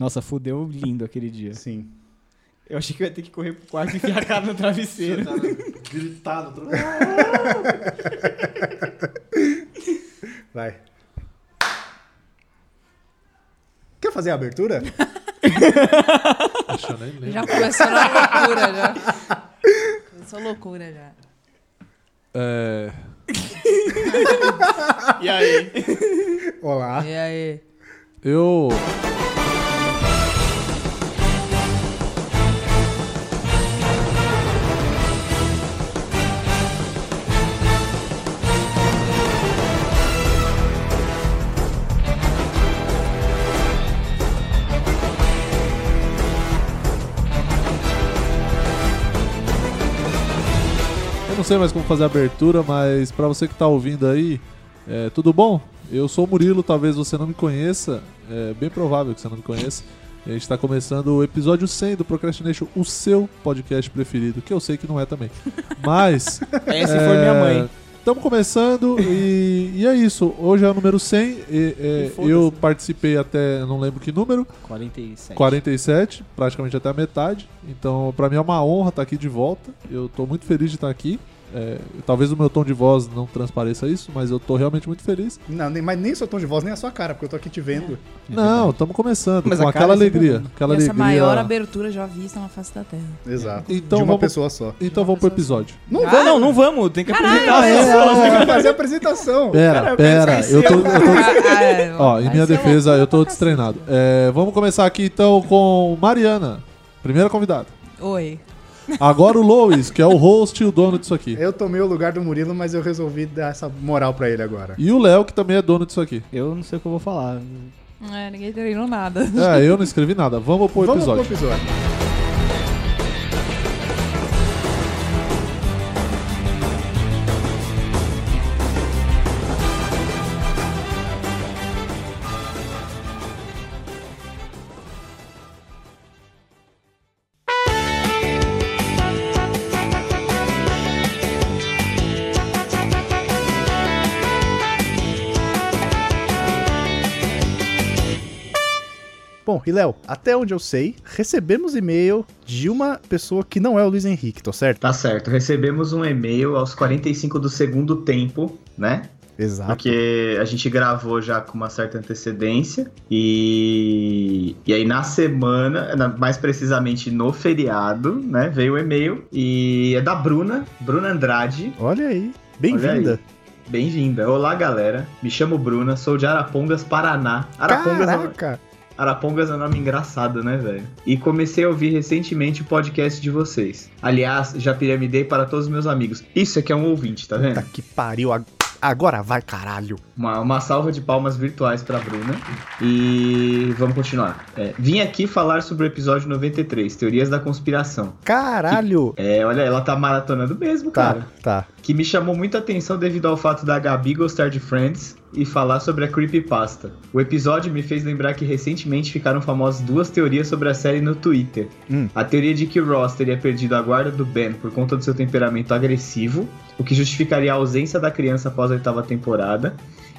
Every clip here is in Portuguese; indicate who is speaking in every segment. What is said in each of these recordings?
Speaker 1: Nossa, fudeu lindo aquele dia.
Speaker 2: Sim.
Speaker 1: Eu achei que eu ia ter que correr pro quarto e enfiar a cara no travesseiro.
Speaker 3: Tava gritado. tro-
Speaker 2: Vai. Quer fazer a abertura?
Speaker 3: Acho que eu nem lembro.
Speaker 4: Já começou na loucura, já. Começou loucura, já.
Speaker 3: É,
Speaker 1: E aí?
Speaker 2: Olá.
Speaker 4: E aí?
Speaker 3: eu... Eu não sei mais como fazer a abertura, mas pra você que tá ouvindo aí, é, tudo bom? Eu sou o Murilo, talvez você não me conheça, é bem provável que você não me conheça. A gente tá começando o episódio 100 do Procrastination, o seu podcast preferido, que eu sei que não é também. Mas
Speaker 1: Essa foi minha mãe.
Speaker 3: Estamos começando e, e é isso. Hoje é o número 100. e, é,
Speaker 1: E foda-se.
Speaker 3: eu participei até, não lembro que número,
Speaker 1: 47.
Speaker 3: 47, praticamente até a metade. Então, pra mim é uma honra estar aqui de volta. Eu tô muito feliz de estar aqui. É, talvez o meu tom de voz não transpareça isso, mas eu tô realmente muito feliz.
Speaker 2: Não, nem, mas nem o seu tom de voz, nem a sua cara, porque eu tô aqui te vendo.
Speaker 3: não, estamos começando
Speaker 1: Mas
Speaker 3: com
Speaker 1: a cara
Speaker 3: aquela
Speaker 1: você tá
Speaker 3: alegria.
Speaker 1: dando.
Speaker 3: aquela
Speaker 4: Essa
Speaker 3: alegria.
Speaker 4: maior abertura já vista na face da Terra.
Speaker 2: Exato.
Speaker 3: Então
Speaker 2: de uma
Speaker 3: vamos-
Speaker 2: pessoa só.
Speaker 3: Então vamos pro episódio.
Speaker 2: Não
Speaker 1: Não, Ah, não, não vamos. Tem que né? apresentar.
Speaker 4: Caralho!
Speaker 1: as pessoas.
Speaker 2: Tem que fazer a apresentação.
Speaker 3: Pera, pera, eu tô, eu tô
Speaker 4: Ah, é,
Speaker 3: Ó, em
Speaker 4: vai
Speaker 3: minha
Speaker 4: ser
Speaker 3: defesa,
Speaker 4: loucura
Speaker 3: eu tô
Speaker 4: pra
Speaker 3: destreinado. É, vamos começar aqui então com Mariana, primeira convidada.
Speaker 4: cacete. Oi.
Speaker 3: Agora o Lois, que é o host e o dono disso aqui.
Speaker 2: Eu tomei o lugar do Murilo, mas eu resolvi dar essa moral pra ele agora.
Speaker 3: E o Léo, que também é dono disso aqui.
Speaker 1: Eu não sei o que eu vou falar.
Speaker 4: É, ninguém treinou nada.
Speaker 3: É, eu não escrevi nada. Vamos pro
Speaker 2: Vamos pro
Speaker 3: episódio.
Speaker 2: episódio. Bom, e Léo, até onde eu sei, recebemos e-mail de uma pessoa que não é o Luiz Henrique, tô certo?
Speaker 5: Tá certo, recebemos um e-mail aos 45 do segundo tempo, né?
Speaker 2: Exato.
Speaker 5: Porque a gente gravou já com uma certa antecedência. E, e aí na semana, na- mais precisamente no feriado, né? Veio o e-mail e é da Bruna, Bruna Andrade.
Speaker 2: Olha aí. Bem-vinda.
Speaker 5: Bem-vinda. Olá, galera. Me chamo Bruna, sou de Arapongas, Paraná. Arapongas é-
Speaker 2: Caraca.
Speaker 5: Arapongas é um nome engraçado, né, velho? E comecei a ouvir recentemente o podcast de vocês. Aliás, já piramidei para todos os meus amigos. Isso aqui é um ouvinte, tá
Speaker 2: Puta
Speaker 5: vendo?
Speaker 2: que pariu. ag- Agora vai, caralho.
Speaker 5: Uma, uma salva de palmas virtuais para Bruna. E vamos continuar. É, vim aqui falar sobre o episódio 93, Teorias da Conspiração.
Speaker 2: Caralho.
Speaker 5: É, olha, ela tá maratonando mesmo, cara.
Speaker 2: Tá, tá.
Speaker 5: Que me chamou muita atenção devido ao fato da Gabi gostar de Friends e falar sobre a Creepypasta. O episódio me fez lembrar que recentemente ficaram famosas duas teorias sobre a série no Twitter.
Speaker 2: Hum.
Speaker 5: A teoria de que Ross teria perdido a guarda do Ben por conta do seu temperamento agressivo, o que justificaria a ausência da criança após a oitava temporada.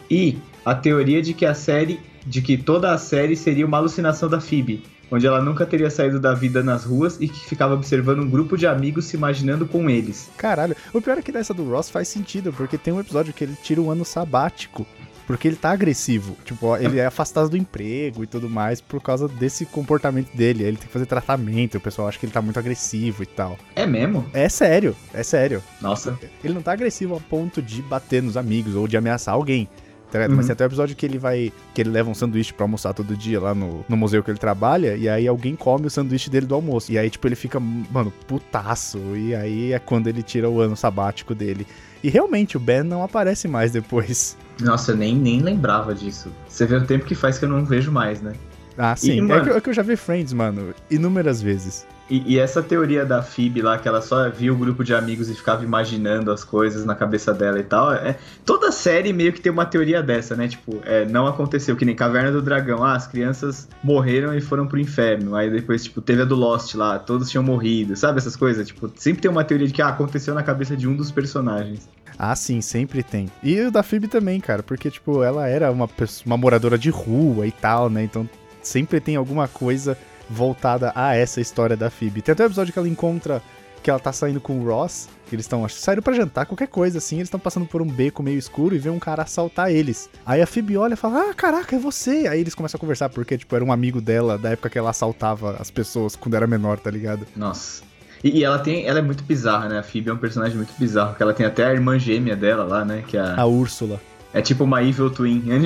Speaker 5: E a teoria de que a série. de que toda a série seria uma alucinação da Phoebe. Onde ela nunca teria saído da vida nas ruas e que ficava observando um grupo de amigos se imaginando com eles.
Speaker 2: Caralho. O pior é que dessa do Ross faz sentido, porque tem um episódio que ele tira um ano sabático. Porque ele tá agressivo. Tipo, ó, ele é afastado do emprego e tudo mais por causa desse comportamento dele. Ele tem que fazer tratamento, o pessoal acha que ele tá muito agressivo e tal.
Speaker 5: É mesmo?
Speaker 2: É sério, é sério.
Speaker 5: Nossa.
Speaker 2: Ele não tá agressivo a ponto de bater nos amigos ou de ameaçar alguém. Tá ligado? Mas
Speaker 5: Uhum.
Speaker 2: tem até o episódio que ele vai. que ele leva um sanduíche pra almoçar todo dia lá no, no museu que ele trabalha. E aí alguém come o sanduíche dele do almoço. E aí, tipo, ele fica, mano, putaço. E aí é quando ele tira o ano sabático dele. E realmente, o Ben não aparece mais depois.
Speaker 5: Nossa, eu nem, nem lembrava disso. Você vê o tempo que faz que eu não vejo mais, né?
Speaker 2: Ah, sim. é,
Speaker 5: mano-
Speaker 2: que, é que eu já vi Friends, mano, inúmeras vezes.
Speaker 5: E, e essa teoria da Phoebe lá, que ela só via o grupo de amigos e ficava imaginando as coisas na cabeça dela e tal, é, toda série meio que tem uma teoria dessa, né? Tipo, é, não aconteceu, que nem Caverna do Dragão. Ah, as crianças morreram e foram pro inferno. Aí depois, tipo, teve a do Lost lá, todos tinham morrido, sabe? Essas coisas. Tipo, sempre tem uma teoria de que ah, aconteceu na cabeça de um dos personagens.
Speaker 2: Ah, sim, sempre tem. E o da Phoebe também, cara, porque, tipo, ela era uma, pessoa, uma moradora de rua e tal, né? Então
Speaker 6: Sempre tem alguma coisa voltada a essa história da Phoebe. Tem até um episódio que ela encontra que ela tá saindo com o Ross, que eles estão, acho que saíram pra jantar, qualquer coisa assim, eles estão passando por um beco meio escuro e vê um cara assaltar eles. Aí a Phoebe olha e fala: "Ah, caraca, é você". Aí eles começam a conversar porque tipo era um amigo dela da época que ela assaltava as pessoas quando era menor, tá ligado?
Speaker 5: Nossa. E, e ela tem. Ela é muito bizarra, né? A Phoebe é um personagem muito bizarro, que ela tem até a irmã gêmea dela lá, né? Que é, a-
Speaker 6: A Úrsula.
Speaker 5: é tipo uma Evil Twin.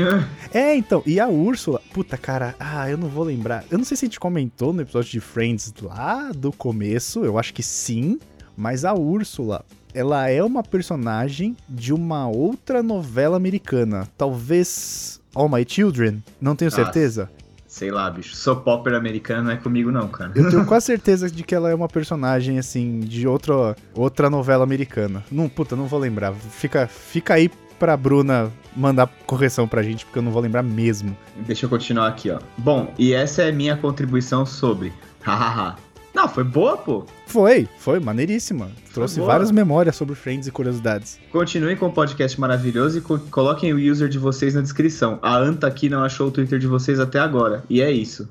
Speaker 6: É, então, e a Úrsula, puta cara, ah, eu não vou lembrar. Eu não sei se a gente comentou no episódio de Friends lá do começo, eu acho que sim, mas a Úrsula, ela é uma personagem de uma outra novela americana, talvez All My Children, não tenho
Speaker 5: Ah.
Speaker 6: certeza.
Speaker 5: Sei lá, bicho. Sou popper americano, não é comigo não, cara.
Speaker 6: Eu tenho quase certeza de que ela é uma personagem assim de outra outra novela americana. Não, puta, não vou lembrar. Fica fica aí pra Bruna mandar correção pra gente, porque eu não vou lembrar mesmo.
Speaker 5: Deixa eu continuar aqui, ó. Bom, e essa é minha contribuição sobre. Hahaha. não, foi boa, pô.
Speaker 6: Foi, foi maneiríssima. Trouxe
Speaker 5: boa.
Speaker 6: várias memórias sobre Friends e curiosidades.
Speaker 5: Continuem com o podcast maravilhoso e co- coloquem o user de vocês na descrição. A Anta aqui não achou o Twitter de vocês até agora. E é isso.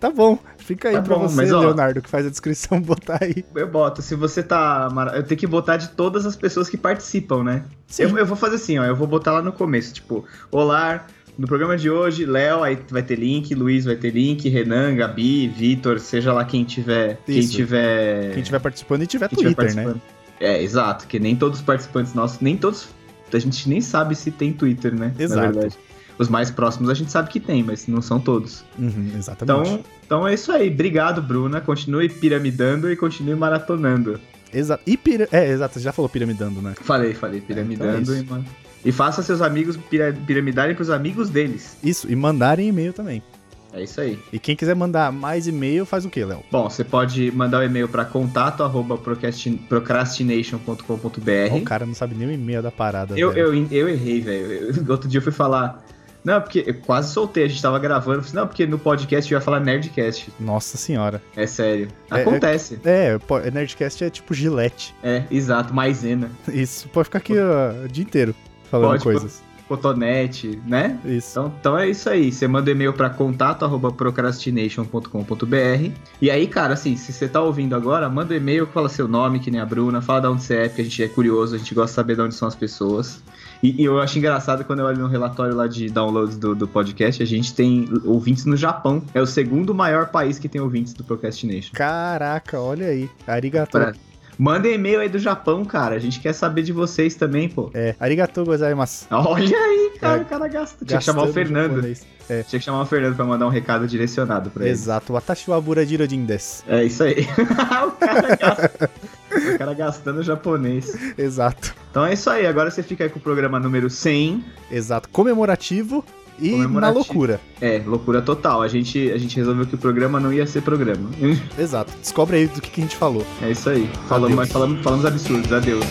Speaker 6: Tá bom, fica aí
Speaker 5: Tá
Speaker 6: pra
Speaker 5: bom,
Speaker 6: você,
Speaker 5: mas, ó-
Speaker 6: Leonardo, que faz a descrição, botar aí.
Speaker 5: Eu boto. Se você tá. mara- Eu tenho que botar de todas as pessoas que participam, né?
Speaker 6: Sim.
Speaker 5: Eu, eu vou fazer assim, ó. Eu vou botar lá no começo, tipo, olá. No programa de hoje, Léo, aí vai ter link, Luiz vai ter link, Renan, Gabi, Vitor, seja lá quem tiver. Quem
Speaker 6: Isso.
Speaker 5: tiver.
Speaker 6: Quem tiver participando e tiver
Speaker 5: quem tiver
Speaker 6: Twitter, né?
Speaker 5: participando. É, exato, que nem todos os participantes nossos, nem todos. A gente nem sabe se tem Twitter, né? Na
Speaker 6: Exato.
Speaker 5: verdade. Os mais próximos a gente sabe que tem, mas não são todos.
Speaker 6: Uhum, exatamente.
Speaker 5: Então, então é isso aí. Obrigado, Bruna. Continue piramidando e continue maratonando.
Speaker 6: Exa e pira- É, exato, você já falou piramidando, né?
Speaker 5: Falei, falei,
Speaker 6: É,
Speaker 5: piramidando
Speaker 6: então é
Speaker 5: e
Speaker 6: isso.
Speaker 5: mano. E faça seus amigos pira- piramidarem pros amigos deles.
Speaker 6: Isso, e mandarem e-mail também.
Speaker 5: É isso aí.
Speaker 6: E quem quiser mandar mais e-mail, faz o quê, Léo?
Speaker 5: Bom, você pode mandar o e-mail para contato arroba procrastin-
Speaker 6: Ó, O
Speaker 5: procrastination.com.br.
Speaker 6: cara não sabe nem o e-mail da parada.
Speaker 5: É, Eu,
Speaker 6: velho.
Speaker 5: eu, eu errei, velho. Eu- Outro dia eu fui falar. Não, porque eu quase soltei, a gente tava gravando. eu falei, não, porque no podcast eu ia falar Nerdcast.
Speaker 6: Nossa senhora.
Speaker 5: É sério.
Speaker 6: É, é-
Speaker 5: Acontece.
Speaker 6: É, pô, Nerdcast é tipo gilete.
Speaker 5: É, exato. Maisena,
Speaker 6: Isso, pode ficar aqui ó, o dia inteiro falando
Speaker 5: Pode,
Speaker 6: coisas.
Speaker 5: cotonete, né?
Speaker 6: Isso.
Speaker 5: Então, então é isso aí. Você manda e-mail para contato@procrastination.com.br. E aí, cara, assim, se você tá ouvindo agora, manda e-mail, fala seu nome, que nem a Bruna, fala de onde você é, porque a gente é curioso, a gente gosta de saber de onde são as pessoas. E, e eu acho engraçado quando eu olho no relatório lá de downloads do, do podcast, a gente tem ouvintes no Japão. É o segundo maior país que tem ouvintes do Procrastination.
Speaker 6: Caraca, olha aí. Arigatou.
Speaker 5: Pra- Manda e-mail aí do Japão, cara. A gente quer saber de vocês também, pô.
Speaker 6: É, arigatou gozaimasu.
Speaker 5: Olha aí, cara,
Speaker 6: É.
Speaker 5: o cara gasta. Tinha que chamar o
Speaker 6: Gastando
Speaker 5: Fernando. É
Speaker 6: japonês.
Speaker 5: Tinha que chamar o Fernando pra mandar um recado direcionado pra ele.
Speaker 6: Exato, Watashi wa Burajiro Jindes.
Speaker 5: É isso aí. o, cara gasta- o cara gastando japonês.
Speaker 6: Exato.
Speaker 5: Então é isso aí. Agora você fica aí com o programa número 100.
Speaker 6: Exato, comemorativo e na
Speaker 5: Comemorativo.
Speaker 6: loucura.
Speaker 5: É, loucura total. A gente, a gente resolveu que o programa não ia ser programa.
Speaker 6: Exato. Descobre aí do que, que a gente falou.
Speaker 5: É isso aí. Falamos,
Speaker 6: Adeus.
Speaker 5: mas falamos, falamos absurdos. Adeus.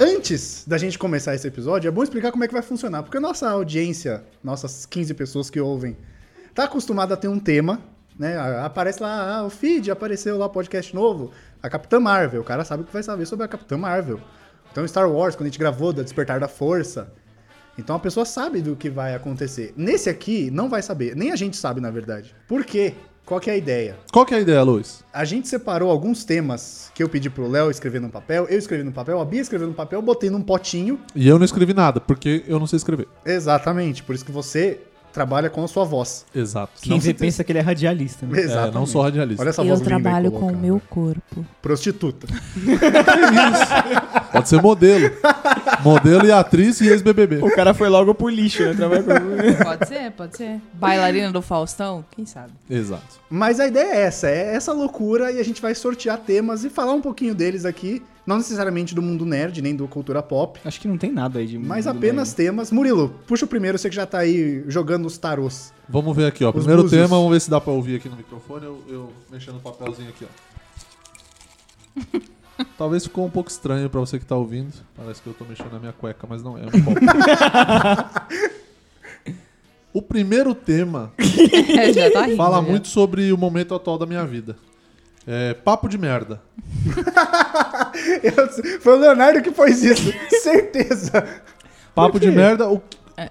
Speaker 2: Antes da gente começar esse episódio, é bom explicar como é que vai funcionar, porque a nossa audiência, nossas 15 pessoas que ouvem, tá acostumada a ter um tema, né? A- Aparece lá, ah, o feed apareceu lá, podcast novo, a Capitã Marvel, o cara sabe o que vai saber sobre a Capitã Marvel. Então Star Wars, quando a gente gravou da Despertar da Força. Então a pessoa sabe do que vai acontecer. Nesse aqui, não vai saber, nem a gente sabe, na verdade. Por quê? Qual que é a ideia?
Speaker 3: Qual que é a ideia, Luiz?
Speaker 2: A gente separou alguns temas que eu pedi pro Léo escrever no papel, eu escrevi no papel, a Bia escreveu no papel, botei num potinho.
Speaker 3: E eu não escrevi nada, porque eu não sei escrever.
Speaker 2: Exatamente, por isso que você trabalha com a sua voz.
Speaker 3: Exato.
Speaker 1: Quem vê pensa que ele é radialista, né?
Speaker 2: Exatamente.
Speaker 3: É, não sou radialista.
Speaker 2: Olha essa voz
Speaker 4: Eu
Speaker 2: linda e né?
Speaker 4: trabalho com o
Speaker 2: colocada.
Speaker 4: meu corpo.
Speaker 2: Prostituta.
Speaker 3: Pode ser modelo. modelo e atriz e ex-BBB.
Speaker 1: O cara foi logo pro lixo, né? Trabalha com-
Speaker 4: Pode ser, pode ser. Bailarina do Faustão? Quem sabe?
Speaker 3: Exato.
Speaker 2: Mas a ideia é essa, é essa loucura e a gente vai sortear temas e falar um pouquinho deles aqui, não necessariamente do mundo nerd, nem do cultura pop,
Speaker 1: Acho que não tem nada aí de.
Speaker 2: mas
Speaker 1: mundo
Speaker 2: apenas temas. Murilo, puxa o primeiro, você que já tá aí jogando os tarôs.
Speaker 3: Vamos ver aqui, ó.
Speaker 2: Os
Speaker 3: Primeiro
Speaker 2: búzios.
Speaker 3: tema, vamos ver se dá pra ouvir aqui no microfone. Eu, eu mexendo no papelzinho aqui, ó. Talvez ficou um pouco estranho pra você que tá ouvindo. Parece que eu tô mexendo na minha cueca, mas não é. é um copo. O primeiro tema
Speaker 4: É, já tá rindo.
Speaker 3: fala
Speaker 4: já.
Speaker 3: muito sobre o momento atual da minha vida. É, papo de merda.
Speaker 2: Eu- foi o Leonardo que fez isso. Certeza.
Speaker 3: Papo
Speaker 2: quê?
Speaker 3: de merda, o,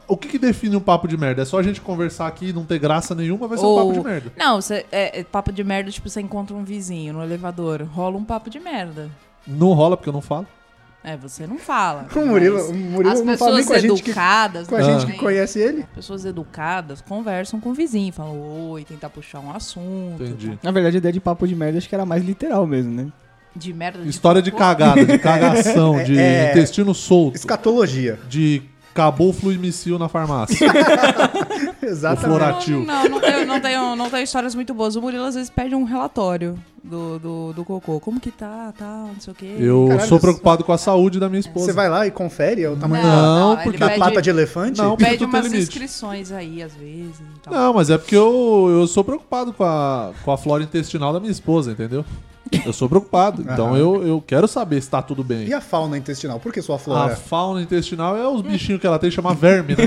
Speaker 3: o que, que define um papo de merda? É só a gente conversar aqui e não ter graça nenhuma, vai ser um papo de
Speaker 4: Ou-
Speaker 3: merda.
Speaker 4: Não, você- é, é papo de merda, tipo, você encontra um vizinho no elevador, rola um papo de merda.
Speaker 3: Não rola porque eu não falo.
Speaker 4: É, você não fala.
Speaker 2: O Murilo,
Speaker 4: mas
Speaker 2: o Murilo
Speaker 4: as
Speaker 2: não fala nem
Speaker 4: pessoas
Speaker 2: com a gente que,
Speaker 4: educadas,
Speaker 2: com a
Speaker 4: né,
Speaker 2: gente
Speaker 3: Ah.
Speaker 4: também.
Speaker 2: que conhece ele.
Speaker 4: Pessoas educadas conversam com o vizinho, falam oi, tentar puxar um assunto.
Speaker 3: Entendi.
Speaker 1: Na verdade, a ideia de papo de merda acho que era mais literal mesmo, né?
Speaker 4: De merda tipo, de
Speaker 3: História de cagada, de cagação, de
Speaker 2: É.
Speaker 3: intestino solto,
Speaker 2: Escatologia.
Speaker 3: de acabou o fluimicil na farmácia.
Speaker 2: Exatamente.
Speaker 3: Flora-
Speaker 4: Não,
Speaker 3: Tio.
Speaker 4: Não, não, tenho, não, tenho, não tenho histórias muito boas. O Murilo às vezes pede um relatório do, do, do cocô. Como que tá, tal, não sei o quê.
Speaker 3: Eu
Speaker 2: Caralho,
Speaker 3: sou
Speaker 2: isso-
Speaker 3: preocupado com a saúde da minha esposa.
Speaker 2: Você vai lá e confere o tamanho
Speaker 3: Não,
Speaker 4: ele
Speaker 3: porque-
Speaker 2: da, da
Speaker 4: pede,
Speaker 2: pata de elefante?
Speaker 3: Não, porque
Speaker 4: Pede
Speaker 3: tu tem
Speaker 4: umas
Speaker 3: limite.
Speaker 4: inscrições aí, às vezes. e tal.
Speaker 3: Não, mas é porque eu, eu sou preocupado com a, com a flora intestinal da minha esposa, entendeu? Eu sou preocupado. Então eu, eu quero saber se tá tudo bem.
Speaker 2: E a fauna intestinal? Por que sua
Speaker 3: A
Speaker 2: flora?
Speaker 3: fauna intestinal é os bichinhos que ela tem, chama verme, né?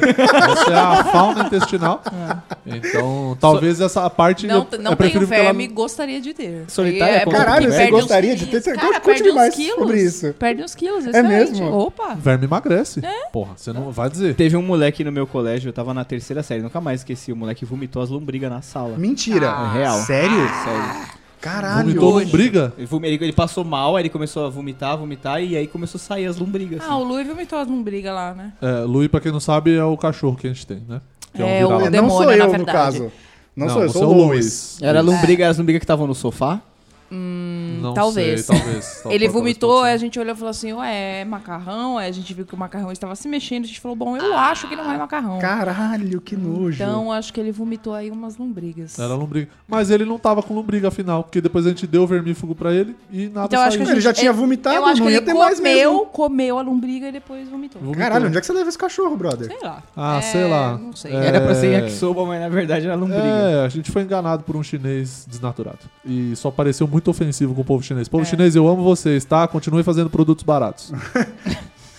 Speaker 3: Essa é a fauna intestinal. Então, talvez essa parte.
Speaker 4: É. Não,
Speaker 3: é-
Speaker 4: não tenho
Speaker 3: é preferível que
Speaker 4: verme,
Speaker 3: Ela...
Speaker 4: gostaria de ter.
Speaker 1: Solitária,
Speaker 4: E
Speaker 1: como
Speaker 4: porque
Speaker 1: Caralho,
Speaker 2: É, você
Speaker 4: perde uns
Speaker 2: gostaria de ter? Você
Speaker 4: Cara,
Speaker 2: curte
Speaker 4: perde uns
Speaker 2: demais
Speaker 4: quilos,
Speaker 2: sobre isso. É
Speaker 4: Perde uns quilos, excelente.
Speaker 2: mesmo?
Speaker 4: Opa!
Speaker 3: Verme emagrece.
Speaker 4: É?
Speaker 3: Porra, você não vai dizer.
Speaker 1: Teve um moleque no meu colégio, eu tava na terceira série, nunca mais esqueci. O moleque vomitou as lombrigas na sala.
Speaker 2: Mentira.
Speaker 4: Ah.
Speaker 1: É real.
Speaker 2: Sério?
Speaker 1: Sério.
Speaker 2: Caralho.
Speaker 3: Vomitou lombriga?
Speaker 1: Ele, vom- ele- ele passou mal, aí ele começou a vomitar, vomitar, e aí começou a sair as lombrigas.
Speaker 4: Ah, o Louis vomitou as lombrigas lá, né?
Speaker 3: É, Luí, pra quem não sabe, é o cachorro que a gente tem, né? Que
Speaker 4: É,
Speaker 3: vira-lata.
Speaker 4: o
Speaker 2: É,
Speaker 4: demônio,
Speaker 2: não sou
Speaker 4: na
Speaker 2: eu, no
Speaker 4: verdade.
Speaker 2: caso. Não, sou eu,
Speaker 3: você
Speaker 2: sou
Speaker 3: é
Speaker 2: o Luiz.
Speaker 1: Era a lombriga, as lombrigas que estavam no sofá?
Speaker 3: Não
Speaker 4: talvez.
Speaker 3: sei, talvez. tal-
Speaker 4: Ele
Speaker 3: talvez
Speaker 4: vomitou,
Speaker 3: pode
Speaker 4: aí a
Speaker 3: ser.
Speaker 4: gente olhou e falou assim, ué, é macarrão? Aí a gente viu que o macarrão estava se mexendo, a gente falou, bom,
Speaker 2: Ah,
Speaker 4: eu acho que não é macarrão.
Speaker 2: Caralho, que nojo.
Speaker 4: Então, acho que ele vomitou aí umas lombrigas.
Speaker 3: Era lombriga. Mas ele não tava com lombriga afinal, porque depois a gente deu o vermífugo pra ele e nada
Speaker 4: Então, eu acho que
Speaker 3: saiu.
Speaker 4: a
Speaker 2: Ele
Speaker 4: gente-
Speaker 2: já tinha
Speaker 4: ele-
Speaker 2: vomitado,
Speaker 4: eu acho
Speaker 2: não
Speaker 4: que
Speaker 2: ia
Speaker 4: ele
Speaker 2: ter
Speaker 4: comeu,
Speaker 2: mais mesmo.
Speaker 4: comeu a lombriga e depois vomitou.
Speaker 3: Vomitou.
Speaker 2: Caralho, onde é que você leva esse cachorro, brother?
Speaker 4: Sei lá.
Speaker 3: Ah,
Speaker 4: É,
Speaker 3: sei lá.
Speaker 4: Não sei.
Speaker 3: É.
Speaker 4: Era-
Speaker 1: Era pra ser yakisoba, mas na verdade era lombriga.
Speaker 3: É, a gente foi enganado por um chinês desnaturado. E só pareceu muito ofensivo com o povo chinês.
Speaker 4: É.
Speaker 3: Povo chinês, eu amo vocês, tá? Continue fazendo produtos baratos.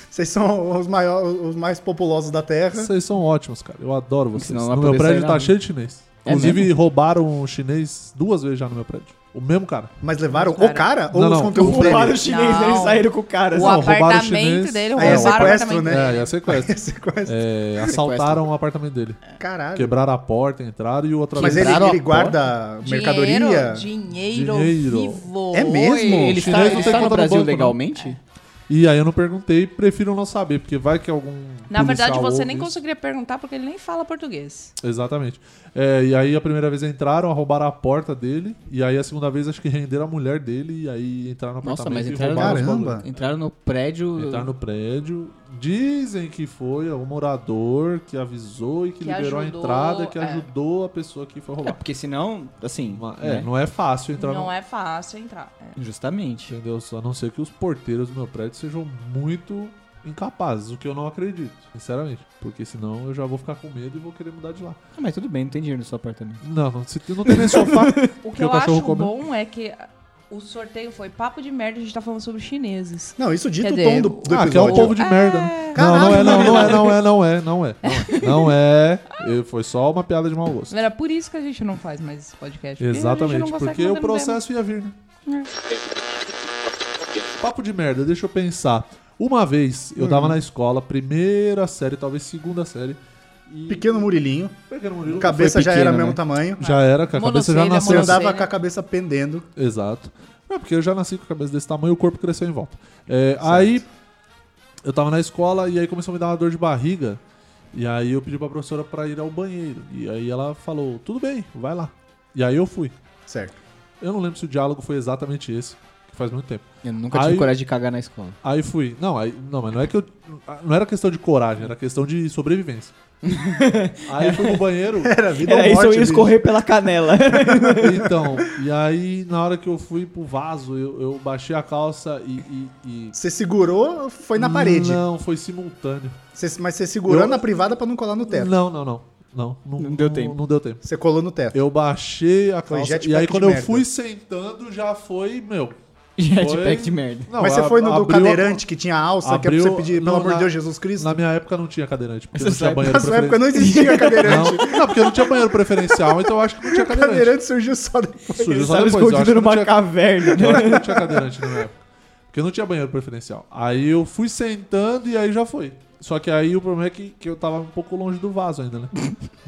Speaker 2: Vocês são os, maiores, os mais populosos da Terra.
Speaker 3: vocês são ótimos, cara. Eu adoro vocês.
Speaker 1: Senão não vai
Speaker 3: no meu
Speaker 1: poder sair
Speaker 3: prédio
Speaker 1: na
Speaker 3: tá
Speaker 1: rua.
Speaker 3: cheio de chinês.
Speaker 1: É
Speaker 3: Inclusive, roubaram um chinês duas vezes já no meu prédio. O mesmo cara.
Speaker 2: Mas levaram
Speaker 4: Cara.
Speaker 2: o cara ou
Speaker 3: Não,
Speaker 2: os
Speaker 3: não.
Speaker 2: conteúdos
Speaker 1: Roubaram
Speaker 2: dele?
Speaker 1: o chinês,
Speaker 4: Não.
Speaker 1: eles saíram com o cara.
Speaker 4: O
Speaker 3: Não, roubaram o
Speaker 4: apartamento
Speaker 3: chinês.
Speaker 4: dele,
Speaker 2: Aí é
Speaker 4: roubaram o
Speaker 2: sequestro,
Speaker 4: apartamento
Speaker 2: né?
Speaker 4: dele.
Speaker 3: É, e a sequestro.
Speaker 2: Esse quase-
Speaker 3: É, assaltaram o apartamento dele.
Speaker 1: É.
Speaker 2: Caralho.
Speaker 3: É. Quebraram a porta, entraram e o outro
Speaker 2: Mas ele,
Speaker 1: Quebraram a
Speaker 2: ele guarda mercadoria?
Speaker 4: Dinheiro, dinheiro
Speaker 3: Dinheiro.
Speaker 4: vivo.
Speaker 2: É mesmo?
Speaker 1: Ele
Speaker 3: O chinês
Speaker 1: está,
Speaker 3: não
Speaker 1: ele
Speaker 3: tem
Speaker 1: está no
Speaker 3: conta no
Speaker 1: Brasil
Speaker 3: banco, não.
Speaker 1: legalmente?
Speaker 3: E aí eu não perguntei, prefiro não saber, porque vai que algum.
Speaker 4: Na verdade,
Speaker 3: policial
Speaker 4: você
Speaker 3: ouve
Speaker 4: nem
Speaker 3: isso.
Speaker 4: conseguiria perguntar porque ele nem fala português.
Speaker 3: Exatamente. É, e aí a primeira vez entraram, roubaram a porta dele, e aí a segunda vez acho que renderam a mulher dele, e aí entraram no
Speaker 1: Nossa,
Speaker 3: apartamento
Speaker 1: mas
Speaker 3: e
Speaker 1: entraram
Speaker 3: roubaram os
Speaker 2: Caramba.
Speaker 3: bagulhos.
Speaker 1: Entraram no prédio.
Speaker 3: Entraram no prédio. Dizem que foi o morador que avisou e que,
Speaker 4: Que ajudou,
Speaker 3: liberou a entrada, que
Speaker 4: é.
Speaker 3: ajudou a pessoa que foi
Speaker 1: É,
Speaker 3: roubar.
Speaker 1: porque senão, assim.
Speaker 3: Mas, É,
Speaker 1: né?
Speaker 3: não é fácil entrar
Speaker 4: Não
Speaker 3: no.
Speaker 4: é fácil entrar. É.
Speaker 1: Justamente.
Speaker 3: Entendeu? Só a não ser que os porteiros do meu prédio sejam muito incapazes, o que eu não acredito, sinceramente. Porque senão eu já vou ficar com medo e vou querer mudar de lá.
Speaker 1: Ah, mas tudo bem, não tem dinheiro no seu apartamento.
Speaker 3: Não, não, se não tem nem sofá.
Speaker 4: O que eu
Speaker 3: Meu cachorro
Speaker 4: acho
Speaker 3: come.
Speaker 4: bom é que o sorteio foi papo de merda, a gente tá falando sobre chineses.
Speaker 2: Não, isso dita
Speaker 4: Quer
Speaker 2: o
Speaker 4: dizer,
Speaker 2: tom do, do
Speaker 3: ah,
Speaker 2: episódio.
Speaker 3: que é um povo de merda. né? Não, não é, não, não é, não é, não é, não é. Não é. Não é. Eu- Foi só uma piada de mau gosto.
Speaker 4: Era por isso que a gente não faz mais esse podcast. porque a gente não
Speaker 3: Exatamente,
Speaker 4: consegue
Speaker 3: porque
Speaker 4: fazer
Speaker 3: o
Speaker 4: no
Speaker 3: processo ia vir, né? Papo de merda, deixa eu pensar. Uma vez eu tava na escola, primeira série, talvez segunda série, e.
Speaker 2: Pequeno Murilinho.
Speaker 3: Pequeno Murilo
Speaker 2: Cabeça já
Speaker 1: pequeno,
Speaker 2: era o mesmo
Speaker 1: né?
Speaker 2: tamanho.
Speaker 3: ah, Já era, que a cabeça
Speaker 2: Você
Speaker 4: Monocelha,
Speaker 3: já nasceu. assim,
Speaker 4: monocelha.
Speaker 2: andava
Speaker 4: né?
Speaker 2: com a cabeça pendendo.
Speaker 3: Exato. É porque eu já nasci com a cabeça desse tamanho e o corpo cresceu em volta. É, aí eu tava na escola e aí começou a me dar uma dor de barriga. E aí eu pedi pra professora pra ir ao banheiro. E aí ela falou, tudo bem, vai lá. E aí eu fui.
Speaker 2: Certo.
Speaker 3: Eu não lembro se o diálogo foi exatamente esse, que faz muito tempo.
Speaker 1: Eu nunca tive
Speaker 3: Aí-
Speaker 1: coragem de cagar na escola.
Speaker 3: Aí fui. Não, aí, não, mas não é que eu. Não era questão de coragem, era questão de sobrevivência. aí eu fui pro banheiro.
Speaker 2: Era vida é
Speaker 3: É,
Speaker 2: um
Speaker 1: Era isso,
Speaker 2: ou morte,
Speaker 1: eu ia
Speaker 2: bicho.
Speaker 1: escorrer pela canela.
Speaker 3: Então, e aí na hora que eu fui pro vaso, eu, eu baixei a calça e. e- e-
Speaker 2: Você segurou, foi na parede.
Speaker 3: Não, foi simultâneo.
Speaker 2: Você- mas você segurou
Speaker 3: Eu-
Speaker 2: na privada pra não colar no teto.
Speaker 3: Não, não, não. Não, não,
Speaker 1: Não deu tempo.
Speaker 3: Não deu tempo.
Speaker 2: Você colou no teto.
Speaker 3: Eu baixei a
Speaker 2: Foi
Speaker 3: calça.
Speaker 2: jetpack
Speaker 3: E aí
Speaker 2: de
Speaker 3: quando eu
Speaker 2: merda.
Speaker 3: fui sentando, já foi, meu,
Speaker 1: Jetpack é de merda.
Speaker 3: Não,
Speaker 2: Mas você
Speaker 3: a-
Speaker 2: foi no do
Speaker 3: abriu a-
Speaker 2: cadeirante que tinha alça, que é pra
Speaker 3: abriu-
Speaker 2: você pedir, pelo
Speaker 3: não,
Speaker 2: amor de
Speaker 3: na-
Speaker 2: Deus, Jesus Cristo?
Speaker 3: Na minha época não tinha cadeirante, porque
Speaker 1: Você
Speaker 3: não tinha
Speaker 1: sabe-
Speaker 3: banheiro
Speaker 2: Na sua época não
Speaker 3: preferencial.
Speaker 2: existia cadeirante.
Speaker 3: Não, não, porque não tinha banheiro preferencial, então eu acho que não tinha cadeirante.
Speaker 2: Cadeirante surgiu só depois.
Speaker 3: Surgiu
Speaker 1: Ele
Speaker 3: só
Speaker 1: tava
Speaker 3: depois, eu acho
Speaker 1: escondido
Speaker 3: que não
Speaker 1: numa
Speaker 3: tinha
Speaker 1: caverna.
Speaker 3: Eu acho que não tinha cadeirante na minha época. Porque não tinha banheiro preferencial. Aí eu fui sentando e aí já foi. Só que aí o problema é que, que eu tava um pouco longe do vaso ainda, né?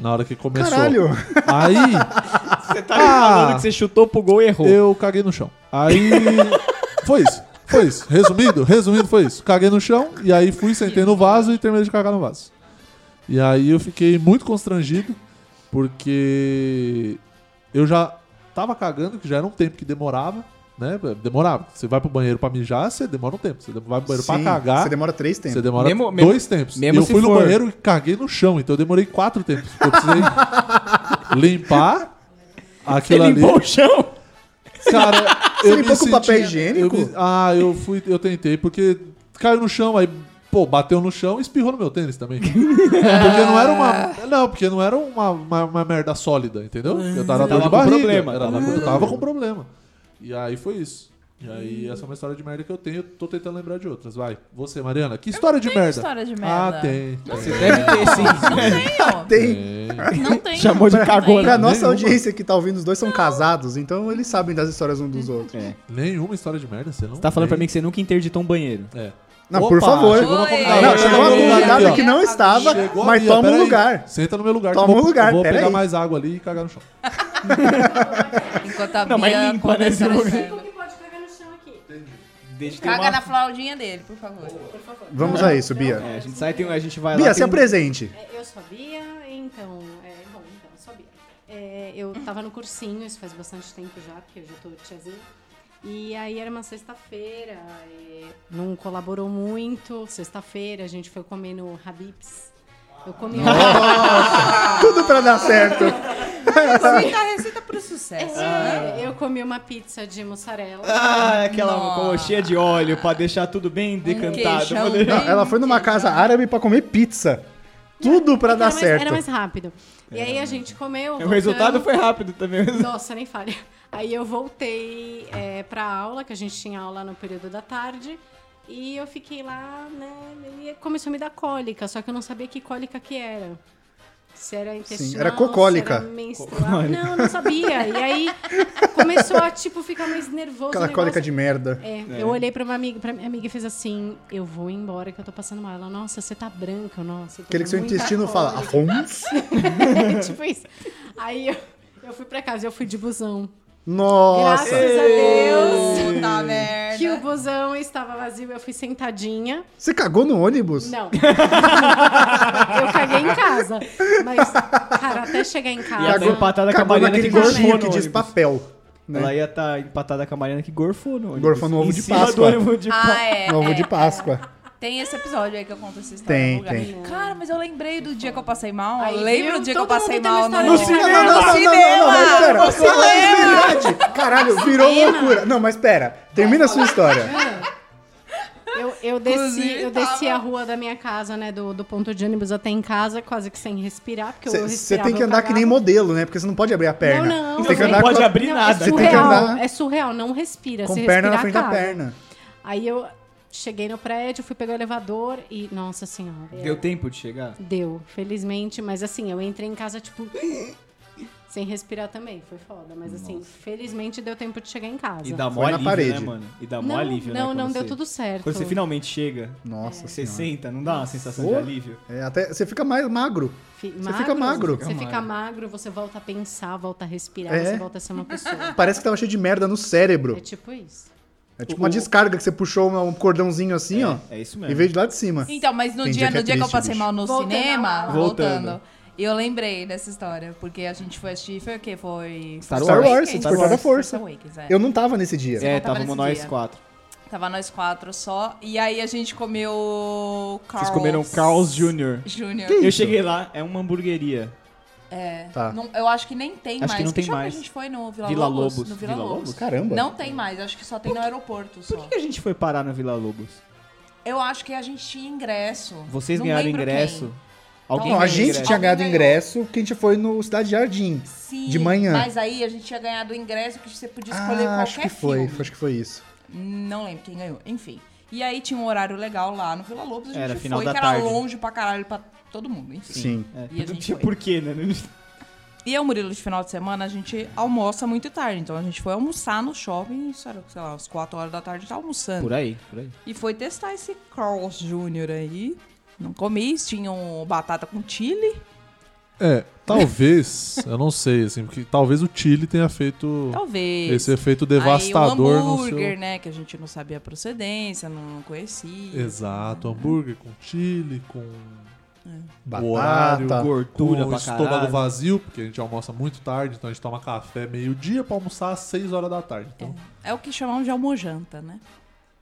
Speaker 3: Na hora que começou.
Speaker 2: Caralho.
Speaker 3: Aí
Speaker 1: Você tá
Speaker 2: Ah!
Speaker 1: me falando que você chutou pro gol e errou.
Speaker 3: eu caguei no chão. Aí. Foi isso. Foi isso. Resumido, resumido, foi isso. Caguei no chão e aí fui, sentei no vaso e terminei de cagar no vaso. E aí eu fiquei muito constrangido, porque eu já tava cagando, que já era um tempo que demorava, né? Demorava. Você vai pro banheiro pra mijar, você demora um tempo. Você vai pro banheiro pra
Speaker 2: Sim,
Speaker 3: cagar.
Speaker 2: Você demora um três tempos.
Speaker 3: Você demora
Speaker 1: Mesmo- mesmo-
Speaker 3: dois tempos.
Speaker 1: mesmo
Speaker 3: eu
Speaker 1: se
Speaker 3: fui no
Speaker 1: for.
Speaker 3: banheiro e caguei no chão, então eu demorei quatro tempos. porque Eu precisei limpar
Speaker 1: Você
Speaker 3: aquilo ali.
Speaker 1: limpou o chão?
Speaker 3: Cara,
Speaker 2: Você
Speaker 3: eu
Speaker 2: limpou
Speaker 3: me
Speaker 2: com papel
Speaker 3: senti-
Speaker 2: higiênico?
Speaker 3: eu me- ah, eu fui, eu tentei, porque caiu no chão, aí, pô, bateu no chão e espirrou no meu tênis também. porque não era uma. Não, porque não era uma, uma, uma merda sólida, entendeu? Eu tava, na dor
Speaker 1: tava
Speaker 3: de
Speaker 1: com
Speaker 3: barriga,
Speaker 1: problema,
Speaker 3: era-
Speaker 1: tava com
Speaker 3: eu tava com problema. E aí foi isso. E aí, essa é uma história de merda que eu tenho, tô tentando lembrar de outras. Vai, você, Mariana, que história de
Speaker 7: tenho
Speaker 3: merda?
Speaker 7: história de
Speaker 3: Ah,
Speaker 7: merda.
Speaker 3: tem.
Speaker 1: Você deve ter sim.
Speaker 7: Não
Speaker 2: Tem.
Speaker 7: tenho. Não tenho.
Speaker 1: Chamou de né?
Speaker 7: Não
Speaker 1: cagona.
Speaker 7: tenho.
Speaker 2: Pra nossa
Speaker 3: É, Nenhuma.
Speaker 2: audiência que tá ouvindo, os dois são casados, então eles sabem das histórias um dos outros.
Speaker 1: É.
Speaker 3: Nenhuma história de merda, você não.
Speaker 1: Você tá falando pra
Speaker 3: tem?
Speaker 1: mim que você nunca interditou um banheiro.
Speaker 3: É.
Speaker 2: Não,
Speaker 3: Opa,
Speaker 2: por favor.
Speaker 3: chegou uma
Speaker 7: Oi.
Speaker 3: convidada.
Speaker 2: Não,
Speaker 7: Chegou
Speaker 2: chegou uma
Speaker 7: a
Speaker 3: aqui,
Speaker 2: convidada
Speaker 3: ó.
Speaker 2: que não estava,
Speaker 3: Chegou a
Speaker 2: mas
Speaker 3: Bia,
Speaker 2: toma um
Speaker 3: peraí.
Speaker 2: lugar.
Speaker 3: Senta no meu lugar. que
Speaker 2: Toma
Speaker 3: eu vou-
Speaker 2: um lugar,
Speaker 3: Vou
Speaker 2: pera
Speaker 3: pegar
Speaker 2: aí.
Speaker 3: mais água ali e cagar no chão.
Speaker 7: Enquanto a
Speaker 1: Não, mas
Speaker 7: Bia
Speaker 1: limpa, né,
Speaker 7: conta a história
Speaker 1: esse
Speaker 7: de
Speaker 8: Como
Speaker 7: merda.
Speaker 8: que um pode cagar no chão aqui?
Speaker 1: Desde
Speaker 7: Caga na fraldinha dele, por favor.
Speaker 8: Por favor.
Speaker 2: Vamos a isso, Bia.
Speaker 1: É, a gente sai, tem, a gente vai lá.
Speaker 2: Bia, se
Speaker 1: tem um-
Speaker 2: apresente.
Speaker 8: É, Eu sou a Bia, então. É, bom, então, eu sou a Bia. É, eu tava no cursinho, isso faz bastante tempo já, porque eu já tô tiazinha. E aí era uma sexta-feira, é, não colaborou muito. Sexta-feira a gente foi comer no Habibs. Eu comi
Speaker 2: Tudo pra dar certo.
Speaker 4: Receita, receita pro sucesso.
Speaker 2: Ah.
Speaker 8: É, eu comi uma pizza de mussarela.
Speaker 1: Ah, aquela
Speaker 7: Nossa.
Speaker 1: com- cheia de óleo pra deixar tudo
Speaker 8: Um
Speaker 1: bem decantado. "Ah,
Speaker 7: queijão.
Speaker 1: Mano,
Speaker 2: Não, ela foi numa casa árabe pra comer pizza. Tudo pra
Speaker 8: Era
Speaker 2: dar
Speaker 8: mais,
Speaker 2: certo. É,
Speaker 8: Era mais rápido. E aí a gente comeu.
Speaker 1: É O resultado
Speaker 8: voltamos.
Speaker 1: foi rápido também.
Speaker 8: Nossa, nem fale. Aí eu voltei é, pra aula, que a gente tinha aula no período da tarde. E eu fiquei lá, né? E começou a me dar cólica, só que eu não sabia que cólica que era. Se era intestinal,
Speaker 2: era cocólica.
Speaker 8: se era menstrual. Não, eu não sabia. E aí começou a, tipo, ficar mais nervoso.
Speaker 2: Aquela
Speaker 8: o
Speaker 2: cólica
Speaker 8: negócio.
Speaker 2: de merda.
Speaker 8: É, eu olhei pra uma amiga, pra minha amiga e fez assim, eu vou embora que eu tô passando mal. Ela, nossa, você tá branca, nossa. eu tô
Speaker 2: Aquele que
Speaker 8: com
Speaker 2: seu
Speaker 8: muita
Speaker 2: intestino fala,
Speaker 8: cólica."
Speaker 2: Afonso?
Speaker 8: tipo isso. Aí eu, eu fui pra casa, eu fui de busão.
Speaker 2: Nossa.
Speaker 8: Graças a Deus.
Speaker 7: Puta merda.
Speaker 8: Que o busão estava vazio, eu fui sentadinha.
Speaker 2: Você cagou no ônibus?
Speaker 8: Não. eu caguei em casa. Mas, cara, até chegar em
Speaker 1: E ela
Speaker 8: casa.
Speaker 1: tá empatada com a
Speaker 2: Cagou
Speaker 1: Mariana que
Speaker 2: naquele
Speaker 1: gorfou
Speaker 2: coxinha
Speaker 1: no
Speaker 2: que diz
Speaker 1: ônibus.
Speaker 2: papel. né?
Speaker 1: Ela ia estar empatada com a Mariana que gorfou no ônibus.
Speaker 2: Gorfou no ovo
Speaker 1: Em
Speaker 2: de
Speaker 1: cima
Speaker 2: Páscoa.
Speaker 1: do ovo de Páscoa.
Speaker 7: Ah, é.
Speaker 2: No ovo
Speaker 7: é.
Speaker 2: de Páscoa.
Speaker 7: Tem esse episódio aí que eu conto essa história.
Speaker 2: Tem,
Speaker 7: em algum
Speaker 2: tem.
Speaker 7: lugar. Cara, mas eu lembrei do dia que eu passei mal.
Speaker 8: Aí,
Speaker 7: lembro
Speaker 8: viu?
Speaker 7: do dia
Speaker 8: Todo
Speaker 7: que eu passei
Speaker 8: mundo tem uma
Speaker 7: mal
Speaker 8: história
Speaker 7: no
Speaker 8: de
Speaker 7: cinema.
Speaker 2: Não, não, não, não, não, não, mas pera.
Speaker 7: No
Speaker 2: Fala a
Speaker 7: cinema.
Speaker 2: verdade. Caralho, virou loucura. Não, mas pera. Termina a sua história.
Speaker 8: Eu, eu desci,
Speaker 7: Inclusive,
Speaker 8: eu desci
Speaker 7: tava-
Speaker 8: a rua da minha casa, né? Do, do ponto de ônibus até em casa, quase que sem respirar, porque eu
Speaker 2: Você
Speaker 8: respirava.
Speaker 2: tem que
Speaker 8: eu
Speaker 2: andar que nem
Speaker 8: cagava.
Speaker 2: modelo, né? Porque você não pode abrir a perna.
Speaker 8: Não, não.
Speaker 2: Você tem que
Speaker 8: não.
Speaker 2: andar
Speaker 1: pode
Speaker 2: com, a-
Speaker 1: abrir
Speaker 8: Não,
Speaker 1: nada.
Speaker 8: É
Speaker 2: Você tem que
Speaker 8: surreal,
Speaker 2: andar-
Speaker 8: é surreal, não respira.
Speaker 2: com
Speaker 8: se
Speaker 2: perna na
Speaker 8: respirar,
Speaker 2: frente da
Speaker 8: caga.
Speaker 2: perna.
Speaker 8: Aí eu cheguei no prédio, fui pegar o elevador e, nossa senhora.
Speaker 1: Deu tempo de chegar?
Speaker 8: Deu, felizmente, mas assim, eu entrei em casa, tipo, sem respirar também, foi foda. Mas assim, felizmente deu tempo de chegar em casa.
Speaker 1: E dá mó
Speaker 2: Foi na
Speaker 1: alívio,
Speaker 2: parede.
Speaker 1: né, mano? E dá mó
Speaker 8: não,
Speaker 1: alívio, né?
Speaker 8: não,
Speaker 1: quando
Speaker 8: não, deu
Speaker 1: você-
Speaker 8: tudo certo.
Speaker 1: Quando você finalmente chega,
Speaker 2: Nossa
Speaker 1: você
Speaker 2: senhora.
Speaker 1: senta, não dá uma sensação
Speaker 2: Pô.
Speaker 1: de alívio?
Speaker 2: É, até, você fica mais magro.
Speaker 8: Fi-
Speaker 2: Você fica magro.
Speaker 8: Você fica magro, você volta a pensar, volta a respirar,
Speaker 2: É.
Speaker 8: você volta a ser uma pessoa.
Speaker 2: Parece que tava cheio de merda no
Speaker 8: É
Speaker 2: cérebro.
Speaker 8: tipo isso.
Speaker 2: É tipo uma descarga que você puxou um cordãozinho assim, ó.
Speaker 1: É isso
Speaker 2: E
Speaker 1: mesmo.
Speaker 2: veio de lá de cima.
Speaker 7: Então, mas no
Speaker 2: Tem
Speaker 7: dia,
Speaker 2: dia que é
Speaker 7: no dia que eu
Speaker 2: triste,
Speaker 7: passei
Speaker 2: bicho.
Speaker 7: mal no
Speaker 8: Voltando à
Speaker 7: cinema,
Speaker 8: aula.
Speaker 1: Voltando.
Speaker 7: voltando, e eu lembrei dessa história, porque a gente foi assistir, foi o quê? Foi...
Speaker 1: Star
Speaker 2: Star Wars,
Speaker 7: Awakens?
Speaker 1: Despertar da
Speaker 2: Força.
Speaker 7: Force Awakens, é.
Speaker 2: Eu não tava nesse dia.
Speaker 1: É,
Speaker 7: Você tava
Speaker 1: távamos
Speaker 7: nesse
Speaker 1: nós
Speaker 7: dia.
Speaker 1: quatro.
Speaker 7: Tava nós quatro só, e aí a gente comeu... Carl's...
Speaker 1: Vocês comeram Carl's Jr.
Speaker 7: Jr.
Speaker 1: Eu cheguei lá, é uma hamburgueria.
Speaker 2: Tá.
Speaker 7: Não, eu acho que nem tem
Speaker 1: Acho
Speaker 7: mais.
Speaker 1: que não tem
Speaker 7: shopping
Speaker 1: mais.
Speaker 7: a gente foi no Vila,
Speaker 1: Vila
Speaker 7: Lobos?
Speaker 1: Lobos.
Speaker 7: No Vila,
Speaker 1: Vila
Speaker 7: Lobos?
Speaker 1: Lobos?
Speaker 2: Caramba.
Speaker 7: Não tem mais, acho que só tem no aeroporto
Speaker 1: Por
Speaker 7: só.
Speaker 1: que que a gente foi parar na Vila Lobos?
Speaker 7: Eu acho que a gente tinha ingresso.
Speaker 1: Vocês
Speaker 7: Não
Speaker 1: ganharam
Speaker 7: lembro
Speaker 1: ingresso?
Speaker 7: quem.
Speaker 1: Alguém
Speaker 2: Não, a
Speaker 1: ganhou
Speaker 2: gente
Speaker 1: ingresso?
Speaker 2: tinha ganhado
Speaker 7: Alguém
Speaker 2: ingresso que a gente foi no Cidade Jardim.
Speaker 7: Sim,
Speaker 2: De manhã.
Speaker 7: Mas aí a gente tinha ganhado o ingresso que você podia escolher qualquer
Speaker 2: Ah, acho que foi.
Speaker 7: filme.
Speaker 2: Acho que foi isso.
Speaker 4: Não lembro quem ganhou. Enfim. E aí tinha um horário legal lá no Vila Lobos, a gente
Speaker 1: Era final
Speaker 4: foi,
Speaker 1: da
Speaker 4: que
Speaker 1: tarde.
Speaker 4: era longe pra caralho pra todo mundo, enfim.
Speaker 6: Sim.
Speaker 1: É,
Speaker 4: E a
Speaker 1: não
Speaker 4: gente
Speaker 1: tinha
Speaker 4: foi.
Speaker 1: porquê, né? Não-
Speaker 4: E eu, Murilo, de final de semana, a gente almoça muito tarde. Então a gente foi almoçar no shopping, isso era, sei lá, umas 4 horas da tarde, tá almoçando.
Speaker 1: Por aí, por aí.
Speaker 4: E foi testar esse Carl's Jr. aí. Não comi, tinham batata com chili.
Speaker 3: É, talvez, eu não sei, assim, porque talvez o Chile tenha feito
Speaker 4: Talvez.
Speaker 3: esse efeito devastador
Speaker 4: aí, o
Speaker 3: no
Speaker 4: hambúrguer,
Speaker 3: seu.
Speaker 4: né? Que a gente não sabia a procedência, não conhecia.
Speaker 3: Exato, hambúrguer com chile, com
Speaker 4: É.
Speaker 6: Batata,
Speaker 3: horário,
Speaker 1: gordura
Speaker 3: com
Speaker 1: pra
Speaker 3: estômago
Speaker 1: caralho.
Speaker 3: vazio, porque a gente almoça muito tarde, então a gente toma café meio-dia pra almoçar às 6 horas da tarde. Então,
Speaker 4: É o que chamamos de almojanta, né?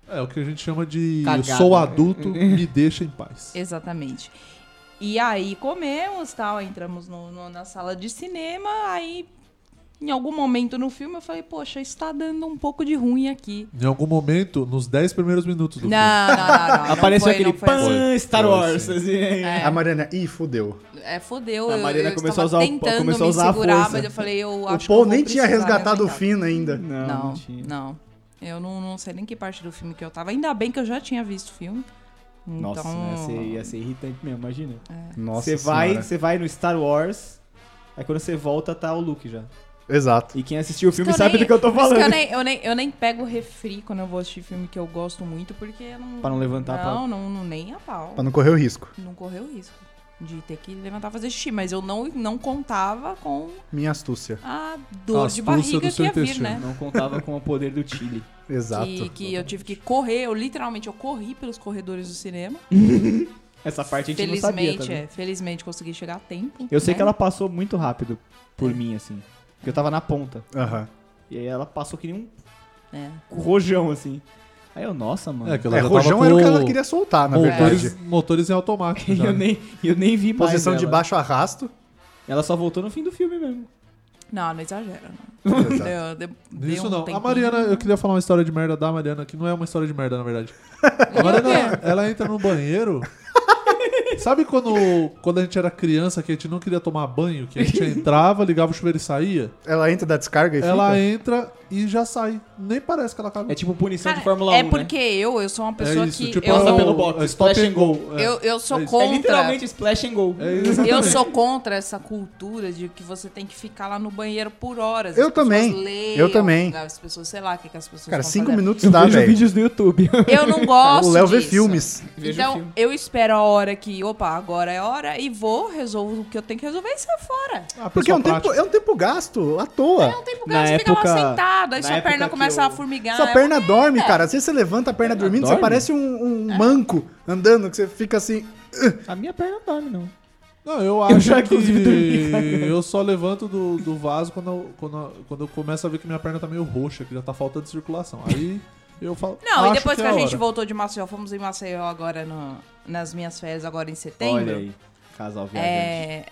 Speaker 3: é. o que a gente chama de
Speaker 1: Cagada.
Speaker 3: eu
Speaker 6: né?
Speaker 3: sou adulto, me deixa em
Speaker 4: É.
Speaker 3: paz.
Speaker 4: Exatamente. E aí comemos, tal, entramos no- no- na sala de cinema, aí em algum momento no filme eu falei, poxa, está dando um pouco de ruim aqui.
Speaker 3: Em algum momento, nos 10 primeiros minutos do
Speaker 4: Não, não, não, não. não
Speaker 1: Apareceu
Speaker 4: foi,
Speaker 1: aquele
Speaker 4: não foi assim.
Speaker 1: pan Star
Speaker 6: Foi
Speaker 1: Wars.
Speaker 6: assim.
Speaker 1: assim.
Speaker 4: É.
Speaker 6: A Mariana, ih, fodeu.
Speaker 4: É, fodeu.
Speaker 1: A
Speaker 4: eu-
Speaker 1: Mariana
Speaker 4: eu
Speaker 1: começou a
Speaker 4: estava
Speaker 1: usar o-
Speaker 4: tentando
Speaker 1: começou a
Speaker 4: me
Speaker 1: usar a
Speaker 4: segurar,
Speaker 1: força.
Speaker 4: mas eu falei, eu
Speaker 2: O
Speaker 4: acho
Speaker 2: Paul
Speaker 4: que eu vou
Speaker 2: nem tinha
Speaker 4: precisar me
Speaker 2: resgatado o
Speaker 4: aguentar.
Speaker 2: fino ainda.
Speaker 1: É. Não,
Speaker 4: Não,
Speaker 1: não tinha.
Speaker 4: não. Eu não, não sei nem que parte do filme que eu tava. Ainda bem que eu já tinha visto o filme. Então,
Speaker 1: Nossa, né? Você ia ser irritante mesmo, imagina.
Speaker 6: Nossa
Speaker 1: Você vai,
Speaker 6: senhora.
Speaker 1: você vai no Star Wars, aí quando você volta tá o Luke já.
Speaker 6: Exato.
Speaker 1: E quem assistiu o filme
Speaker 4: Por isso que eu
Speaker 1: sabe
Speaker 4: nem-
Speaker 1: do que eu tô
Speaker 4: por isso que
Speaker 1: falando.
Speaker 4: Eu nem, eu, nem, eu nem pego refri quando eu vou assistir filme que eu gosto muito, porque eu não.
Speaker 1: Pra não levantar a
Speaker 4: não, não, não, nem a pau.
Speaker 6: Pra não correr o risco.
Speaker 4: Não correu risco de ter que levantar e fazer xixi. Mas eu não, não contava com
Speaker 6: Minha astúcia.
Speaker 4: a dor
Speaker 3: A
Speaker 4: de
Speaker 3: astúcia
Speaker 4: barriga
Speaker 3: do
Speaker 4: que
Speaker 3: seu
Speaker 4: ia vir,
Speaker 3: intestino.
Speaker 4: né?
Speaker 1: Não contava com o poder do Chile.
Speaker 6: Exato.
Speaker 4: Que, que eu tive que correr, eu literalmente eu corri pelos corredores do cinema.
Speaker 1: Essa parte a gente não sabia
Speaker 4: Felizmente,
Speaker 1: também.
Speaker 4: é, felizmente consegui chegar a tempo.
Speaker 1: Eu sei
Speaker 4: né? É.
Speaker 1: que ela passou muito rápido por mim, assim. Porque eu tava na ponta.
Speaker 6: Aham.
Speaker 1: E aí ela passou que nem um
Speaker 4: É.
Speaker 1: rojão, assim. Aí eu, nossa, mano.
Speaker 3: É, que ela
Speaker 6: É,
Speaker 3: já tava
Speaker 6: rojão
Speaker 3: com
Speaker 6: era o que ela queria soltar, na verdade.
Speaker 3: motores, motores em automático
Speaker 1: E
Speaker 3: já.
Speaker 1: eu,
Speaker 3: né?
Speaker 1: nem, eu nem vi mais
Speaker 6: Posição de
Speaker 1: ela.
Speaker 6: baixo arrasto.
Speaker 1: Ela só voltou no fim do filme mesmo.
Speaker 4: Não, não exagera. Não.
Speaker 6: Exato.
Speaker 4: Deu- deu- deu
Speaker 3: Isso
Speaker 4: um
Speaker 3: não. A
Speaker 4: tempinho.
Speaker 3: Mariana, eu queria falar uma história de merda da Mariana, que não é uma história de merda, na verdade. A
Speaker 4: um
Speaker 3: Mariana, é ela entra no banheiro. Sabe quando, quando a gente era criança que a gente não queria tomar banho, que a gente entrava, ligava o chuveiro e saía?
Speaker 6: Ela entra da descarga e
Speaker 3: Ela
Speaker 6: fica.
Speaker 3: entra e já sai. Nem parece que ela cagou.
Speaker 1: É tipo punição
Speaker 4: Cara,
Speaker 1: de Fórmula 1.
Speaker 4: é
Speaker 1: né?
Speaker 4: porque eu, eu sou uma
Speaker 3: um, É
Speaker 4: pessoa
Speaker 3: isso,
Speaker 4: que.
Speaker 3: tipo,
Speaker 4: eu,
Speaker 3: ela
Speaker 1: passa
Speaker 4: não-
Speaker 1: pelo box,
Speaker 3: é stop
Speaker 1: splash
Speaker 3: and go. É.
Speaker 4: eu, eu sou
Speaker 3: É isso.
Speaker 1: É
Speaker 4: contra.
Speaker 1: literalmente splash and go.
Speaker 3: É isso.
Speaker 4: Eu sou contra essa cultura de que você tem que ficar lá no banheiro por horas.
Speaker 6: Eu
Speaker 4: As pessoas
Speaker 6: também.
Speaker 4: leiam,
Speaker 6: Eu também.
Speaker 4: As pessoas, sei lá, o que, que as pessoas
Speaker 6: Cara,
Speaker 4: vão
Speaker 6: cinco
Speaker 4: fazer.
Speaker 6: minutos
Speaker 1: Eu
Speaker 6: dá,
Speaker 1: vejo
Speaker 6: velho.
Speaker 1: vídeos do YouTube.
Speaker 3: Ah,
Speaker 4: Eu não gosto.
Speaker 6: O Léo vê
Speaker 4: disso.
Speaker 6: filmes.
Speaker 1: Vejo
Speaker 4: então,
Speaker 1: filme.
Speaker 4: eu espero a hora que, opa, agora é a hora e vou, resolvo o que eu tenho que resolver e saio fora.
Speaker 3: Ah,
Speaker 6: Porque é um,
Speaker 3: pessoa
Speaker 6: tempo, é um tempo gasto, à toa.
Speaker 4: Não tem
Speaker 1: Na
Speaker 4: lugar, você fica lá
Speaker 1: época-
Speaker 4: sentado, aí
Speaker 1: na
Speaker 4: sua
Speaker 1: época
Speaker 4: perna
Speaker 1: que
Speaker 4: começa
Speaker 1: eu-
Speaker 4: a formigar.
Speaker 6: Sua
Speaker 4: é
Speaker 6: perna dorme, cara. Às vezes você levanta a perna
Speaker 1: Perna
Speaker 6: dormindo, você
Speaker 1: dorme?
Speaker 6: parece um, um manco andando, que você fica assim.
Speaker 1: A minha perna dorme, não.
Speaker 3: Não, eu acho
Speaker 1: já,
Speaker 3: que
Speaker 1: inclusive, dormi, cara.
Speaker 3: eu só levanto do, do vaso quando eu, quando, eu- quando eu começo a ver que minha perna tá meio roxa, que já tá faltando circulação. Aí eu falo.
Speaker 4: Não,
Speaker 3: acho
Speaker 4: e depois que,
Speaker 3: é
Speaker 4: a gente
Speaker 3: hora.
Speaker 4: voltou de Maceió, fomos em Maceió agora no- nas minhas férias agora em setembro.
Speaker 1: Olha aí, casal viajante.
Speaker 4: É.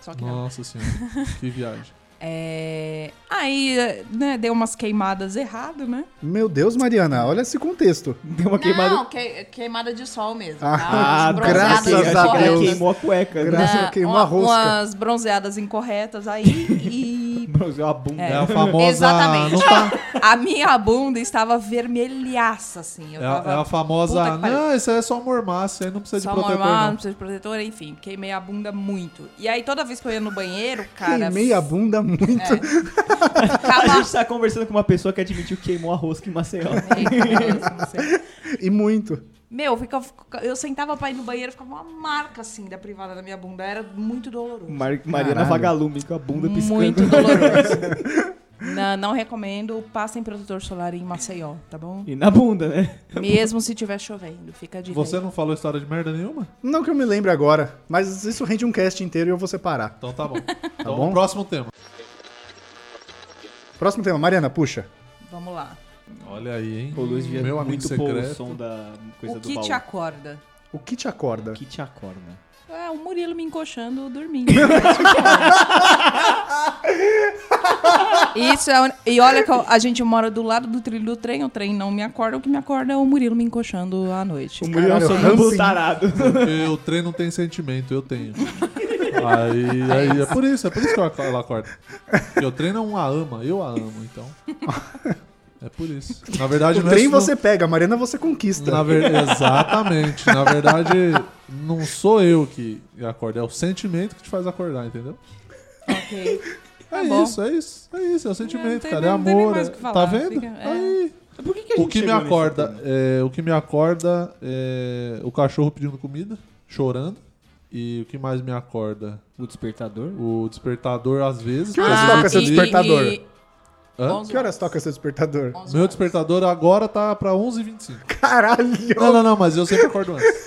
Speaker 4: Só que não.
Speaker 3: Nossa senhora, que viagem.
Speaker 4: É, Aí, né, deu umas queimadas errado, né?
Speaker 6: Meu Deus, Mariana, olha esse contexto.
Speaker 1: Deu uma queimada.
Speaker 4: Não, que- queimada de sol mesmo.
Speaker 6: Ah,
Speaker 1: Ah,
Speaker 4: tá? Umas
Speaker 1: tá.
Speaker 4: bronzeadas
Speaker 6: graças
Speaker 1: Achei-
Speaker 6: a
Speaker 1: achei que ela
Speaker 4: incorretas.
Speaker 6: Deus.
Speaker 1: Queimou a cueca. né?
Speaker 6: Graças-
Speaker 4: Não,
Speaker 6: queimou
Speaker 4: uma-
Speaker 6: a rosca.
Speaker 4: Umas bronzeadas incorretas aí e
Speaker 1: Bronzeou a bunda.
Speaker 3: É, a famosa.
Speaker 4: Exatamente.
Speaker 3: Não tá,
Speaker 4: a minha bunda estava vermelhaça, assim. Eu
Speaker 3: é, a-
Speaker 4: tava
Speaker 3: é a
Speaker 4: Puta
Speaker 3: famosa.
Speaker 4: que pariu.
Speaker 3: Não, isso aí é só mormaço, aí não precisa
Speaker 4: Só
Speaker 3: de protetor. então.
Speaker 4: normal, não
Speaker 3: não.
Speaker 4: precisa de protetor, enfim, queimei a bunda muito. E aí toda vez que eu ia no banheiro, cara,
Speaker 6: Queimei a bunda muito.
Speaker 1: A
Speaker 4: ficava
Speaker 1: gente tá conversando com uma pessoa que admitiu que queimou a rosca em Maceió.
Speaker 4: assim,
Speaker 6: E muito.
Speaker 4: Meu, fica- fica- eu sentava pra ir no banheiro, ficava uma marca assim da privada da minha bunda. Era muito doloroso.
Speaker 1: Mar- Mariana
Speaker 6: Caralho.
Speaker 1: Vagalume com a bunda piscando.
Speaker 4: Muito doloroso. não, não recomendo. Passem protetor solar em Maceió, tá bom?
Speaker 1: E na bunda, né?
Speaker 4: Mesmo se tiver chovendo, fica de
Speaker 3: Você não falou história de merda nenhuma?
Speaker 6: Não que eu me lembre agora, mas isso rende um cast inteiro e eu vou separar.
Speaker 3: Então tá bom. Então,
Speaker 6: bom?
Speaker 3: próximo tema.
Speaker 6: Próximo tema, Mariana, puxa.
Speaker 4: Vamos lá.
Speaker 3: Olha aí, hein?
Speaker 1: O Luiz via
Speaker 3: Meu amigo
Speaker 1: muito pouco o
Speaker 3: secreto.
Speaker 1: som da coisa
Speaker 4: o
Speaker 1: do
Speaker 4: que
Speaker 1: baú.
Speaker 4: te acorda?
Speaker 6: O que te acorda?
Speaker 1: O que te acorda?
Speaker 4: É, o Murilo me encoxando dormindo. Isso é. un- E olha que eu- a gente mora do lado do trilho do trem, o trem não me acorda, o que me acorda é o Murilo me encoxando à noite.
Speaker 1: O Murilo é um
Speaker 6: Caralho,
Speaker 1: sonâmbulo
Speaker 6: Hansen.
Speaker 1: tarado.
Speaker 3: Porque o trem não tem sentimento, eu tenho. Aí, aí é por isso, é por isso que eu aco- ela acorda. Porque o trem não a ama, eu a amo, então. É por isso. Na verdade,
Speaker 2: o
Speaker 3: não é
Speaker 2: trem
Speaker 3: isso, não-
Speaker 2: você pega, a Mariana você conquista.
Speaker 3: Na ver... Exatamente. Na verdade, não sou eu que acordo, é o sentimento que te faz acordar, entendeu?
Speaker 4: Ok. Tá
Speaker 3: é
Speaker 4: bom.
Speaker 3: isso, é isso. É isso, é o sentimento,
Speaker 4: tem-
Speaker 3: cara. É
Speaker 4: não tem nem
Speaker 3: amor.
Speaker 4: mais
Speaker 3: é-
Speaker 4: o que falar,
Speaker 3: tá vendo?
Speaker 4: fica- é.
Speaker 3: Aí.
Speaker 1: Por que, a gente
Speaker 3: O que me
Speaker 1: chegou nesse
Speaker 3: acorda
Speaker 1: tema?
Speaker 3: é, o que me acorda é o cachorro pedindo comida, chorando. E o que mais me acorda?
Speaker 1: O despertador?
Speaker 3: O despertador, às vezes.
Speaker 4: Ah,
Speaker 2: Que horas
Speaker 3: às
Speaker 2: toca
Speaker 3: vezes
Speaker 2: seu
Speaker 3: eu-
Speaker 2: despertador?
Speaker 3: Hã? tá?
Speaker 4: Onze
Speaker 2: Que horas toca seu despertador?
Speaker 4: horas.
Speaker 3: Meu despertador agora tá pra 11h25.
Speaker 2: Caralho!
Speaker 3: Não, não, não, mas eu sempre acordo antes.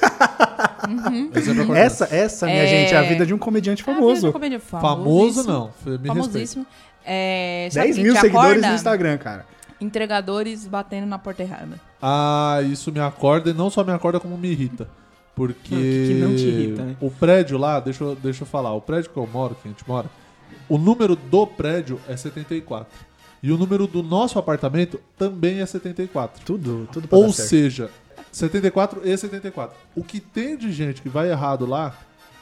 Speaker 3: Eu sempre acordo
Speaker 2: Essa, essa, minha
Speaker 4: É.
Speaker 2: gente, é a vida de um comediante famoso.
Speaker 4: Famoso.
Speaker 3: antes. Famoso não. Me respeita.
Speaker 4: Famosíssimo. É, sabe
Speaker 2: 10
Speaker 4: quem
Speaker 2: mil
Speaker 4: que
Speaker 2: seguidores
Speaker 4: acorda?
Speaker 2: no Instagram, cara.
Speaker 4: Entregadores batendo na porta errada.
Speaker 3: Ah, isso me acorda e não só me acorda como me irrita. Porque
Speaker 1: Não, que- que não te irrita, né?
Speaker 3: o prédio lá, deixa eu, deixa eu falar, o prédio que eu moro, que a gente mora, o número do prédio é 74. E o número do nosso apartamento também é 74.
Speaker 2: Tudo, tudo pra
Speaker 3: Ou
Speaker 2: dar certo.
Speaker 3: seja, 74 e 74. O que tem de gente que vai errado lá,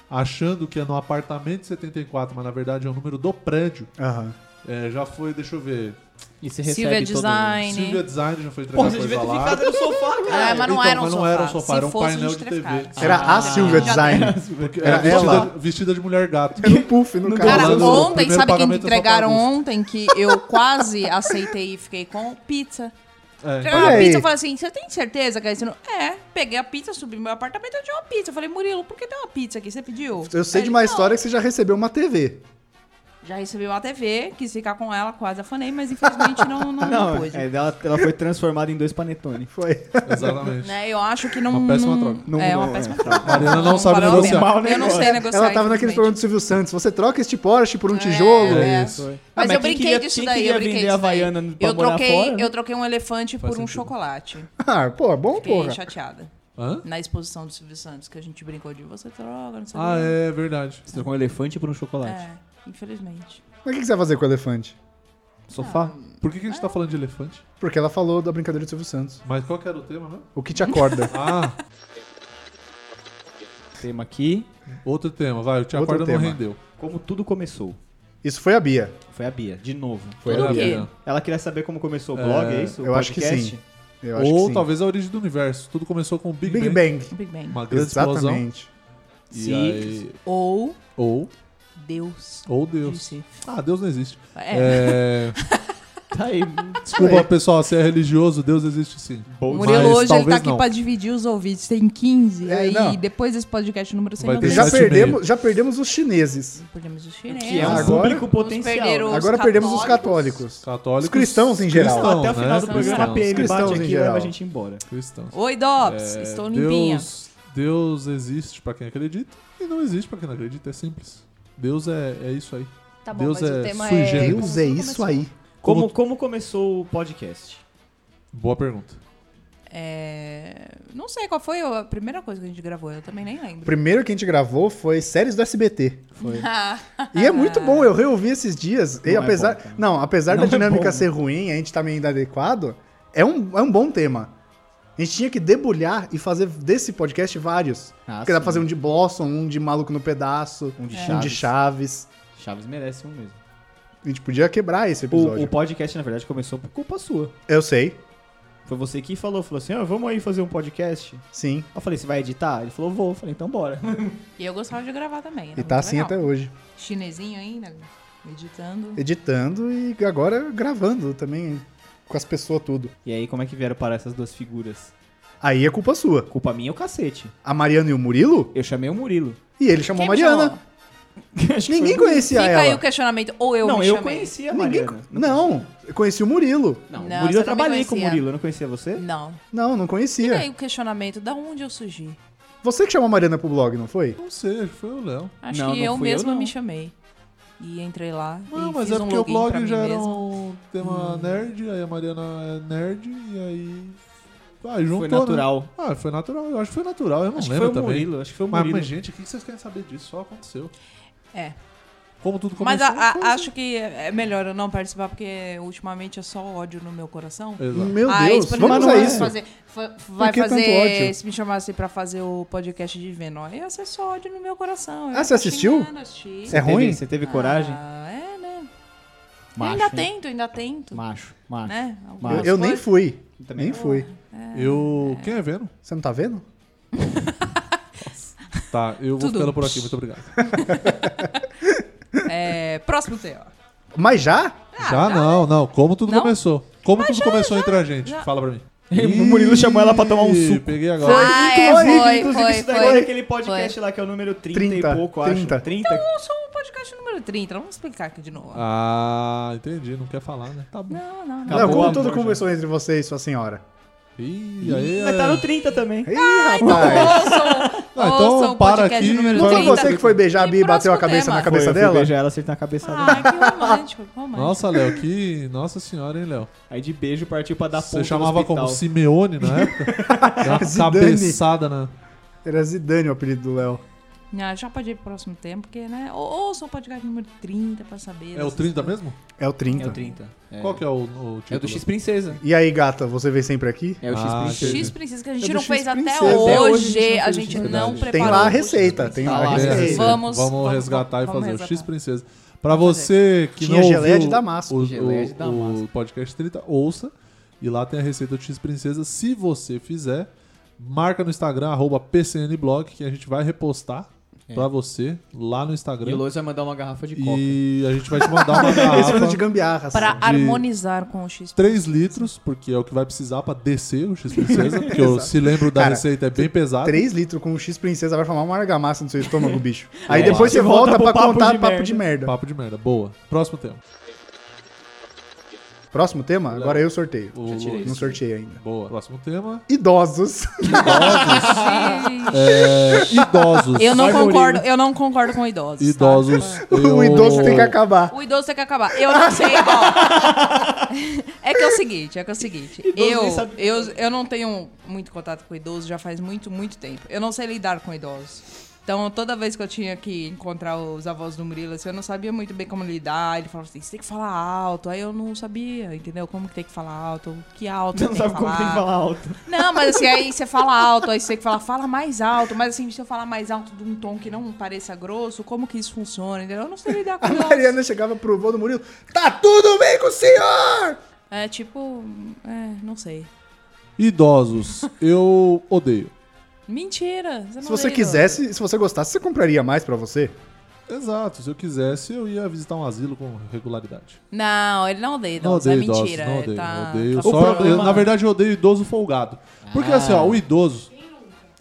Speaker 3: achando que é no apartamento 74, mas na verdade é o número do prédio,
Speaker 2: Aham.
Speaker 3: é, já foi, deixa eu ver,
Speaker 1: E se recebe
Speaker 4: Silvia
Speaker 1: todo
Speaker 4: Design.
Speaker 3: Silvia Design já foi entregar
Speaker 1: Porra, você
Speaker 3: coisa
Speaker 1: devia ter
Speaker 3: lá.
Speaker 1: ficado no sofá,
Speaker 4: Ah,
Speaker 1: cara.
Speaker 4: mas não,
Speaker 3: Então,
Speaker 4: era um
Speaker 3: mas não
Speaker 4: sofá.
Speaker 3: era um sofá,
Speaker 4: Se
Speaker 3: era um
Speaker 4: fosse, a
Speaker 3: painel
Speaker 4: gente
Speaker 3: de
Speaker 4: teria
Speaker 3: TV.
Speaker 4: ficado.
Speaker 2: Era a
Speaker 4: Ah,
Speaker 2: Silvia
Speaker 4: já
Speaker 2: Design.
Speaker 3: Porque
Speaker 2: Era
Speaker 3: é vestida,
Speaker 2: ela.
Speaker 3: vestida de mulher gato.
Speaker 2: Era um puff no
Speaker 4: Cara,
Speaker 3: Rolando
Speaker 2: caso.
Speaker 3: o
Speaker 4: ontem,
Speaker 3: primeiro
Speaker 4: sabe quem que
Speaker 3: pagamento do
Speaker 4: entregaram
Speaker 3: Santa Augusta.
Speaker 4: ontem que eu quase aceitei e fiquei com? Pizza.
Speaker 3: É.
Speaker 4: Entregaram
Speaker 2: Olha
Speaker 4: uma
Speaker 2: aí.
Speaker 4: pizza, eu falei assim, você tem certeza, cara? Você não... É, peguei a pizza, subi no meu apartamento, eu tinha uma pizza. Eu falei, Murilo, por que tem uma pizza aqui? Você pediu?
Speaker 2: Eu sei
Speaker 4: Aí
Speaker 2: de
Speaker 4: ele,
Speaker 2: uma
Speaker 4: "Não,
Speaker 2: história que você já recebeu uma TV.
Speaker 4: Já recebi uma TV, quis ficar com ela, quase afanei, mas infelizmente não, não, não
Speaker 1: Não,
Speaker 4: pôde.
Speaker 1: é, ela, ela foi transformada em dois panetone.
Speaker 2: Foi.
Speaker 3: É, Exatamente.
Speaker 4: Né, Eu acho que não.
Speaker 3: Uma péssima
Speaker 4: não-
Speaker 3: troca.
Speaker 1: Não-
Speaker 4: é uma
Speaker 1: não,
Speaker 4: péssima
Speaker 1: é,
Speaker 4: troca.
Speaker 3: Mariana não sabe
Speaker 4: valeu a pena.
Speaker 3: negociar.
Speaker 4: Eu não sei negociar.
Speaker 2: Ela tava naquele
Speaker 4: infelizmente.
Speaker 2: programa do Silvio Santos. Você troca este Porsche por um tijolo.
Speaker 4: É.
Speaker 3: isso. aí.
Speaker 1: Ah,
Speaker 4: Mas,
Speaker 1: mas
Speaker 4: eu
Speaker 1: quem
Speaker 4: brinquei
Speaker 1: queria-
Speaker 4: disso
Speaker 1: quem
Speaker 4: daí,
Speaker 1: queria
Speaker 4: eu brinquei
Speaker 1: vender
Speaker 4: disso daí.
Speaker 1: Havaiana pra
Speaker 4: Eu
Speaker 1: morar
Speaker 4: troquei,
Speaker 1: fora, né?
Speaker 4: eu troquei um elefante
Speaker 3: Faz
Speaker 4: por um
Speaker 3: sentido.
Speaker 4: chocolate.
Speaker 2: Ah, pô, bom,
Speaker 4: Fiquei
Speaker 2: porra.
Speaker 4: chateada.
Speaker 3: Hã?
Speaker 4: Na exposição do Silvio Santos, que a gente brincou de você troca, não sei o
Speaker 3: Ah,
Speaker 4: quê.
Speaker 3: é verdade.
Speaker 1: Você trocou um elefante por um chocolate.
Speaker 4: É, infelizmente.
Speaker 2: Mas o que você vai fazer com o elefante?
Speaker 1: Sofá?
Speaker 3: Por que, que a gente tá falando de elefante?
Speaker 2: Porque ela falou da brincadeira do Silvio Santos.
Speaker 3: Mas qual que era o tema mesmo?
Speaker 2: O que te acorda?
Speaker 3: Ah,
Speaker 1: Tema aqui.
Speaker 3: outro tema, vai. O Tia
Speaker 2: Outro
Speaker 3: Acorda não
Speaker 2: tema.
Speaker 3: rendeu.
Speaker 1: Como tudo começou.
Speaker 2: Isso foi a Bia.
Speaker 1: Foi a Bia, de novo.
Speaker 2: Foi
Speaker 4: Tudo
Speaker 2: a
Speaker 4: o
Speaker 2: Bia.
Speaker 4: quê?
Speaker 3: Mariana.
Speaker 1: Ela queria saber como começou o blog, é, isso? O
Speaker 2: eu acho que
Speaker 1: podcast?
Speaker 2: sim. Eu acho
Speaker 3: Ou
Speaker 2: que sim.
Speaker 3: talvez a origem do universo. Tudo começou com o Big,
Speaker 2: Big
Speaker 3: Bang.
Speaker 2: Bang.
Speaker 4: Big Bang.
Speaker 3: Uma grande explosão.
Speaker 2: Exatamente.
Speaker 3: E
Speaker 1: Sim.
Speaker 3: aí-
Speaker 4: Ou
Speaker 3: Ou,
Speaker 4: Deus.
Speaker 3: ou Deus.
Speaker 4: Disse.
Speaker 3: Ah, Deus não existe.
Speaker 4: É.
Speaker 3: É,
Speaker 1: Tá aí.
Speaker 3: Desculpa, pessoal, se é religioso, Deus existe sim.
Speaker 4: O Murilo
Speaker 3: Mas
Speaker 4: hoje ele
Speaker 3: talvez
Speaker 4: tá aqui
Speaker 3: não.
Speaker 4: pra dividir os ouvidos. Tem 15.
Speaker 2: É,
Speaker 4: aí
Speaker 2: não.
Speaker 4: depois desse podcast número 100
Speaker 3: Vai
Speaker 4: nós
Speaker 3: ter
Speaker 2: Já
Speaker 4: vamos-
Speaker 3: Sete e meio.
Speaker 2: perdemos, já perdemos os chineses.
Speaker 4: perdemos os
Speaker 1: Que é um
Speaker 4: chineses.
Speaker 2: Agora-
Speaker 1: público
Speaker 4: perder
Speaker 1: potencial.
Speaker 4: o-
Speaker 1: né?
Speaker 4: Os
Speaker 2: Agora perdemos os
Speaker 4: católicos.
Speaker 2: católicos.
Speaker 3: Católicos.
Speaker 2: Os cristãos em geral.
Speaker 3: cristãos,
Speaker 1: Até o
Speaker 3: né?
Speaker 1: final do programa, a PM
Speaker 2: Cristãos
Speaker 1: bate
Speaker 2: em
Speaker 1: aqui e
Speaker 2: geral.
Speaker 1: leva a gente embora.
Speaker 3: Cristãos.
Speaker 4: Oi, Dops.
Speaker 3: É,
Speaker 4: Estou limpinha.
Speaker 3: Deus, Deus existe pra quem acredita e não existe pra quem não acredita. É simples. Deus é, é isso aí.
Speaker 4: Tá bom,
Speaker 3: Deus
Speaker 4: mas
Speaker 3: é
Speaker 4: o tema
Speaker 3: sui
Speaker 4: é.
Speaker 3: generis.
Speaker 2: Deus é isso aí.
Speaker 1: Como, como começou o podcast?
Speaker 3: Boa pergunta.
Speaker 4: É, Não sei qual foi a primeira coisa que a gente gravou, eu também nem
Speaker 2: O
Speaker 4: lembro.
Speaker 2: primeiro que a gente gravou foi séries do SBT.
Speaker 1: Foi.
Speaker 2: E é muito bom, eu reouvi esses dias. E
Speaker 1: Não é
Speaker 2: apesar,
Speaker 1: bom, cara.
Speaker 2: não, apesar
Speaker 1: Não
Speaker 2: da
Speaker 1: é
Speaker 2: dinâmica
Speaker 1: bom.
Speaker 2: ser ruim, a gente tá meio inadequado, é um, é um bom tema. A gente tinha que debulhar e fazer desse podcast vários.
Speaker 1: Ah,
Speaker 2: Porque dá
Speaker 1: sim.
Speaker 2: pra fazer um de Blossom, um de Maluco no Pedaço,
Speaker 1: Um de
Speaker 2: um
Speaker 1: Chaves.
Speaker 2: de Chaves.
Speaker 1: Chaves merece um mesmo.
Speaker 2: A gente podia quebrar esse
Speaker 1: O,
Speaker 2: episódio.
Speaker 1: o podcast, na verdade, começou por culpa sua.
Speaker 2: Eu sei,
Speaker 1: Foi você que falou, falou assim, ó, vamos aí fazer um podcast?
Speaker 2: sim.
Speaker 1: Eu falei, você vai editar? Ele falou, vou. Eu falei, então bora.
Speaker 4: E eu gostava de gravar também. era
Speaker 2: E tá
Speaker 4: É muito
Speaker 2: assim
Speaker 4: legal.
Speaker 2: até hoje.
Speaker 4: Chinesinho ainda, editando.
Speaker 2: Editando e agora gravando também com as pessoas tudo.
Speaker 1: E aí, como é que vieram parar essas duas figuras?
Speaker 2: Aí é culpa sua.
Speaker 1: Culpa minha é o cacete.
Speaker 2: A Mariana e o Murilo?
Speaker 1: Eu chamei o Murilo.
Speaker 2: E ele chamou
Speaker 4: Quem
Speaker 2: a
Speaker 4: me
Speaker 2: é Mariana.
Speaker 4: chamou?
Speaker 1: Acho que
Speaker 2: Ninguém
Speaker 1: foi o Murilo.
Speaker 2: conhecia
Speaker 4: Fica
Speaker 2: ela.
Speaker 4: aí o é questionamento. Ou eu
Speaker 1: Não,
Speaker 4: me
Speaker 1: eu
Speaker 4: chamei.
Speaker 1: conhecia a
Speaker 2: Ninguém...
Speaker 1: Mariana.
Speaker 2: Não, eu conheci o Murilo.
Speaker 1: Não, o Murilo,
Speaker 4: Não,
Speaker 1: eu
Speaker 4: você não me
Speaker 1: trabalhei com o
Speaker 4: conhecia.
Speaker 1: Murilo. Eu não conhecia você?
Speaker 4: Não.
Speaker 2: Não, não
Speaker 4: Fica
Speaker 2: conhecia.
Speaker 4: aí o questionamento. Da onde eu surgi?
Speaker 2: Você que chamou a Mariana pro blog, não foi?
Speaker 3: Não sei, acho que foi o Léo.
Speaker 4: Acho
Speaker 1: Não,
Speaker 4: que
Speaker 1: não
Speaker 4: eu
Speaker 1: fui eu,
Speaker 4: mesma
Speaker 1: não.
Speaker 4: me chamei. E entrei lá
Speaker 3: Não,
Speaker 4: e
Speaker 3: mas
Speaker 4: fiz
Speaker 3: é
Speaker 4: um
Speaker 3: porque
Speaker 4: login pra
Speaker 3: o blog
Speaker 4: mim Hum.
Speaker 3: já era
Speaker 4: mesma.
Speaker 3: um tema nerd, aí a Mariana é nerd, e aí. Ah, juntou,
Speaker 1: Foi
Speaker 3: né?
Speaker 1: natural.
Speaker 3: Ah, foi natural. Eu acho que foi natural, eu não
Speaker 1: Acho que foi
Speaker 3: lembro
Speaker 1: o
Speaker 3: também.
Speaker 1: Murilo. Acho que foi o
Speaker 3: Mas,
Speaker 1: Murilo.
Speaker 3: mas, gente, o que vocês querem saber disso? Só aconteceu.
Speaker 4: É.
Speaker 3: Como tudo começou.
Speaker 4: Mas a- a-
Speaker 3: foi assim.
Speaker 4: acho que é melhor eu não participar, porque ultimamente é só ódio no meu coração.
Speaker 3: Exato.
Speaker 2: Meu
Speaker 4: Ah,
Speaker 2: Deus,
Speaker 4: isso pra mim
Speaker 2: vamos
Speaker 4: não
Speaker 2: a
Speaker 4: vai
Speaker 2: isso.
Speaker 4: Fazer, fa- vai
Speaker 2: que tanto
Speaker 4: fazer.
Speaker 2: ódio?
Speaker 4: Se me chamasse pra fazer o podcast de Venom, ia ser só ódio no meu coração. Eu
Speaker 2: Ah,
Speaker 4: ia
Speaker 2: você
Speaker 4: ficar
Speaker 2: assistiu?
Speaker 4: xingando, assisti.
Speaker 1: Ah.
Speaker 2: É ruim?
Speaker 1: Teve- você teve coragem?
Speaker 4: Ah, é, né? Eu
Speaker 1: Macho,
Speaker 4: ainda
Speaker 1: hein?
Speaker 4: tento, ainda tento.
Speaker 1: Macho, macho.
Speaker 4: Né?
Speaker 1: Mas-
Speaker 2: Eu,
Speaker 4: Algumas
Speaker 2: eu nem
Speaker 4: coisas.
Speaker 2: fui.
Speaker 1: Também
Speaker 2: nem
Speaker 1: não.
Speaker 2: fui.
Speaker 3: Eu. Quem é vendo?
Speaker 2: Você não tá vendo?
Speaker 3: Tá, eu vou
Speaker 4: Tudo.
Speaker 3: ficando por aqui, muito obrigado.
Speaker 4: É, próximo tema.
Speaker 2: Mas já?
Speaker 3: já não, não. Como tudo
Speaker 4: Ah, Não?
Speaker 3: começou? Como tudo começou entre a gente?
Speaker 4: já.
Speaker 3: Fala pra mim.
Speaker 1: O Murilo chamou ela pra tomar um
Speaker 3: Ih,
Speaker 1: suco.
Speaker 3: Peguei agora.
Speaker 7: Ah, é, foi,
Speaker 1: inclusive,
Speaker 7: foi,
Speaker 1: isso daí é
Speaker 7: foi.
Speaker 1: aquele podcast lá que é o número 30, e
Speaker 2: 30,
Speaker 1: pouco,
Speaker 2: 30.
Speaker 1: acho. 30.
Speaker 4: Eu sou o podcast número 30, vamos explicar aqui de novo.
Speaker 3: Ah, entendi. Não quer falar, né? Tá bom.
Speaker 4: Não, não, não.
Speaker 1: Acabou
Speaker 2: não,
Speaker 1: o
Speaker 2: como
Speaker 1: amor
Speaker 2: tudo
Speaker 1: já.
Speaker 2: começou entre você e sua senhora?
Speaker 3: Ih, aí.
Speaker 1: Mas
Speaker 3: é-
Speaker 1: tá no 30 também.
Speaker 2: Ih, rapaz.
Speaker 3: Não,
Speaker 4: Ouça
Speaker 3: então
Speaker 4: o
Speaker 3: para
Speaker 4: podcast
Speaker 3: aqui.
Speaker 4: número
Speaker 2: Não foi
Speaker 4: 30.
Speaker 2: você que foi beijar a
Speaker 4: E
Speaker 2: Bia e bateu a
Speaker 4: próximo
Speaker 2: cabeça
Speaker 4: tema.
Speaker 2: na cabeça
Speaker 1: Foi, eu fui
Speaker 2: dela?
Speaker 1: beijar ela, acertar a
Speaker 2: Tá
Speaker 1: cabeça dela.
Speaker 4: Ai, Ah, que romântico, romântico.
Speaker 3: Nossa, Léo, que. Nossa senhora, hein, Léo?
Speaker 1: Aí de beijo partiu pra dar ponta
Speaker 3: Você
Speaker 1: no
Speaker 3: chamava como
Speaker 1: hospital.
Speaker 3: Simeone na época? Dá uma
Speaker 2: Zidane.
Speaker 3: cabeçada, né?
Speaker 2: Era Zidane o apelido do Léo.
Speaker 4: Ah, já pode ir pro próximo tema, porque, né? Ou, ouça o podcast número 30 pra saber.
Speaker 3: É o
Speaker 4: dessas
Speaker 3: 30
Speaker 4: coisas.
Speaker 3: mesmo?
Speaker 2: É o 30.
Speaker 1: É o 30. É,
Speaker 3: Qual que é o, o título?
Speaker 1: É o do X-Princesa.
Speaker 2: E aí, gata, você vem sempre aqui?
Speaker 1: É o
Speaker 3: Ah,
Speaker 1: X-Princesa.
Speaker 4: X Princesa que a gente
Speaker 2: É do
Speaker 4: não
Speaker 2: X
Speaker 4: fez até
Speaker 2: Princesa.
Speaker 1: Até hoje
Speaker 4: hoje. A
Speaker 1: a
Speaker 4: gente
Speaker 1: gente
Speaker 4: não
Speaker 3: fez.
Speaker 4: preparou.
Speaker 2: Tem lá a
Speaker 4: o X
Speaker 2: receita,
Speaker 4: Princesa.
Speaker 2: tem
Speaker 1: Tá
Speaker 2: lá
Speaker 1: lá
Speaker 2: a
Speaker 1: a
Speaker 2: receita.
Speaker 1: receita.
Speaker 4: Vamos- vamos-
Speaker 3: resgatar e
Speaker 4: vamos
Speaker 3: fazer o
Speaker 4: resgatar.
Speaker 3: X Princesa. Pra você que
Speaker 2: Tinha
Speaker 3: não
Speaker 2: geleia
Speaker 3: ouviu
Speaker 2: de damasco.
Speaker 3: o,
Speaker 1: Geleia de
Speaker 3: o-
Speaker 1: damasco.
Speaker 3: o podcast 30, ouça. E lá tem a receita do X Princesa. Se você fizer, marca no Instagram, arroba PCNblog, que a gente vai repostar pra você lá no
Speaker 1: E o
Speaker 3: Instagram.
Speaker 1: Lois vai mandar uma garrafa de coca.
Speaker 3: E a gente vai te mandar uma
Speaker 2: Esse foi de
Speaker 3: garrafa...
Speaker 2: gambiarra.
Speaker 4: Pra
Speaker 2: assim.
Speaker 4: harmonizar com o X
Speaker 3: 3 litros, porque é o que vai precisar pra descer o X Princesa, porque eu se lembro da
Speaker 2: Cara,
Speaker 3: receita, é bem pesado.
Speaker 2: 3 litros com um X princesa vai formar uma argamassa no seu estômago, bicho. Aí
Speaker 1: É,
Speaker 2: depois
Speaker 1: você
Speaker 2: você volta,
Speaker 1: volta pro
Speaker 2: pra
Speaker 1: papo
Speaker 2: contar
Speaker 1: de
Speaker 2: papo
Speaker 1: merda.
Speaker 2: de merda.
Speaker 3: Papo de merda, boa. Próximo tema.
Speaker 2: Próximo tema? Agora eu sorteio.
Speaker 3: O-
Speaker 1: tirei.
Speaker 2: Não sorteei ainda.
Speaker 3: Boa. Próximo tema.
Speaker 2: Idosos.
Speaker 3: É, idosos.
Speaker 4: Eu não
Speaker 1: Vai, Murilo.
Speaker 4: concordo, eu não concordo com idosos. tá?
Speaker 3: Idosos.
Speaker 2: O idoso tem que acabar.
Speaker 4: O idoso tem que acabar. Eu não sei, ó. É que é o seguinte, é que é o seguinte.
Speaker 1: Idoso
Speaker 4: Eu,
Speaker 1: nem sabe o que
Speaker 4: eu, eu não tenho muito contato com idoso já faz muito, muito tempo. Eu não sei lidar com idosos. Então, toda vez que eu tinha que encontrar os avós do Murilo, assim, eu não sabia muito bem como lidar. Ele falava assim, você tem que falar alto. Aí eu não sabia, entendeu? Como que tem que falar alto, que alto
Speaker 1: Você não sabe como tem
Speaker 4: Ah.
Speaker 1: que falar alto.
Speaker 4: não, mas assim, aí você fala alto, aí você tem que falar, fala mais alto, mas assim, se eu falar mais alto de um tom que não pareça grosso, como que isso funciona? entendeu? Eu não sei lidar com
Speaker 2: A
Speaker 4: isso.
Speaker 2: Mariana chegava pro vô do Murilo. Tá tudo bem com o senhor!
Speaker 4: É tipo. É, não sei.
Speaker 3: Idosos. Eu odeio.
Speaker 4: Mentira! Você não
Speaker 2: Se você
Speaker 4: odeia
Speaker 2: quisesse, se você gostasse, você compraria mais pra você?
Speaker 3: Exato. Se eu quisesse, eu ia visitar um asilo com
Speaker 4: idoso.
Speaker 3: regularidade.
Speaker 4: Não, ele não odeia
Speaker 3: Não
Speaker 4: idoso.
Speaker 3: odeio
Speaker 4: é
Speaker 3: idosos.
Speaker 4: mentira.
Speaker 3: Não
Speaker 4: é,
Speaker 3: odeio.
Speaker 4: tá-
Speaker 3: odeio.
Speaker 4: tá
Speaker 3: Só-
Speaker 4: falando.
Speaker 1: problema-
Speaker 3: eu, na verdade, eu odeio idoso folgado. Porque assim, ó, o idoso...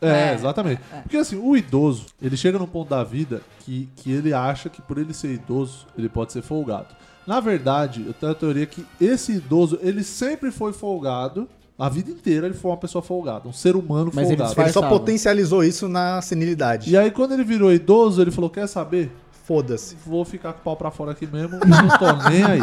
Speaker 3: É,
Speaker 4: Ah. É,
Speaker 3: exatamente. Porque assim, o idoso, ele chega num ponto da vida que, que ele acha que por ele ser idoso, ele pode ser folgado. Na verdade, eu tenho a teoria que esse idoso, ele sempre foi folgado. A vida inteira ele foi uma pessoa folgada, um ser humano
Speaker 1: Mas ele
Speaker 3: folgado.
Speaker 1: disfarça.
Speaker 2: Ele só
Speaker 1: Disfarçava.
Speaker 2: potencializou isso na senilidade.
Speaker 3: E aí, quando ele virou idoso, ele falou: Quer saber?
Speaker 2: Foda-se.
Speaker 3: Vou ficar com o pau pra fora aqui mesmo, e não tô nem aí.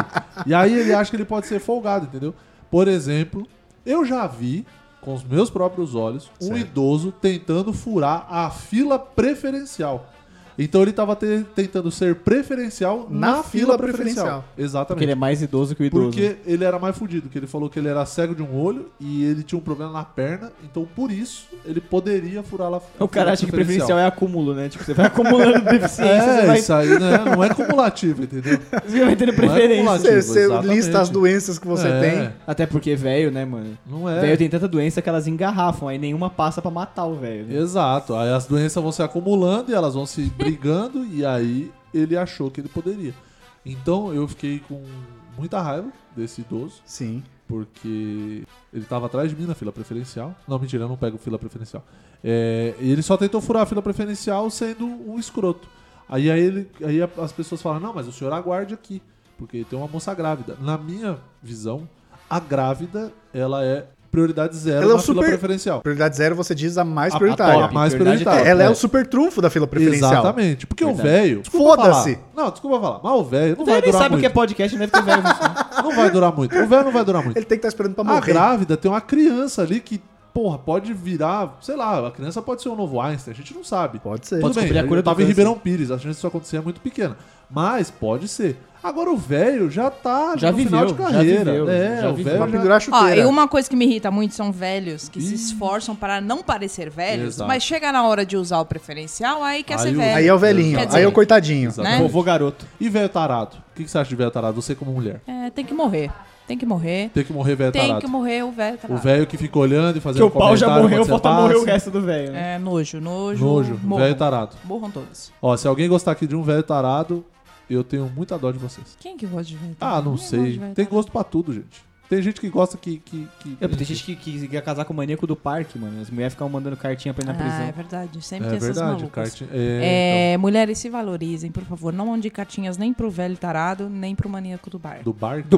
Speaker 3: E aí ele acha que ele pode ser folgado, entendeu? Por exemplo, eu já vi, com os meus próprios olhos, um idoso tentando furar a fila preferencial. Então ele tava te- tentando ser preferencial na, fila, preferencial.
Speaker 1: Porque
Speaker 3: Exatamente.
Speaker 1: ele é mais idoso que o idoso. né?
Speaker 3: Porque ele era mais fudido, que ele falou que ele era cego de um olho e ele tinha um problema na perna, então por isso ele poderia furar lá.
Speaker 1: O cara acha que preferencial é acúmulo, né? Tipo, você vai acumulando deficiência, você,
Speaker 3: É,
Speaker 1: vai,
Speaker 3: isso aí não é, não é cumulativo, entendeu?
Speaker 1: você vai tendo
Speaker 3: acumulado.
Speaker 1: preferência.
Speaker 2: Você,
Speaker 3: Ativo,
Speaker 2: você
Speaker 3: exatamente.
Speaker 2: lista as doenças que você
Speaker 3: É,
Speaker 2: tem.
Speaker 1: Até porque velho, né, mano?
Speaker 3: Não é.
Speaker 1: Velho tem tanta doença que elas engarrafam, aí nenhuma passa pra matar o velho.
Speaker 2: É
Speaker 1: né?
Speaker 3: Exato. Aí as doenças vão se acumulando e elas vão se brigando, e aí ele achou que ele poderia. Então eu fiquei com muita raiva desse idoso,
Speaker 2: Sim.
Speaker 3: porque ele tava atrás de mim na fila preferencial. Não, mentira, eu não pego fila preferencial. É, e ele só tentou furar a fila preferencial sendo um escroto. Aí, aí, ele, aí a- as pessoas falam: não, mas o senhor aguarde aqui, porque tem uma moça grávida. Na minha visão, a grávida, ela é prioridade zero
Speaker 2: Ela é o
Speaker 3: na fila
Speaker 2: super-
Speaker 3: preferencial.
Speaker 2: Prioridade zero você diz a mais
Speaker 3: A- a
Speaker 2: prioritária.
Speaker 3: top, mais
Speaker 1: Prioridade
Speaker 3: prioritária.
Speaker 1: top. né?
Speaker 2: Ela é o super trunfo da fila preferencial.
Speaker 3: Exatamente. Porque
Speaker 1: Verdade.
Speaker 3: o velho. desculpa
Speaker 2: Foda-se.
Speaker 3: falar. Não, desculpa falar. Mas o velho não
Speaker 1: Então
Speaker 3: vai
Speaker 1: ele
Speaker 3: durar
Speaker 1: sabe o que é
Speaker 3: muito.
Speaker 1: podcast, deve ter velho. né? nisso,
Speaker 3: Não vai durar muito. O velho não vai durar muito.
Speaker 2: Ele tem que estar esperando pra
Speaker 3: A
Speaker 2: morrer.
Speaker 3: grávida tem uma criança ali que, porra, pode virar. Sei lá, a criança pode ser um novo Einstein, a gente não sabe.
Speaker 2: Pode ser.
Speaker 1: Pode
Speaker 3: Tudo bem,
Speaker 1: descobrir a cura
Speaker 3: eu
Speaker 1: do
Speaker 3: tava em
Speaker 1: câncer.
Speaker 3: Ribeirão Pires, a chance disso acontecer é muito pequena. Mas pode ser. Agora o velho já tá
Speaker 1: Já
Speaker 3: no final de
Speaker 1: viveu, já
Speaker 3: carreira.
Speaker 1: viveu,
Speaker 3: é,
Speaker 1: já
Speaker 3: o
Speaker 1: viveu.
Speaker 3: velho
Speaker 2: Pra
Speaker 3: já
Speaker 2: pendurar a
Speaker 4: Ó,
Speaker 2: chuteira.
Speaker 4: e uma coisa que me irrita muito são velhos que se
Speaker 3: Ih.
Speaker 4: esforçam para não parecer velhos,
Speaker 3: Exato.
Speaker 4: mas chega na hora de usar o preferencial, aí quer
Speaker 3: Aí
Speaker 4: ser
Speaker 3: o-
Speaker 4: velho.
Speaker 2: Aí é o velhinho,
Speaker 4: Quer
Speaker 2: aí
Speaker 4: dizer-
Speaker 2: é o coitadinho.
Speaker 3: Exatamente.
Speaker 1: Vovô garoto.
Speaker 3: E velho tarado? O que que você acha de velho tarado? Você como mulher.
Speaker 4: É, tem que morrer. Tem que morrer.
Speaker 3: Tem que morrer velho
Speaker 4: Tem
Speaker 3: tarado.
Speaker 4: que morrer o velho. Tá
Speaker 3: O
Speaker 4: lá.
Speaker 3: velho que fica olhando e fazendo
Speaker 1: Porque o pau já
Speaker 3: comentário
Speaker 1: morreu,
Speaker 3: quando você
Speaker 1: falta morrer o
Speaker 3: passa.
Speaker 1: resto do velho, né?
Speaker 4: É, nojo, nojo.
Speaker 3: Nojo,
Speaker 4: morram.
Speaker 3: velho tarado.
Speaker 4: Morram todos.
Speaker 3: Ó, se alguém gostar aqui de um velho tarado, eu tenho muita dó de vocês.
Speaker 4: Quem que gosta de velho tarado?
Speaker 3: Ah, não
Speaker 4: Ninguém gosta de
Speaker 3: sei.
Speaker 4: velho
Speaker 3: Tem
Speaker 4: tarado.
Speaker 3: gosto pra tudo, gente. Tem gente que gosta que. que, que...
Speaker 1: É, tem gente que, que quer casar com o maníaco do parque, mano. As mulheres ficam mandando cartinha pra ele na
Speaker 4: Ah,
Speaker 1: prisão.
Speaker 4: é verdade. Sempre
Speaker 3: né, É
Speaker 4: tem essas
Speaker 3: verdade, o
Speaker 4: malucas.
Speaker 3: kart. É,
Speaker 4: É, Mulheres se valorizem, por favor. Não mande cartinhas nem pro velho tarado, nem pro maníaco do bar.
Speaker 3: então, do barco.
Speaker 4: Do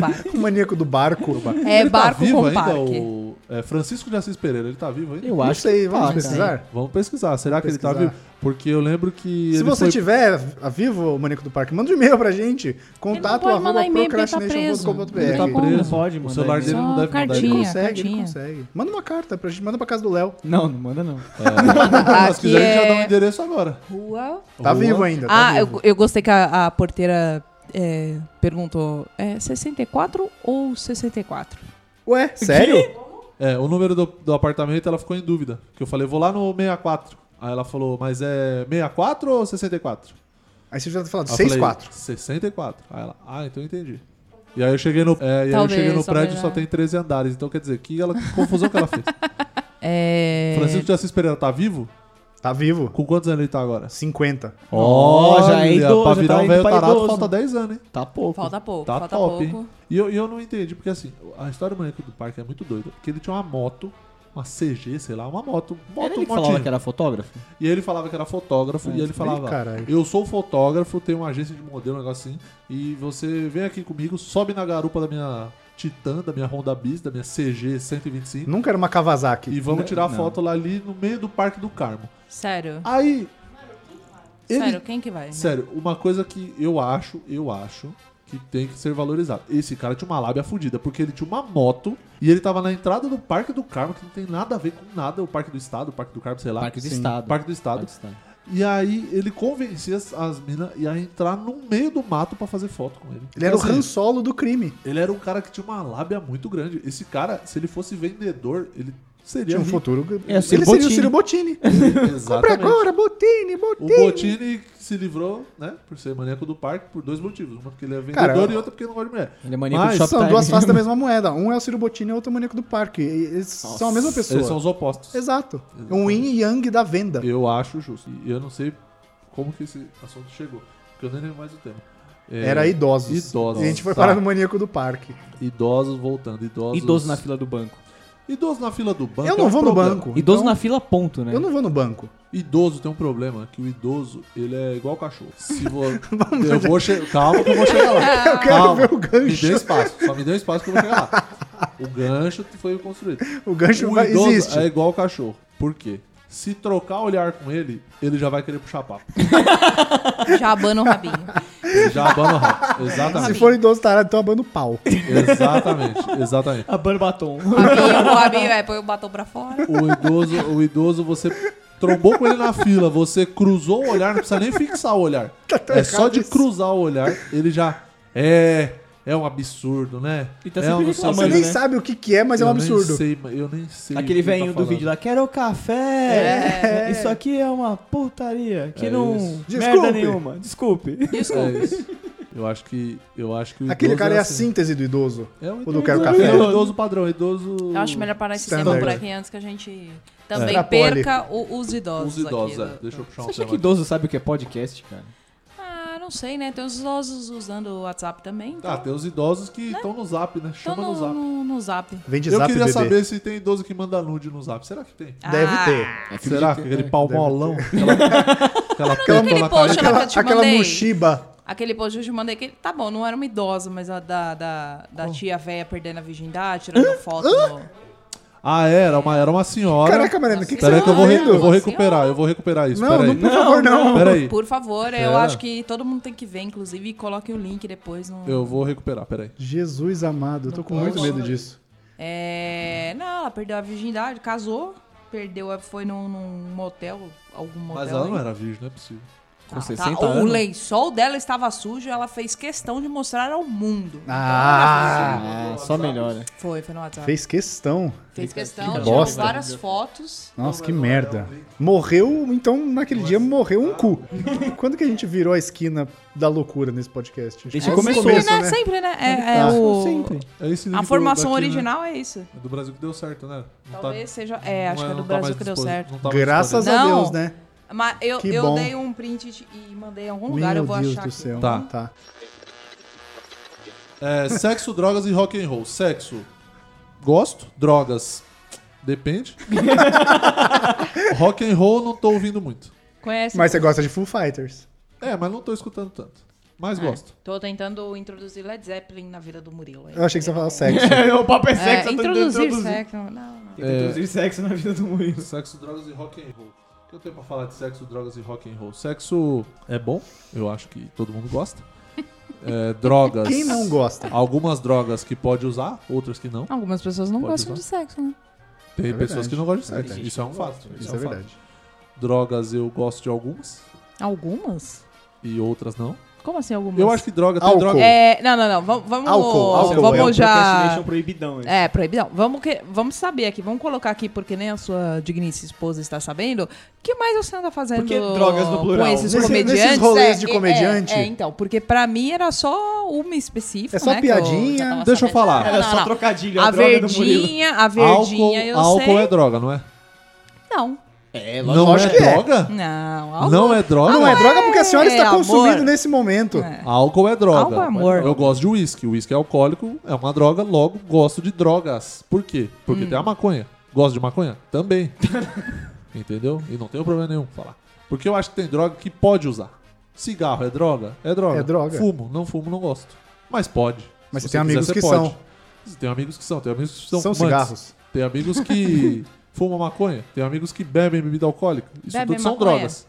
Speaker 4: barco.
Speaker 2: O maníaco do barco.
Speaker 4: É
Speaker 3: Ele tá
Speaker 4: barco
Speaker 3: vivo
Speaker 4: com
Speaker 3: ainda,
Speaker 4: parque.
Speaker 3: o- é, Francisco de Assis Pereira, ele tá vivo ainda?
Speaker 1: Eu
Speaker 2: Não
Speaker 1: acho
Speaker 2: sei, vamos
Speaker 1: tá,
Speaker 2: pesquisar?
Speaker 3: Vamos pesquisar. Será que ele tá
Speaker 2: Pesquisar.
Speaker 3: vivo? Porque eu lembro que.
Speaker 2: Se
Speaker 3: né? ele
Speaker 2: você
Speaker 3: foi-
Speaker 2: tiver a vivo, o Maníaco do Parque, manda um e-mail pra gente. Contato
Speaker 4: pode mandar
Speaker 2: arroba
Speaker 4: e-mail porque ele tá
Speaker 2: procrastination.com.br.
Speaker 4: preso.
Speaker 3: Ele tá
Speaker 4: Não tem
Speaker 1: como.
Speaker 3: preso.
Speaker 1: Pode
Speaker 3: o
Speaker 1: mandar
Speaker 3: celular dele
Speaker 1: e-mail.
Speaker 3: não
Speaker 4: Só um
Speaker 3: deve mandar
Speaker 2: Ele
Speaker 4: cartinha.
Speaker 3: e-mail.
Speaker 2: consegue, ele
Speaker 4: cartinha.
Speaker 2: consegue. Manda uma carta pra gente, manda pra casa do Léo.
Speaker 1: Não, não manda não.
Speaker 3: Mas se
Speaker 4: Aqui
Speaker 3: quiser, a gente já dá um
Speaker 4: é-
Speaker 3: endereço agora.
Speaker 4: Rua.
Speaker 2: Tá
Speaker 3: Rua-
Speaker 2: vivo ainda, tá
Speaker 4: Ah,
Speaker 2: vivo.
Speaker 4: eu, eu gostei que a, a porteira é, perguntou: é 64 ou 64?
Speaker 2: Ué, sério?
Speaker 3: É, o número do, do apartamento ela ficou em dúvida. Que eu falei, vou lá no 64. Aí ela falou, mas é 64 ou 64?
Speaker 2: Aí você já tá falando,
Speaker 3: Aí eu falei,
Speaker 2: 6-4.
Speaker 3: 64. Aí ela, ah, então eu entendi. E aí eu cheguei no, é, e aí eu
Speaker 4: Talvez,
Speaker 3: cheguei no prédio
Speaker 4: talvez,
Speaker 3: só
Speaker 4: né?
Speaker 3: tem 13 andares. Então quer dizer, que, ela, que confusão que ela fez.
Speaker 4: É.
Speaker 3: Francisco de Assis Pereira tá vivo?
Speaker 2: Tá vivo.
Speaker 3: Com quantos anos ele tá agora?
Speaker 2: 50.
Speaker 1: Ó, já é idoso,
Speaker 3: Pra
Speaker 1: já
Speaker 3: virar
Speaker 1: tá
Speaker 3: um
Speaker 1: indo
Speaker 3: velho
Speaker 1: pra
Speaker 3: tarado
Speaker 1: idoso.
Speaker 3: falta 10 anos, hein?
Speaker 1: Tá pouco.
Speaker 4: Falta pouco,
Speaker 3: Tá
Speaker 4: falta
Speaker 3: top,
Speaker 4: pouco.
Speaker 3: hein? E eu, e eu não entendi, porque assim, a história do Maníaco do Parque é muito doida. Porque ele tinha uma moto, uma CG, sei lá, uma moto.
Speaker 1: Era
Speaker 3: Moto,
Speaker 2: um
Speaker 1: ele que
Speaker 3: motinha.
Speaker 1: falava que era fotógrafo?
Speaker 3: E ele falava que era fotógrafo,
Speaker 1: É,
Speaker 3: e ele falava:
Speaker 2: Ih, caralho.
Speaker 3: Eu sou fotógrafo, tenho uma agência de modelo, um negócio assim, e você vem aqui comigo, sobe na garupa da minha Titan, da minha Honda Biz, da minha CG 125,
Speaker 2: Nunca era uma Kawasaki.
Speaker 3: e vamos tirar
Speaker 1: Não.
Speaker 3: foto lá ali no meio do Parque do Carmo.
Speaker 4: Sério.
Speaker 3: Aí. Ah, Ele,
Speaker 4: Sério, quem que vai?
Speaker 3: Sério, uma coisa que eu acho, eu acho que tem que ser valorizado. Esse cara tinha uma lábia fudida, porque ele tinha uma moto e ele tava na entrada do Parque do Carmo, que não tem nada a ver com nada, o Parque do Estado, o Parque do Carmo, sei lá.
Speaker 1: Parque do
Speaker 2: sim.
Speaker 1: Estado.
Speaker 3: Parque do
Speaker 2: Tá.
Speaker 3: Estado.
Speaker 1: Parque do Estado.
Speaker 3: E aí ele convencia as, as minas a entrar no meio do mato pra fazer foto com ele.
Speaker 2: Ele era um o
Speaker 3: Assim,
Speaker 2: Han Solo do crime.
Speaker 3: Ele era um cara que tinha uma lábia muito grande. Esse cara, se ele fosse vendedor, ele seria
Speaker 2: Tinha um
Speaker 3: rico.
Speaker 2: futuro.
Speaker 1: É, o Ciro
Speaker 2: ele seria
Speaker 1: Bottini.
Speaker 2: o Ciro Bottini. Compre
Speaker 3: Exatamente.
Speaker 2: agora, Bottini,
Speaker 3: O
Speaker 2: Bottini.
Speaker 3: Botini se livrou, né, por ser maníaco do parque, por dois motivos. Uma porque ele é vendedor
Speaker 2: Cara,
Speaker 3: e outra porque ele não gosta de mulher.
Speaker 1: Ele é maníaco
Speaker 3: Mas
Speaker 1: do Shoptime.
Speaker 2: São duas faces da mesma moeda. Um é o Ciro Bottini e outro é o Maníaco do Parque. E Eles são a mesma pessoa.
Speaker 3: Eles são os opostos.
Speaker 2: Exato. É Um yin e yang da venda.
Speaker 3: Eu acho justo. E eu não sei como que esse assunto chegou, porque eu nem lembro mais o tema. É,
Speaker 2: Era idosos.
Speaker 3: Idosos,
Speaker 2: E a gente foi
Speaker 3: tá. Então
Speaker 2: parar no Maníaco do Parque.
Speaker 3: Idosos voltando, idosos...
Speaker 1: Idoso na fila do banco.
Speaker 3: Idoso na fila do banco
Speaker 2: Eu
Speaker 3: é
Speaker 2: não
Speaker 3: um
Speaker 2: vou no
Speaker 3: problema.
Speaker 2: banco.
Speaker 1: Idoso
Speaker 2: então
Speaker 1: na fila ponto, né?
Speaker 2: Eu não vou no banco.
Speaker 3: Idoso tem um problema, que o idoso, ele é igual cachorro. Se vo... eu vou che... Calma que eu vou chegar lá.
Speaker 2: Eu quero
Speaker 3: Calma.
Speaker 2: ver o
Speaker 3: Me
Speaker 2: gancho.
Speaker 3: dê espaço, só me dê espaço que eu vou chegar lá. O gancho foi construído.
Speaker 2: O gancho
Speaker 3: O
Speaker 2: vai-
Speaker 3: idoso
Speaker 2: existe.
Speaker 3: é igual cachorro. Por quê? Se trocar olhar com ele, ele já vai querer puxar papo.
Speaker 4: Já abana o rabinho.
Speaker 3: Ele já abana o rabo. Exatamente.
Speaker 2: Se for idoso tarado, então abando o pau.
Speaker 3: Exatamente, exatamente.
Speaker 1: A Barbatom.
Speaker 4: O rabinho, o rabinho é, põe o batom pra fora.
Speaker 3: O idoso, o idoso, você trombou com ele na fila, você cruzou o olhar, não precisa nem fixar o olhar.
Speaker 2: tão
Speaker 3: É só
Speaker 2: errado
Speaker 3: de
Speaker 2: Tá isso.
Speaker 3: cruzar o olhar, ele já é é um absurdo, né?
Speaker 1: E tá
Speaker 3: é
Speaker 1: sempre
Speaker 3: um não sei
Speaker 1: reclamando,
Speaker 3: o
Speaker 2: Você
Speaker 1: Mano,
Speaker 3: quê.
Speaker 2: nem
Speaker 1: né?
Speaker 2: sabe o que, que é, mas é um
Speaker 3: Eu nem
Speaker 2: absurdo.
Speaker 3: sei, mas eu nem sei.
Speaker 1: Aquele
Speaker 3: o que ele tá
Speaker 1: velhinho do
Speaker 3: falando.
Speaker 1: vídeo lá, quero café! Isso aqui é uma portaria, que
Speaker 3: É
Speaker 1: não.
Speaker 3: isso.
Speaker 1: Merda
Speaker 2: Desculpe.
Speaker 1: nenhuma, desculpe.
Speaker 3: É isso. Eu acho que eu acho que o
Speaker 2: Aquele
Speaker 3: idoso
Speaker 2: cara é a
Speaker 3: assim.
Speaker 2: síntese do idoso.
Speaker 3: É um
Speaker 2: O do Quero
Speaker 3: idoso-
Speaker 2: Café.
Speaker 3: É um idoso padrão, é idoso.
Speaker 4: Eu acho melhor parar esse tema
Speaker 2: Standard.
Speaker 4: por aqui antes que a gente também
Speaker 2: Extrapole.
Speaker 4: perca o- os idosos.
Speaker 3: É. Os
Speaker 4: aqui
Speaker 3: idosos,
Speaker 4: né?
Speaker 3: é.
Speaker 4: do-
Speaker 3: Deixa eu puxar um
Speaker 1: Você acha
Speaker 3: tema
Speaker 1: que
Speaker 3: aqui.
Speaker 1: idoso sabe o que é podcast, cara?
Speaker 4: Ah, não sei, né? Tem os idosos usando o WhatsApp também.
Speaker 3: Ah,
Speaker 4: Então,
Speaker 3: tem os idosos que estão no zap, né?
Speaker 4: então
Speaker 3: Chama
Speaker 4: no,
Speaker 3: no zap.
Speaker 4: no- no zap.
Speaker 2: Vende
Speaker 3: Eu
Speaker 2: zap,
Speaker 3: queria
Speaker 2: bebê.
Speaker 3: saber se tem idoso que manda nude no zap. Será que tem?
Speaker 2: Deve
Speaker 4: Ah,
Speaker 2: ter.
Speaker 3: Será que aquele pau molão? Aquela, aquela
Speaker 4: Não,
Speaker 3: tampa
Speaker 4: é, aquele
Speaker 3: na
Speaker 4: post
Speaker 3: careca?
Speaker 2: Aquela,
Speaker 4: lá que eu te
Speaker 2: aquela
Speaker 4: mandei.
Speaker 2: mochiba.
Speaker 4: Aquele post que eu te mandei que ele- tá bom, não era uma idosa, mas a da, da, da tia véia perdendo a virgindade, tirando foto. no-
Speaker 3: Ah, era uma, era uma senhora.
Speaker 2: Caraca, Mariana, o que, que você
Speaker 3: Peraí
Speaker 2: tá
Speaker 3: que eu vou, re- eu
Speaker 2: vendo?
Speaker 3: vou recuperar, eu vou recuperar isso.
Speaker 2: Não,
Speaker 3: peraí.
Speaker 2: não, por favor, não.
Speaker 3: Peraí,
Speaker 4: Por favor, eu
Speaker 3: Pera.
Speaker 4: acho que todo mundo tem que ver, inclusive, e coloque o link depois no.
Speaker 3: eu vou recuperar, peraí.
Speaker 2: Jesus amado, eu tô com muito medo disso.
Speaker 4: É. Não, ela perdeu a virgindade, casou, perdeu, a- foi num, num motel, algum motel.
Speaker 3: Mas ela
Speaker 4: aí.
Speaker 3: não era virgem, não é possível.
Speaker 1: Com
Speaker 4: Ah, tá.
Speaker 1: 60
Speaker 4: O
Speaker 1: anos.
Speaker 4: lençol dela estava sujo ela fez questão de mostrar ao mundo.
Speaker 2: Ah,
Speaker 3: né? É,
Speaker 1: Ah, só melhora.
Speaker 4: Foi, foi no WhatsApp.
Speaker 2: fez
Speaker 4: Fez,
Speaker 2: questão.
Speaker 4: questão, tirou
Speaker 2: bosta.
Speaker 4: várias fotos.
Speaker 2: Nossa,
Speaker 3: é
Speaker 2: que merda. Morreu, então naquele dia morreu um cu. Quando que a gente virou a esquina da loucura nesse podcast?
Speaker 1: Desde que
Speaker 2: Acho que
Speaker 1: começou.
Speaker 2: foi
Speaker 4: Sempre,
Speaker 2: isso,
Speaker 4: né? Sempre, né? É, é
Speaker 2: Ah,
Speaker 4: o...
Speaker 3: É esse
Speaker 4: A
Speaker 3: livro
Speaker 4: formação
Speaker 3: daqui, né?
Speaker 4: original é isso.
Speaker 3: É Do Brasil que deu certo, né? Não tá-
Speaker 4: Talvez seja. É,
Speaker 3: não
Speaker 4: acho que é do
Speaker 3: não tá
Speaker 4: Brasil
Speaker 3: mais
Speaker 4: que deu
Speaker 3: disposi-
Speaker 4: certo.
Speaker 3: não tá mais
Speaker 2: Graças
Speaker 3: disponível.
Speaker 2: a
Speaker 4: Não.
Speaker 2: Deus, né?
Speaker 4: Mas eu,
Speaker 2: Que
Speaker 4: eu
Speaker 2: bom.
Speaker 4: dei um print e mandei em algum
Speaker 2: Meu
Speaker 4: Um lugar, eu vou
Speaker 2: Deus
Speaker 4: achar
Speaker 2: do
Speaker 4: aqui.
Speaker 2: céu.
Speaker 3: Tá. É, sexo, drogas e rock and roll. Sexo. Gosto. Drogas. Depende. rock and roll não tô ouvindo muito.
Speaker 4: Conhece?
Speaker 2: Mas você gosta de Full Fighters.
Speaker 3: É, mas não tô escutando tanto. Mas
Speaker 2: É.
Speaker 3: gosto.
Speaker 4: Tô tentando introduzir Led Zeppelin na vida do Murilo.
Speaker 2: Eu achei que você ia falar sexo.
Speaker 1: o papo é
Speaker 4: É,
Speaker 1: sexo, eu tô tentando
Speaker 4: introduzir
Speaker 1: introduzir.
Speaker 4: sexo. Não, não.
Speaker 3: É.
Speaker 1: Tenta Introduzir sexo na vida do Murilo.
Speaker 3: Sexo, drogas e rock and roll. O que eu tenho pra falar de sexo, drogas e rock and roll? Sexo é bom, eu acho que todo mundo gosta. É, drogas.
Speaker 2: Quem não gosta?
Speaker 3: Algumas drogas que pode usar, outras que não.
Speaker 4: Algumas pessoas não
Speaker 3: Pode
Speaker 4: gostam
Speaker 3: usar.
Speaker 4: de sexo, né?
Speaker 3: Tem
Speaker 2: É
Speaker 3: pessoas
Speaker 2: verdade,
Speaker 3: que não gostam
Speaker 2: é
Speaker 3: de sexo.
Speaker 2: verdade.
Speaker 3: Isso é um fato. Isso,
Speaker 2: Isso é
Speaker 3: um fato.
Speaker 2: verdade.
Speaker 3: Drogas eu gosto de algumas
Speaker 4: Algumas?
Speaker 3: e outras não.
Speaker 4: Como assim algumas?
Speaker 3: Eu acho que droga tem
Speaker 2: Álcool.
Speaker 3: droga.
Speaker 4: É, não, não, não. Vamos. vamos,
Speaker 2: Álcool, álcool,
Speaker 4: vamos
Speaker 2: é um
Speaker 4: já.
Speaker 1: Procrastination proibidão. É.
Speaker 4: É, proibidão. Vamos, que, vamos saber aqui, vamos colocar aqui, porque nem a sua digníssima esposa está sabendo. O que mais você anda fazendo
Speaker 1: Porque drogas no plural.
Speaker 4: com esses
Speaker 2: Nesse-
Speaker 4: comediantes?
Speaker 2: nesses rolês de
Speaker 4: é,
Speaker 2: comediante?
Speaker 4: É, é, então, porque pra mim era só uma específica.
Speaker 2: É só
Speaker 4: né, que eu
Speaker 2: piadinha.
Speaker 4: já tava
Speaker 3: Deixa eu
Speaker 4: sabendo.
Speaker 3: falar.
Speaker 4: Não,
Speaker 1: Era
Speaker 4: não,
Speaker 1: É só
Speaker 4: não.
Speaker 1: trocadilho, a,
Speaker 4: A
Speaker 1: droga do Murilo.
Speaker 4: verdinha, a
Speaker 3: álcool
Speaker 4: verdinha, eu
Speaker 3: álcool
Speaker 4: sei.
Speaker 3: é droga, não é?
Speaker 4: Não,
Speaker 1: É,
Speaker 3: Não é
Speaker 2: lógico que é.
Speaker 3: droga?
Speaker 4: não. Álcool
Speaker 3: Não é droga?
Speaker 2: Não é droga porque a senhora
Speaker 4: É,
Speaker 2: está
Speaker 4: amor.
Speaker 2: consumindo nesse momento.
Speaker 3: Álcool é droga.
Speaker 4: Álcool é amor.
Speaker 3: Eu gosto de uísque. Uísque é alcoólico, é uma droga, logo gosto de drogas. Por quê?
Speaker 4: Hum.
Speaker 3: Porque tem a maconha. Gosto de maconha? Também. Entendeu? E não tenho problema nenhum falar. Porque eu acho que tem droga que pode usar. Cigarro é droga? É droga.
Speaker 2: É droga.
Speaker 3: Fumo, não fumo, não gosto. Mas pode.
Speaker 2: Mas
Speaker 3: Se
Speaker 2: você tem
Speaker 3: quiser,
Speaker 2: amigos que são.
Speaker 3: Tem amigos que são, tem amigos que são.
Speaker 2: São
Speaker 3: fumantes.
Speaker 2: cigarros.
Speaker 3: Tem amigos que fumam maconha, tem amigos que bebem bebida alcoólica. Isso
Speaker 4: Bebem
Speaker 3: tudo são
Speaker 4: maconha.
Speaker 3: drogas.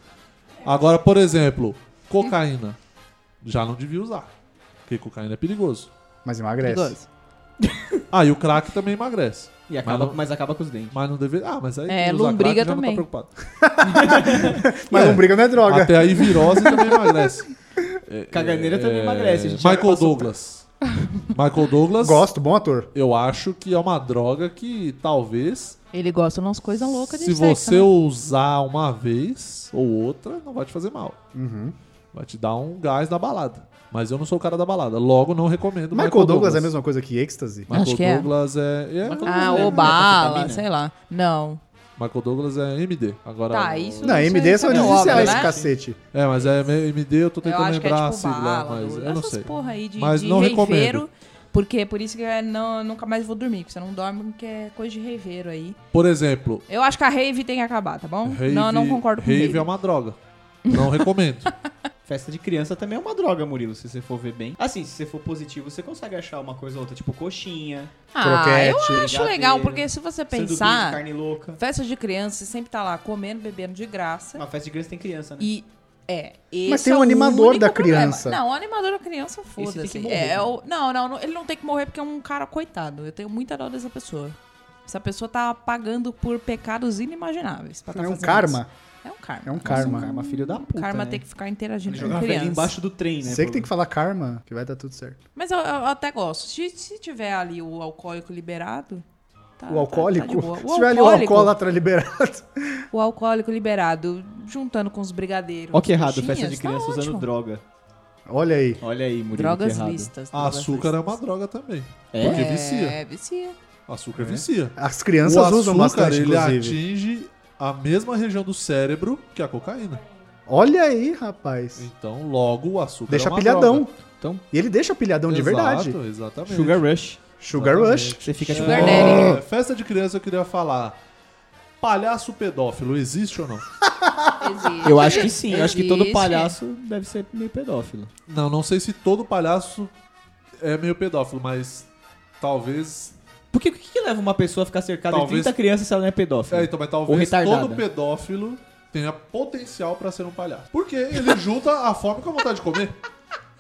Speaker 3: Agora, por exemplo, cocaína. Já não devia usar. Porque cocaína é perigoso.
Speaker 2: Mas emagrece.
Speaker 4: perigoso.
Speaker 3: Ah, e o crack também emagrece.
Speaker 1: E acaba,
Speaker 3: Mas não,
Speaker 1: mas acaba com os dentes.
Speaker 3: mas não deveria. Ah, mas aí.
Speaker 4: É,
Speaker 3: usar
Speaker 4: lombriga
Speaker 3: crack já
Speaker 4: também.
Speaker 3: Não tá preocupado.
Speaker 2: Mas
Speaker 3: É.
Speaker 2: lombriga não é droga.
Speaker 3: Até aí, virose também emagrece.
Speaker 1: Caganeira também
Speaker 3: É,
Speaker 1: emagrece. a gente já
Speaker 3: Michael
Speaker 1: passou-
Speaker 3: Douglas. Michael Douglas.
Speaker 2: Gosto, bom ator.
Speaker 3: Eu acho que é uma droga que talvez
Speaker 4: Ele gosta de umas coisas loucas de
Speaker 3: Se
Speaker 4: sexo,
Speaker 3: você é
Speaker 4: né?
Speaker 3: usar uma vez ou outra, não vai te fazer mal.
Speaker 2: Uhum.
Speaker 3: Vai te dar um gás na balada. Mas eu não sou o cara da balada. Logo, não recomendo.
Speaker 2: Michael, Douglas, é a mesma coisa que êxtase?
Speaker 3: Michael
Speaker 4: Acho que é.
Speaker 3: Douglas é. é-
Speaker 4: Ah,
Speaker 1: É,
Speaker 4: ou
Speaker 1: né?
Speaker 4: bala,
Speaker 1: Anfetamina.
Speaker 4: sei lá. Não.
Speaker 3: Michael Douglas é MD. Agora.
Speaker 4: Tá, isso-
Speaker 2: Não,
Speaker 4: Isso
Speaker 2: MD
Speaker 4: aí
Speaker 2: são
Speaker 4: também é
Speaker 2: iniciais,
Speaker 4: óbvio, né?
Speaker 2: cacete.
Speaker 3: É, mas é MD, eu tô
Speaker 4: Eu
Speaker 3: tentando
Speaker 4: acho que é
Speaker 3: lembrar
Speaker 4: tipo
Speaker 3: a sigla,
Speaker 4: bala,
Speaker 3: mas
Speaker 4: Dudu.
Speaker 3: eu não
Speaker 4: essas
Speaker 3: sei.
Speaker 4: porra aí de,
Speaker 3: Mas
Speaker 4: de
Speaker 3: não recomendo.
Speaker 4: reiveiro, Porque é por isso que eu não, nunca mais vou dormir, porque você não dorme porque é coisa de reiveiro aí.
Speaker 3: Por exemplo,
Speaker 4: Eu acho que a rave tem que acabar, tá bom?
Speaker 3: rave,
Speaker 4: não, eu não concordo com
Speaker 3: rave
Speaker 4: rave.
Speaker 3: é uma droga. Não recomendo.
Speaker 1: Festa de criança também é uma droga, Murilo, se você for ver bem. Assim, se você for positivo, você consegue achar uma coisa ou outra, tipo coxinha,
Speaker 4: Ah, eu
Speaker 2: Croquete,
Speaker 4: acho legal,
Speaker 1: brigadeiro,
Speaker 4: porque se você
Speaker 1: sanduíche de
Speaker 4: pensar,
Speaker 1: carne louca.
Speaker 4: festa de criança, você sempre tá lá comendo, bebendo de graça.
Speaker 1: Uma festa de criança tem criança, né?
Speaker 4: E é. Esse
Speaker 2: Mas tem
Speaker 4: é
Speaker 2: o animador
Speaker 4: único
Speaker 2: da
Speaker 4: problema.
Speaker 2: criança.
Speaker 4: Não, o animador da criança,
Speaker 1: tem que
Speaker 4: foda-se.
Speaker 1: morrer,
Speaker 4: É,
Speaker 1: né?
Speaker 4: o- não, não, não, ele não tem que morrer porque é um cara coitado. Eu tenho muita dó dessa pessoa. Essa pessoa tá pagando por pecados inimagináveis. pra
Speaker 2: É
Speaker 4: tá
Speaker 2: um
Speaker 4: fazendo
Speaker 2: karma.
Speaker 4: isso. É um karma.
Speaker 2: É um karma.
Speaker 1: Karma, filho da puta.
Speaker 4: Karma
Speaker 1: né?
Speaker 4: tem que ficar interagindo com
Speaker 1: jogar velho
Speaker 4: criança.
Speaker 1: embaixo do trem, né?
Speaker 2: Você que tem que falar karma, que vai dar tudo certo.
Speaker 4: Mas eu, eu até gosto. Se, se tiver ali o alcoólico liberado. tá- tá-
Speaker 2: o alcoólico?
Speaker 4: Tá, de boa.
Speaker 2: Se tiver ali o alcoólatra liberado.
Speaker 4: o alcoólico liberado, juntando com os brigadeiros.
Speaker 1: Ó que errado,
Speaker 4: coxinhas,
Speaker 1: festa de
Speaker 4: tá
Speaker 1: criança usando
Speaker 4: ótimo.
Speaker 1: droga.
Speaker 2: Olha aí.
Speaker 1: Olha aí, Murilo,
Speaker 4: Drogas
Speaker 1: que errado. Ah,
Speaker 4: listas. drogas
Speaker 3: Açúcar é
Speaker 4: listas.
Speaker 3: uma droga também.
Speaker 1: É?
Speaker 3: Porque vicia.
Speaker 4: É, vicia.
Speaker 2: É.
Speaker 3: Açúcar vicia.
Speaker 2: As
Speaker 3: O
Speaker 2: crianças
Speaker 3: açúcar,
Speaker 2: usam bastante,
Speaker 3: ele
Speaker 2: inclusive.
Speaker 3: atinge a mesma região do cérebro que a cocaína.
Speaker 2: Olha aí, rapaz.
Speaker 3: Então, logo, o açúcar
Speaker 2: Deixa
Speaker 3: é uma
Speaker 2: pilhadão.
Speaker 3: droga.
Speaker 1: Então,
Speaker 2: E ele deixa pilhadão de
Speaker 3: Exato,
Speaker 2: verdade.
Speaker 3: Exatamente.
Speaker 1: Sugar Rush.
Speaker 2: Sugar
Speaker 3: Exatamente.
Speaker 2: Rush.
Speaker 1: Você fica tipo...
Speaker 4: Sugar
Speaker 1: "Oh,
Speaker 4: Daddy.
Speaker 3: É, festa de criança, eu queria falar. Palhaço pedófilo, existe ou não?
Speaker 7: Existe.
Speaker 1: Eu acho que sim, eu acho que todo
Speaker 7: Existe.
Speaker 1: palhaço deve ser meio pedófilo.
Speaker 3: Não, não sei se todo palhaço é meio pedófilo, mas talvez...
Speaker 1: Porque o que, que leva uma pessoa a ficar cercada
Speaker 3: Talvez-
Speaker 1: de 30 crianças se ela não é pedófila?
Speaker 3: É, então, mas
Speaker 1: Ou
Speaker 3: talvez
Speaker 1: retardada.
Speaker 3: todo pedófilo tenha potencial pra ser um palhaço. Porque ele junta a fome com a vontade de comer.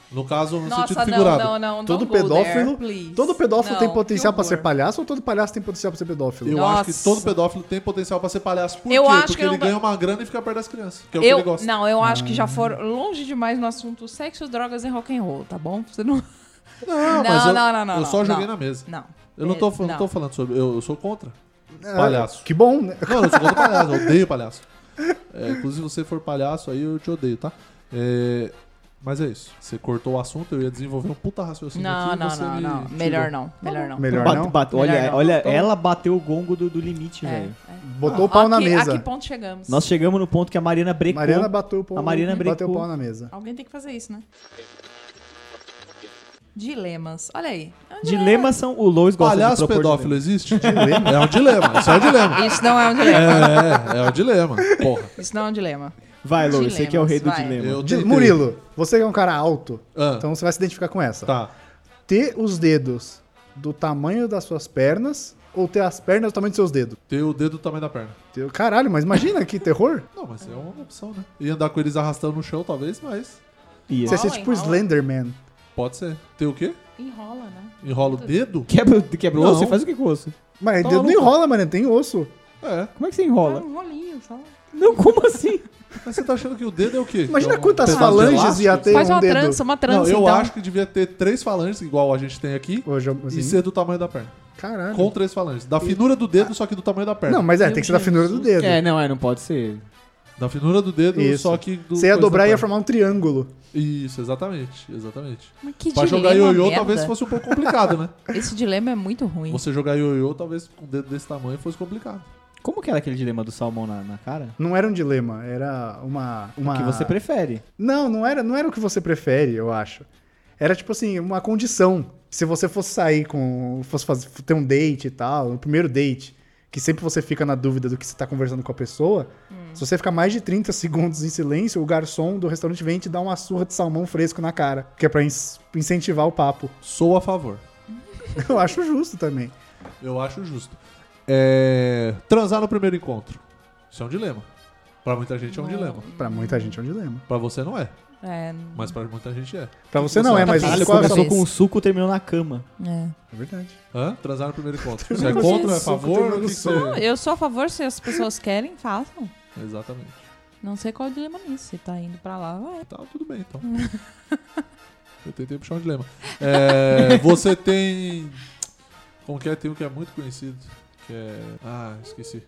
Speaker 3: No caso, no
Speaker 4: Nossa,
Speaker 3: sentido
Speaker 4: não,
Speaker 3: figurado.
Speaker 4: não, não.
Speaker 2: Todo
Speaker 4: don't go
Speaker 2: pedófilo-
Speaker 4: there, please.
Speaker 2: Todo pedófilo
Speaker 4: Não,
Speaker 2: tem
Speaker 4: que
Speaker 2: potencial pra
Speaker 4: horror.
Speaker 2: ser palhaço ou todo palhaço tem potencial pra ser pedófilo?
Speaker 3: Eu acho que
Speaker 4: Nossa.
Speaker 3: todo pedófilo tem potencial pra ser palhaço. Por
Speaker 4: Eu
Speaker 3: quê?
Speaker 4: acho
Speaker 3: Porque
Speaker 4: que
Speaker 3: ele
Speaker 4: não vai-
Speaker 3: ganha uma grana e fica perto das crianças. Que é o que ele
Speaker 4: Eu,
Speaker 3: gosta.
Speaker 4: não, eu acho
Speaker 3: Hum.
Speaker 4: que já foram longe demais no assunto sexo, drogas e rock and roll, tá bom? Você não.
Speaker 3: Não,
Speaker 4: Não,
Speaker 3: Ah, eu,
Speaker 4: não, não, não,
Speaker 3: eu
Speaker 4: não,
Speaker 3: só joguei
Speaker 4: não.
Speaker 3: na mesa.
Speaker 4: Não.
Speaker 3: Eu não tô,
Speaker 4: É,
Speaker 3: fa- não tô falando sobre. Eu, eu sou contra.
Speaker 2: Ah,
Speaker 3: É. palhaço.
Speaker 2: Que bom, né?
Speaker 3: Não, eu sou contra palhaço. Eu odeio palhaço. É, inclusive, se você for palhaço, aí eu te odeio, tá? É, mas é isso. Você cortou o assunto, eu ia desenvolver um puta raciocínio
Speaker 4: Não,
Speaker 3: aqui.
Speaker 4: não,
Speaker 3: você
Speaker 4: não,
Speaker 3: me
Speaker 4: não.
Speaker 3: tirou.
Speaker 4: Melhor não. Melhor não.
Speaker 2: Melhor
Speaker 1: Bate-
Speaker 2: não.
Speaker 1: bate- olha,
Speaker 4: Melhor não.
Speaker 1: olha
Speaker 4: Tô-
Speaker 1: ela bateu o gongo do, do limite,
Speaker 4: É,
Speaker 1: velho.
Speaker 4: é.
Speaker 2: Botou o pau na
Speaker 4: Aqui-
Speaker 2: mesa.
Speaker 4: A que ponto chegamos?
Speaker 1: Nós chegamos no ponto que a Mariana brecou.
Speaker 2: Mariana bateu o pau.
Speaker 1: A Mariana
Speaker 2: bateu o
Speaker 1: brecou.
Speaker 2: pau na mesa.
Speaker 4: Alguém tem que fazer isso, né? Dilemas. Olha aí. É
Speaker 1: Ah.
Speaker 4: um dilema.
Speaker 1: Dilemas são... O Lois gosta
Speaker 3: Palhaço
Speaker 1: de propor
Speaker 3: pedófilo existe? É um dilema. Isso é um dilema.
Speaker 4: Isso não é um dilema.
Speaker 3: É, é um dilema. Porra.
Speaker 4: Isso não é um dilema.
Speaker 1: dilema. Vai, Lois, você que é o rei do
Speaker 4: Dilemas, vai.
Speaker 1: dilema.
Speaker 3: Eu
Speaker 2: De-
Speaker 3: tentei.
Speaker 2: Murilo, você é um cara alto,
Speaker 3: Ah,
Speaker 2: então você vai se identificar com essa.
Speaker 3: tá.
Speaker 2: Ter os dedos do tamanho das suas pernas ou ter as pernas do tamanho dos seus dedos?
Speaker 3: Ter o dedo do tamanho da perna.
Speaker 2: Teu- Caralho, mas imagina que terror.
Speaker 3: Não, mas é uma opção, né? Ia andar com eles arrastando no chão, talvez, mas
Speaker 1: Ia.
Speaker 2: Você
Speaker 4: Enrola,
Speaker 2: ser tipo
Speaker 4: enrola.
Speaker 2: Slenderman.
Speaker 3: pode ser. Ter o quê?
Speaker 4: Enrola, né?
Speaker 3: Enrola o dedo?
Speaker 1: Quebra, quebra o
Speaker 3: Não.
Speaker 1: osso? Você faz o que com o osso?
Speaker 2: Mas
Speaker 3: Tá
Speaker 2: dedo não
Speaker 3: maluco.
Speaker 2: enrola, mano, tem osso.
Speaker 3: É.
Speaker 1: Como é que você
Speaker 4: Fala
Speaker 1: enrola?
Speaker 4: um rolinho só.
Speaker 1: Não, como assim?
Speaker 3: Mas você tá achando que o dedo é o quê?
Speaker 2: Imagina
Speaker 3: É um
Speaker 2: quantas
Speaker 3: pedaço de
Speaker 2: falanges
Speaker 3: elástico?
Speaker 2: ia ter
Speaker 4: Faz
Speaker 2: um
Speaker 4: uma
Speaker 2: dedo.
Speaker 4: trança, uma
Speaker 3: Não,
Speaker 4: trança,
Speaker 3: eu
Speaker 4: então.
Speaker 3: acho que devia ter três falanges, igual a gente tem aqui,
Speaker 2: Hoje, eu- assim,
Speaker 3: e ser do tamanho da perna.
Speaker 2: Caralho.
Speaker 3: é Com três falanges. Da finura do dedo, só que do tamanho da perna.
Speaker 2: Não, mas é,
Speaker 4: Meu
Speaker 2: tem que ser da finura do dedo.
Speaker 1: É, não, é, não pode ser.
Speaker 3: Da finura do dedo,
Speaker 2: Isso.
Speaker 3: só que do.
Speaker 2: Você ia
Speaker 3: coisa da
Speaker 2: dobrar e ia
Speaker 3: perna.
Speaker 2: formar um triângulo.
Speaker 3: Isso, exatamente. Exatamente.
Speaker 4: Mas que
Speaker 3: Pra
Speaker 4: dilema
Speaker 3: jogar ioiô,
Speaker 4: merda.
Speaker 3: talvez fosse um pouco complicado, né?
Speaker 4: Esse dilema é muito ruim.
Speaker 3: Você jogar ioiô, talvez com um dedo desse tamanho fosse complicado.
Speaker 1: Como que era aquele dilema do salmão na, na cara?
Speaker 2: Não era um dilema, era uma. uma...
Speaker 1: O que você prefere.
Speaker 2: Não, não era, não era o que você prefere, eu acho. Era tipo assim, uma condição. Se você fosse sair com. fosse fazer, ter um date e tal, o primeiro date, que sempre você fica na dúvida do que você tá conversando com a pessoa, se você ficar mais de 30 segundos em silêncio, o garçom do restaurante vem te dar uma surra de salmão fresco na cara, que é pra in- incentivar o papo.
Speaker 3: Sou a favor.
Speaker 2: Eu acho justo também.
Speaker 3: Eu acho justo. É... Transar no primeiro encontro. Isso é um dilema. Pra muita gente é um dilema.
Speaker 2: Pra muita gente é um dilema.
Speaker 3: Pra você não é,
Speaker 4: É,
Speaker 3: mas pra muita gente é.
Speaker 2: Pra você não é, mas
Speaker 1: Caralho,
Speaker 2: qual é a
Speaker 1: começou
Speaker 2: sua-
Speaker 1: com um suco, terminou na cama.
Speaker 4: é.
Speaker 2: É verdade.
Speaker 3: Hã? Transar no primeiro encontro. Você é contra, é a
Speaker 2: Isso, tem
Speaker 3: favor? O que que
Speaker 2: noção.
Speaker 3: você...
Speaker 4: Eu sou a favor, se as pessoas querem, façam.
Speaker 3: Exatamente.
Speaker 4: Não sei qual é o dilema nisso. Se tá indo pra lá, vai.
Speaker 3: Tá, tudo bem, então. Eu tentei puxar um dilema. É, você tem... Como que é? Tem um que é muito conhecido. Que é... Ah, esqueci.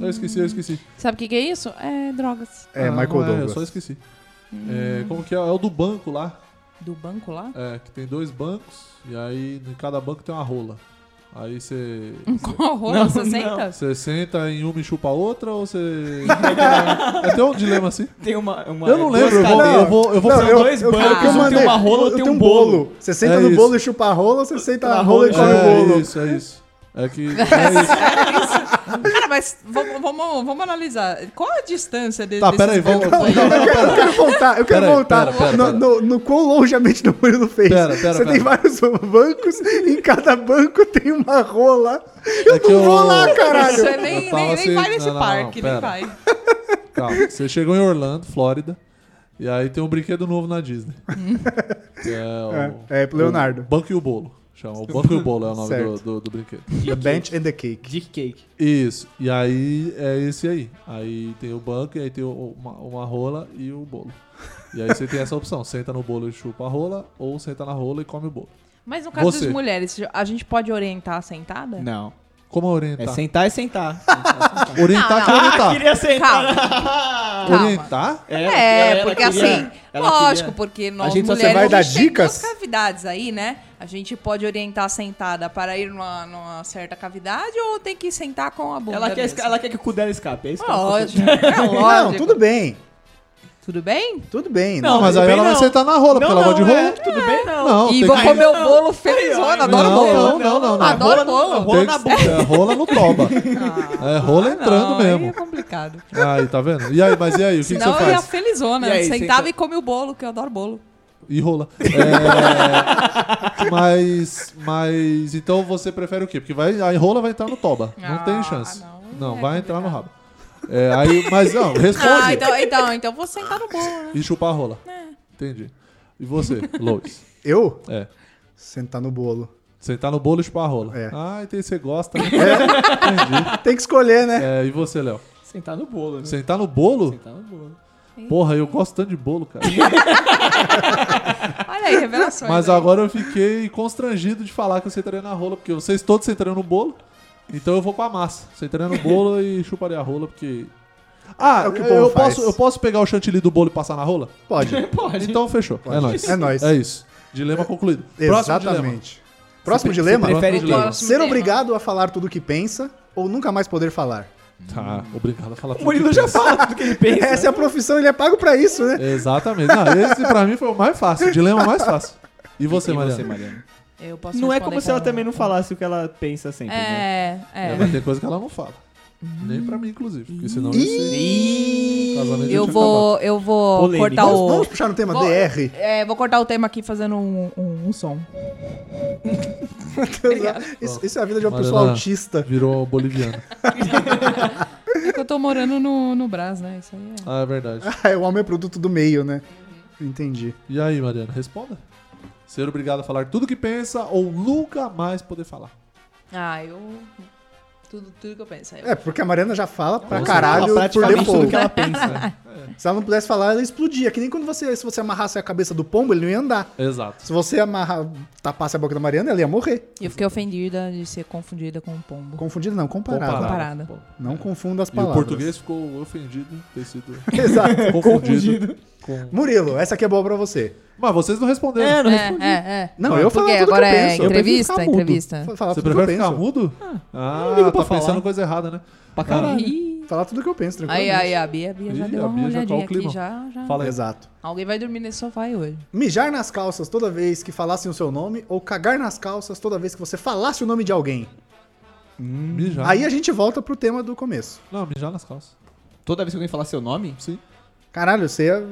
Speaker 3: Eu esqueci, eu esqueci.
Speaker 4: Sabe o que, que é isso? É drogas.
Speaker 2: É,
Speaker 3: Ah,
Speaker 2: Michael
Speaker 3: não
Speaker 2: Douglas.
Speaker 3: Eu só esqueci. É, como que é? É o do banco lá.
Speaker 4: Do banco lá?
Speaker 3: É, que tem dois bancos e aí em cada banco tem uma rola. Aí você.
Speaker 4: Com a rola,
Speaker 1: Não,
Speaker 4: 60?
Speaker 3: Você senta em uma e chupa a outra ou você. é até um dilema assim.
Speaker 1: Tem uma. uma
Speaker 3: Eu não
Speaker 1: duas
Speaker 3: lembro, eu vou,
Speaker 1: cadeiras.
Speaker 3: eu vou, eu vou
Speaker 2: Não,
Speaker 1: São
Speaker 3: fazer
Speaker 2: eu-
Speaker 1: dois
Speaker 2: eu quero
Speaker 1: bancos,
Speaker 2: que eu
Speaker 1: um tem
Speaker 2: mandei.
Speaker 1: uma rola,
Speaker 2: Eu-
Speaker 1: ou
Speaker 2: eu
Speaker 1: tem
Speaker 2: tenho
Speaker 1: um bolo.
Speaker 2: Você senta
Speaker 3: É
Speaker 2: no
Speaker 3: isso.
Speaker 2: bolo e chupa a rola, você senta na rola e come o
Speaker 3: é
Speaker 2: bolo.
Speaker 3: isso, é isso. É que. É isso.
Speaker 4: Cara, mas vamos, vamos, vamos analisar. Qual a distância dele?
Speaker 3: Tá, peraí, vamos.
Speaker 2: Não,
Speaker 3: Não,
Speaker 2: eu, quero, eu quero voltar, eu quero
Speaker 3: Pera aí,
Speaker 2: voltar
Speaker 3: pera, pera,
Speaker 2: no,
Speaker 3: pera.
Speaker 2: No, no quão longe a mente do Murilo fez.
Speaker 3: Pera, pera,
Speaker 2: Você tem
Speaker 3: pera.
Speaker 2: vários bancos e em cada banco tem uma rola. Eu
Speaker 3: É que
Speaker 2: não vou
Speaker 3: eu-
Speaker 2: lá, caralho.
Speaker 4: Você nem,
Speaker 3: Eu tava
Speaker 4: nem, nem vai
Speaker 3: assim-
Speaker 4: nesse
Speaker 3: não, não,
Speaker 4: parque,
Speaker 3: não,
Speaker 4: nem
Speaker 3: pera.
Speaker 4: vai.
Speaker 3: Calma, você chegou em Orlando, Flórida, e aí tem um brinquedo novo na Disney. Que é o.
Speaker 2: É, é pro Leonardo.
Speaker 3: o Banco e o Bolo. Chama. O Banco e o Bolo é o nome do-
Speaker 2: Certo.
Speaker 3: do- do brinquedo.
Speaker 2: The bench and the cake.
Speaker 1: Dick Cake.
Speaker 3: Isso, e aí é esse aí. Aí tem o banco, e aí tem o- uma, uma rola e o bolo. E aí você tem essa opção: senta no bolo e chupa a rola, ou senta na rola e come o bolo.
Speaker 4: Mas no caso
Speaker 3: Você.
Speaker 4: das mulheres, a gente pode orientar sentada?
Speaker 1: Não.
Speaker 3: Como
Speaker 1: É
Speaker 3: orientar?
Speaker 1: sentar é sentar. Sentar é sentar.
Speaker 3: Orientar que é orientar.
Speaker 1: Queria sentar.
Speaker 4: Calma.
Speaker 3: Orientar?
Speaker 1: É,
Speaker 4: É,
Speaker 1: ela- ela
Speaker 4: porque
Speaker 1: queria-
Speaker 4: assim,
Speaker 1: ela
Speaker 4: lógico,
Speaker 1: queria-
Speaker 4: porque nós
Speaker 1: gente só- você
Speaker 4: mulheres
Speaker 2: vai dar
Speaker 4: a gente tem
Speaker 2: dicas?
Speaker 4: duas cavidades aí, né? A gente pode orientar sentada para ir numa, numa certa cavidade ou tem que sentar com a bunda.
Speaker 1: Ela quer,
Speaker 4: mesmo?
Speaker 1: esca- ela quer que o cu dela escape, é isso que ela tá
Speaker 4: Lógico, é
Speaker 2: Não,
Speaker 4: lógico.
Speaker 2: tudo bem.
Speaker 4: Tudo bem?
Speaker 2: Tudo bem.
Speaker 1: Não,
Speaker 3: Não, mas aí
Speaker 1: bem
Speaker 3: ela vai
Speaker 1: não.
Speaker 3: sentar na rola, porque ela gosta de
Speaker 1: é,
Speaker 3: rola.
Speaker 1: tudo bem, não.
Speaker 3: Não,
Speaker 4: e
Speaker 3: tem
Speaker 4: vou
Speaker 3: que-
Speaker 4: comer o bolo felizona,
Speaker 1: Ai,
Speaker 4: adoro
Speaker 3: não,
Speaker 4: bolo.
Speaker 3: não, não, não, não.
Speaker 1: Tá Rola-
Speaker 4: Adoro bolo.
Speaker 1: rola na
Speaker 3: tem que- é rola no toba. É rola entrando
Speaker 4: Ah, não, Aí é
Speaker 3: mesmo.
Speaker 4: complicado.
Speaker 3: Aí, tá vendo? E aí, mas e aí, o que, que você
Speaker 4: Senão eu ia
Speaker 3: faz?
Speaker 4: felizona.
Speaker 1: E aí,
Speaker 4: sentava
Speaker 1: senta-
Speaker 4: e comia o bolo, que eu adoro bolo.
Speaker 3: E rola. É, mas, mas. Então você prefere o quê? Porque vai, a rola vai entrar no toba. não
Speaker 4: Ah,
Speaker 3: tem chance.
Speaker 4: não,
Speaker 3: Não,
Speaker 4: é
Speaker 3: vai entrar no rabo. É, aí, mas não, responde.
Speaker 4: então- Ah, então, então, então vou sentar no bolo, né?
Speaker 3: E chupar a rola. Entendi. E você, Lois?
Speaker 2: Eu?
Speaker 3: É.
Speaker 2: Sentar no bolo.
Speaker 3: Sentar no bolo e chupar a rola.
Speaker 2: É.
Speaker 3: Ah, então você gosta, né?
Speaker 2: Tem que escolher, né?
Speaker 3: É, e você, Léo?
Speaker 1: Sentar no bolo, né?
Speaker 3: Sentar no bolo?
Speaker 1: Sentar no bolo.
Speaker 3: Porra, eu gosto tanto de bolo, cara.
Speaker 4: Olha aí,
Speaker 1: Tá
Speaker 4: revelações.
Speaker 3: Mas
Speaker 4: aí.
Speaker 3: agora eu fiquei constrangido de falar que eu sentaria na rola, porque vocês todos sentariam no bolo, então eu vou com a massa. Sentaria no bolo e chuparia a rola, porque... Ah,
Speaker 2: É o que o povo
Speaker 3: eu,
Speaker 2: faz.
Speaker 3: posso, eu posso pegar o chantilly do bolo e passar na rola?
Speaker 2: Pode.
Speaker 1: Pode.
Speaker 3: Então fechou, é nóis.
Speaker 2: É nóis.
Speaker 3: É isso. Dilema concluído. Próximo dilema.
Speaker 2: Exatamente. Próximo
Speaker 3: Você
Speaker 2: dilema?
Speaker 3: pre-
Speaker 1: Prefere
Speaker 3: Próximo
Speaker 1: dilema.
Speaker 4: dilema.
Speaker 2: Ser obrigado a falar tudo o que pensa ou nunca mais poder falar.
Speaker 3: Tá, obrigado a falar tudo
Speaker 1: O
Speaker 3: que
Speaker 1: Murilo já
Speaker 3: pensa.
Speaker 1: fala tudo que ele pensa. né?
Speaker 2: Essa é a profissão, ele é pago pra isso, né?
Speaker 3: Exatamente. Não, esse pra mim foi o mais fácil, o dilema mais fácil. E você,
Speaker 1: E
Speaker 3: Mariana?
Speaker 1: Mariana?
Speaker 4: Eu posso
Speaker 1: Não é
Speaker 4: responder
Speaker 1: como se ela
Speaker 4: com-
Speaker 1: também não falasse o que ela pensa sempre, né?
Speaker 4: É, é.
Speaker 3: É, mas tem coisa que ela não fala. Nem pra mim, inclusive. Porque senão
Speaker 1: É.
Speaker 3: esse casamento já
Speaker 4: Eu
Speaker 3: tinha
Speaker 4: vou, eu vou
Speaker 1: Polêmica.
Speaker 4: cortar
Speaker 2: Vamos,
Speaker 4: o.
Speaker 2: vamos puxar no tema
Speaker 4: Vou-
Speaker 2: DR.
Speaker 4: É, vou cortar o tema aqui fazendo um, um- um som.
Speaker 2: Isso, isso é a vida de uma pessoa
Speaker 3: Mariana.
Speaker 2: autista.
Speaker 3: acabado. Virou boliviano.
Speaker 4: É que eu tô morando no, no Brás, né? Isso aí
Speaker 3: Ah, é verdade.
Speaker 2: Ah, o homem é produto do meio, né? Entendi.
Speaker 3: E aí, Mariana, responda. Ser obrigado a falar tudo que pensa ou nunca mais poder falar.
Speaker 4: é. Ah, eu. Tudo, tudo que eu penso. Eu...
Speaker 2: É, porque a Mariana já fala pra
Speaker 1: Ela
Speaker 2: caralho
Speaker 1: fala
Speaker 2: por
Speaker 1: praticamente tudo
Speaker 2: default.
Speaker 1: que ela
Speaker 3: né?
Speaker 1: pensa.
Speaker 2: Se ela não pudesse falar, ela explodia. Que nem quando você, se você amarrasse a cabeça do pombo, ele não ia andar.
Speaker 3: Exato.
Speaker 2: Se você amarrar, tapasse a boca da Mariana, ela ia morrer.
Speaker 4: E eu fiquei ofendida de ser confundida com um pombo.
Speaker 2: Confundido não, comparado.
Speaker 4: Comparado.
Speaker 3: Bom,
Speaker 2: Não confunda as
Speaker 3: E o
Speaker 2: palavras.
Speaker 3: português ficou ofendido de ter sido
Speaker 2: Exato.
Speaker 3: confundido. com-
Speaker 2: Murilo, essa aqui é boa pra você.
Speaker 3: Mas vocês não responderam.
Speaker 1: É, não
Speaker 4: É,
Speaker 1: respondi.
Speaker 4: é, é.
Speaker 2: Não, eu falo
Speaker 4: Porque
Speaker 2: tudo
Speaker 4: agora
Speaker 2: que eu
Speaker 4: é
Speaker 2: penso. Eu
Speaker 1: prefiro
Speaker 4: entrevista?
Speaker 1: ficar
Speaker 4: então.
Speaker 1: mudo.
Speaker 4: entrevista?
Speaker 2: Fa- Falar
Speaker 3: Você
Speaker 2: tudo que eu
Speaker 3: prefere ficar
Speaker 2: penso.
Speaker 3: mudo?
Speaker 1: não ligo
Speaker 3: Ah,
Speaker 1: pra
Speaker 3: tá
Speaker 1: falar.
Speaker 3: pensando coisa errada, né?
Speaker 1: Pra caralho.
Speaker 2: Falar tudo que eu penso,
Speaker 4: Aí,
Speaker 2: tranquilo.
Speaker 4: aí, a Bia, a Bia já
Speaker 3: Ih,
Speaker 4: deu
Speaker 3: a
Speaker 4: uma
Speaker 3: Bia já
Speaker 4: olhadinha
Speaker 3: tá o
Speaker 4: aqui.
Speaker 3: clima.
Speaker 4: Já, já.
Speaker 3: Fala aí.
Speaker 2: Exato.
Speaker 4: Alguém vai dormir nesse sofá aí hoje.
Speaker 2: Mijar nas calças toda vez que falassem o seu nome ou cagar nas calças toda vez que você falasse o nome de alguém.
Speaker 3: Mijar.
Speaker 2: Hum. Aí é- a gente volta pro tema do começo.
Speaker 3: Não, mijar nas calças.
Speaker 1: Toda vez que alguém falar seu nome?
Speaker 3: Sim.
Speaker 2: Caralho, você é,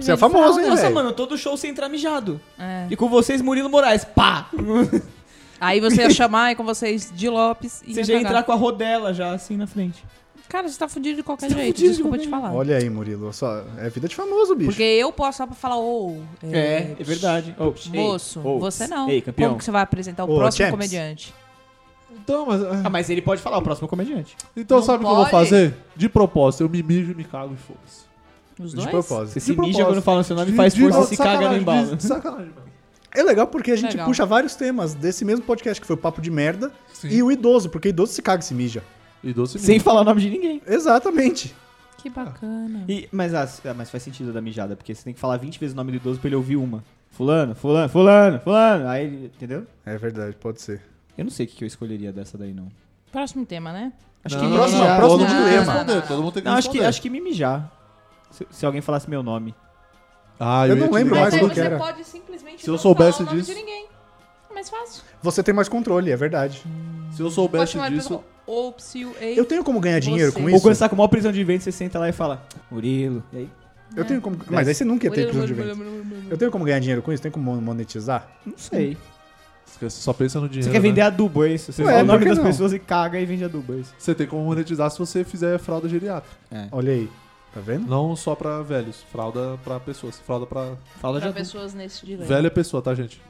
Speaker 2: você é famoso, hein,
Speaker 1: Nossa,
Speaker 2: velho?
Speaker 1: mano, todo show você entra mijado.
Speaker 4: É.
Speaker 1: E com vocês, Murilo Moraes. Pá!
Speaker 4: Aí você ia chamar e com vocês de Lopes e
Speaker 1: Você já ia
Speaker 4: cagar.
Speaker 1: entrar com a rodela já, assim, na frente.
Speaker 4: Cara, você tá fudido de qualquer
Speaker 1: Você tá
Speaker 4: jeito,
Speaker 1: fudido de
Speaker 4: desculpa
Speaker 1: qualquer
Speaker 4: te falar.
Speaker 2: Olha aí, Murilo. Só, é vida de famoso, bicho.
Speaker 4: Porque eu posso só pra falar, ô.
Speaker 1: É, é verdade. Ô, ei,
Speaker 4: Moço,
Speaker 1: ô,
Speaker 4: você não.
Speaker 1: Ei, campeão.
Speaker 4: Como que você vai apresentar o
Speaker 2: Ô,
Speaker 4: próximo
Speaker 2: James.
Speaker 4: comediante?
Speaker 3: Então, mas. ah,
Speaker 1: Ah, mas ele pode falar, o próximo comediante.
Speaker 3: Então,
Speaker 4: Não
Speaker 3: sabe o que eu vou
Speaker 4: pode.
Speaker 3: fazer? De propósito, eu me mijo e me cago e foda-se.
Speaker 4: Os
Speaker 2: De
Speaker 4: dois?
Speaker 2: propósito.
Speaker 1: Você se mija
Speaker 3: propósito.
Speaker 1: quando fala seu nome,
Speaker 3: De-
Speaker 1: faz
Speaker 3: de-
Speaker 1: força e
Speaker 3: não,
Speaker 1: se caga no
Speaker 3: sacanagem,
Speaker 1: embalo.
Speaker 3: de- Sacanagem, mano.
Speaker 2: É legal porque a gente
Speaker 4: Legal.
Speaker 2: puxa vários temas desse mesmo podcast que foi o Papo de Merda
Speaker 3: Sim.
Speaker 2: e o idoso, porque idoso se caga e se mija.
Speaker 3: E doce
Speaker 1: Sem
Speaker 3: mesmo.
Speaker 1: falar o nome de ninguém.
Speaker 2: Exatamente.
Speaker 4: Que bacana.
Speaker 1: E- mas, ah, ah, mas faz sentido da mijada, porque você tem que falar 20 vezes o nome do idoso pra ele ouvir uma. Fulano, fulano, fulano, fulano. Aí ele, entendeu?
Speaker 2: É verdade, pode ser.
Speaker 1: Eu não sei o que que eu escolheria dessa daí, não.
Speaker 4: Próximo tema, né?
Speaker 1: Acho
Speaker 3: Não,
Speaker 1: que
Speaker 3: não,
Speaker 1: mijar.
Speaker 2: Próximo-
Speaker 3: não,
Speaker 2: próximo
Speaker 3: todo mundo tem que
Speaker 4: dilema.
Speaker 3: responder, todo mundo tem que
Speaker 1: Não, acho
Speaker 3: responder.
Speaker 1: que, acho que me mijar. Se, se alguém falasse meu nome.
Speaker 3: Ah, eu,
Speaker 2: Eu não
Speaker 3: ia te
Speaker 2: lembro
Speaker 3: ligar.
Speaker 2: mais
Speaker 4: aí
Speaker 2: do
Speaker 4: você
Speaker 1: é.
Speaker 2: que era.
Speaker 4: pode simplesmente
Speaker 3: Se eu
Speaker 4: não
Speaker 3: soubesse
Speaker 4: falar o nome
Speaker 3: disso.
Speaker 4: de ninguém. É mais fácil.
Speaker 2: Você tem mais controle, é verdade.
Speaker 3: Se eu
Speaker 4: Pode
Speaker 3: soubesse
Speaker 4: chamar a
Speaker 3: disso.
Speaker 4: pessoa. Ô, psiu, ei.
Speaker 2: Eu tenho como ganhar dinheiro
Speaker 4: Você.
Speaker 2: com
Speaker 1: Ou
Speaker 2: isso?
Speaker 1: quando você tá com a maior prisão de vento, você senta lá e fala, Murilo. E aí?
Speaker 2: Eu tenho como.
Speaker 4: É.
Speaker 2: Mas aí você nunca ia ter prisão de ventre. Eu tenho como ganhar dinheiro com isso? Tem como monetizar?
Speaker 1: Não sei.
Speaker 3: Esquece, Só pensa no dinheiro.
Speaker 1: Você quer
Speaker 3: né?
Speaker 1: vender adubo, é isso? Você
Speaker 2: Ué,
Speaker 1: fala o
Speaker 2: por
Speaker 1: nome
Speaker 2: que
Speaker 1: das
Speaker 2: não?
Speaker 1: pessoas e caga e vende adubo, é isso?
Speaker 3: Você tem como monetizar se você fizer fralda geriátrica.
Speaker 2: Olha aí. Tá vendo?
Speaker 3: Não só pra velhos, fralda pra pessoas. Fralda pra
Speaker 1: Fala de
Speaker 4: Pra
Speaker 1: adubo.
Speaker 4: pessoas nesse dilema.
Speaker 3: velha pessoa, tá, gente?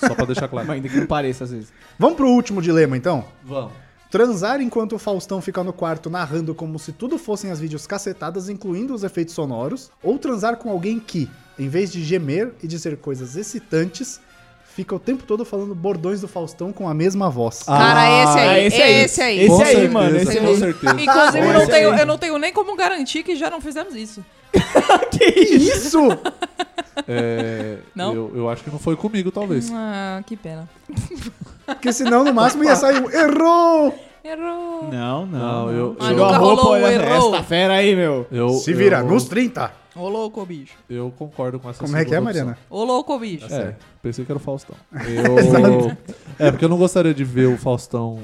Speaker 3: Só pra deixar claro.
Speaker 1: Mas ainda que não pareça, às vezes.
Speaker 2: Vamos pro último dilema, então?
Speaker 3: Vamos.
Speaker 2: Transar enquanto o Faustão fica no quarto narrando como se tudo fossem as vídeos cacetadas, incluindo os efeitos sonoros, ou transar com alguém que, em vez de gemer e dizer coisas excitantes, fica o tempo todo falando bordões do Faustão com a mesma voz.
Speaker 4: Cara, esse aí,
Speaker 1: Ah,
Speaker 4: esse aí. Esse aí,
Speaker 1: Esse
Speaker 3: Com
Speaker 1: aí,
Speaker 3: certeza,
Speaker 1: mano, esse
Speaker 3: com
Speaker 1: aí.
Speaker 3: certeza.
Speaker 4: Inclusive, eu não
Speaker 1: Esse
Speaker 4: tenho,
Speaker 1: aí.
Speaker 4: eu não tenho nem como garantir que já não fizemos isso.
Speaker 2: Que isso?
Speaker 3: É,
Speaker 4: Não?
Speaker 3: Eu, eu acho que não foi comigo,
Speaker 1: Hum.
Speaker 3: talvez.
Speaker 4: Ah, que pena.
Speaker 2: Porque senão, no máximo, ia sair um errou!
Speaker 4: Errou.
Speaker 1: Não,
Speaker 3: Não,
Speaker 1: não.
Speaker 3: eu-
Speaker 1: Tirou
Speaker 3: eu-
Speaker 1: a
Speaker 4: Nunca
Speaker 1: roupa,
Speaker 4: rolou,
Speaker 1: olha
Speaker 4: errou.
Speaker 1: esta fera aí, meu.
Speaker 3: Eu,
Speaker 2: Se vira,
Speaker 3: eu,
Speaker 2: nos 30!
Speaker 4: Ô, louco, bicho.
Speaker 3: Eu concordo com essa
Speaker 2: Como é que é,
Speaker 3: segunda opção.
Speaker 2: Mariana?
Speaker 4: Ô, louco,
Speaker 2: Tá
Speaker 4: bicho.
Speaker 3: É, pensei que era o Faustão. Eu... é, porque eu não gostaria de ver o Faustão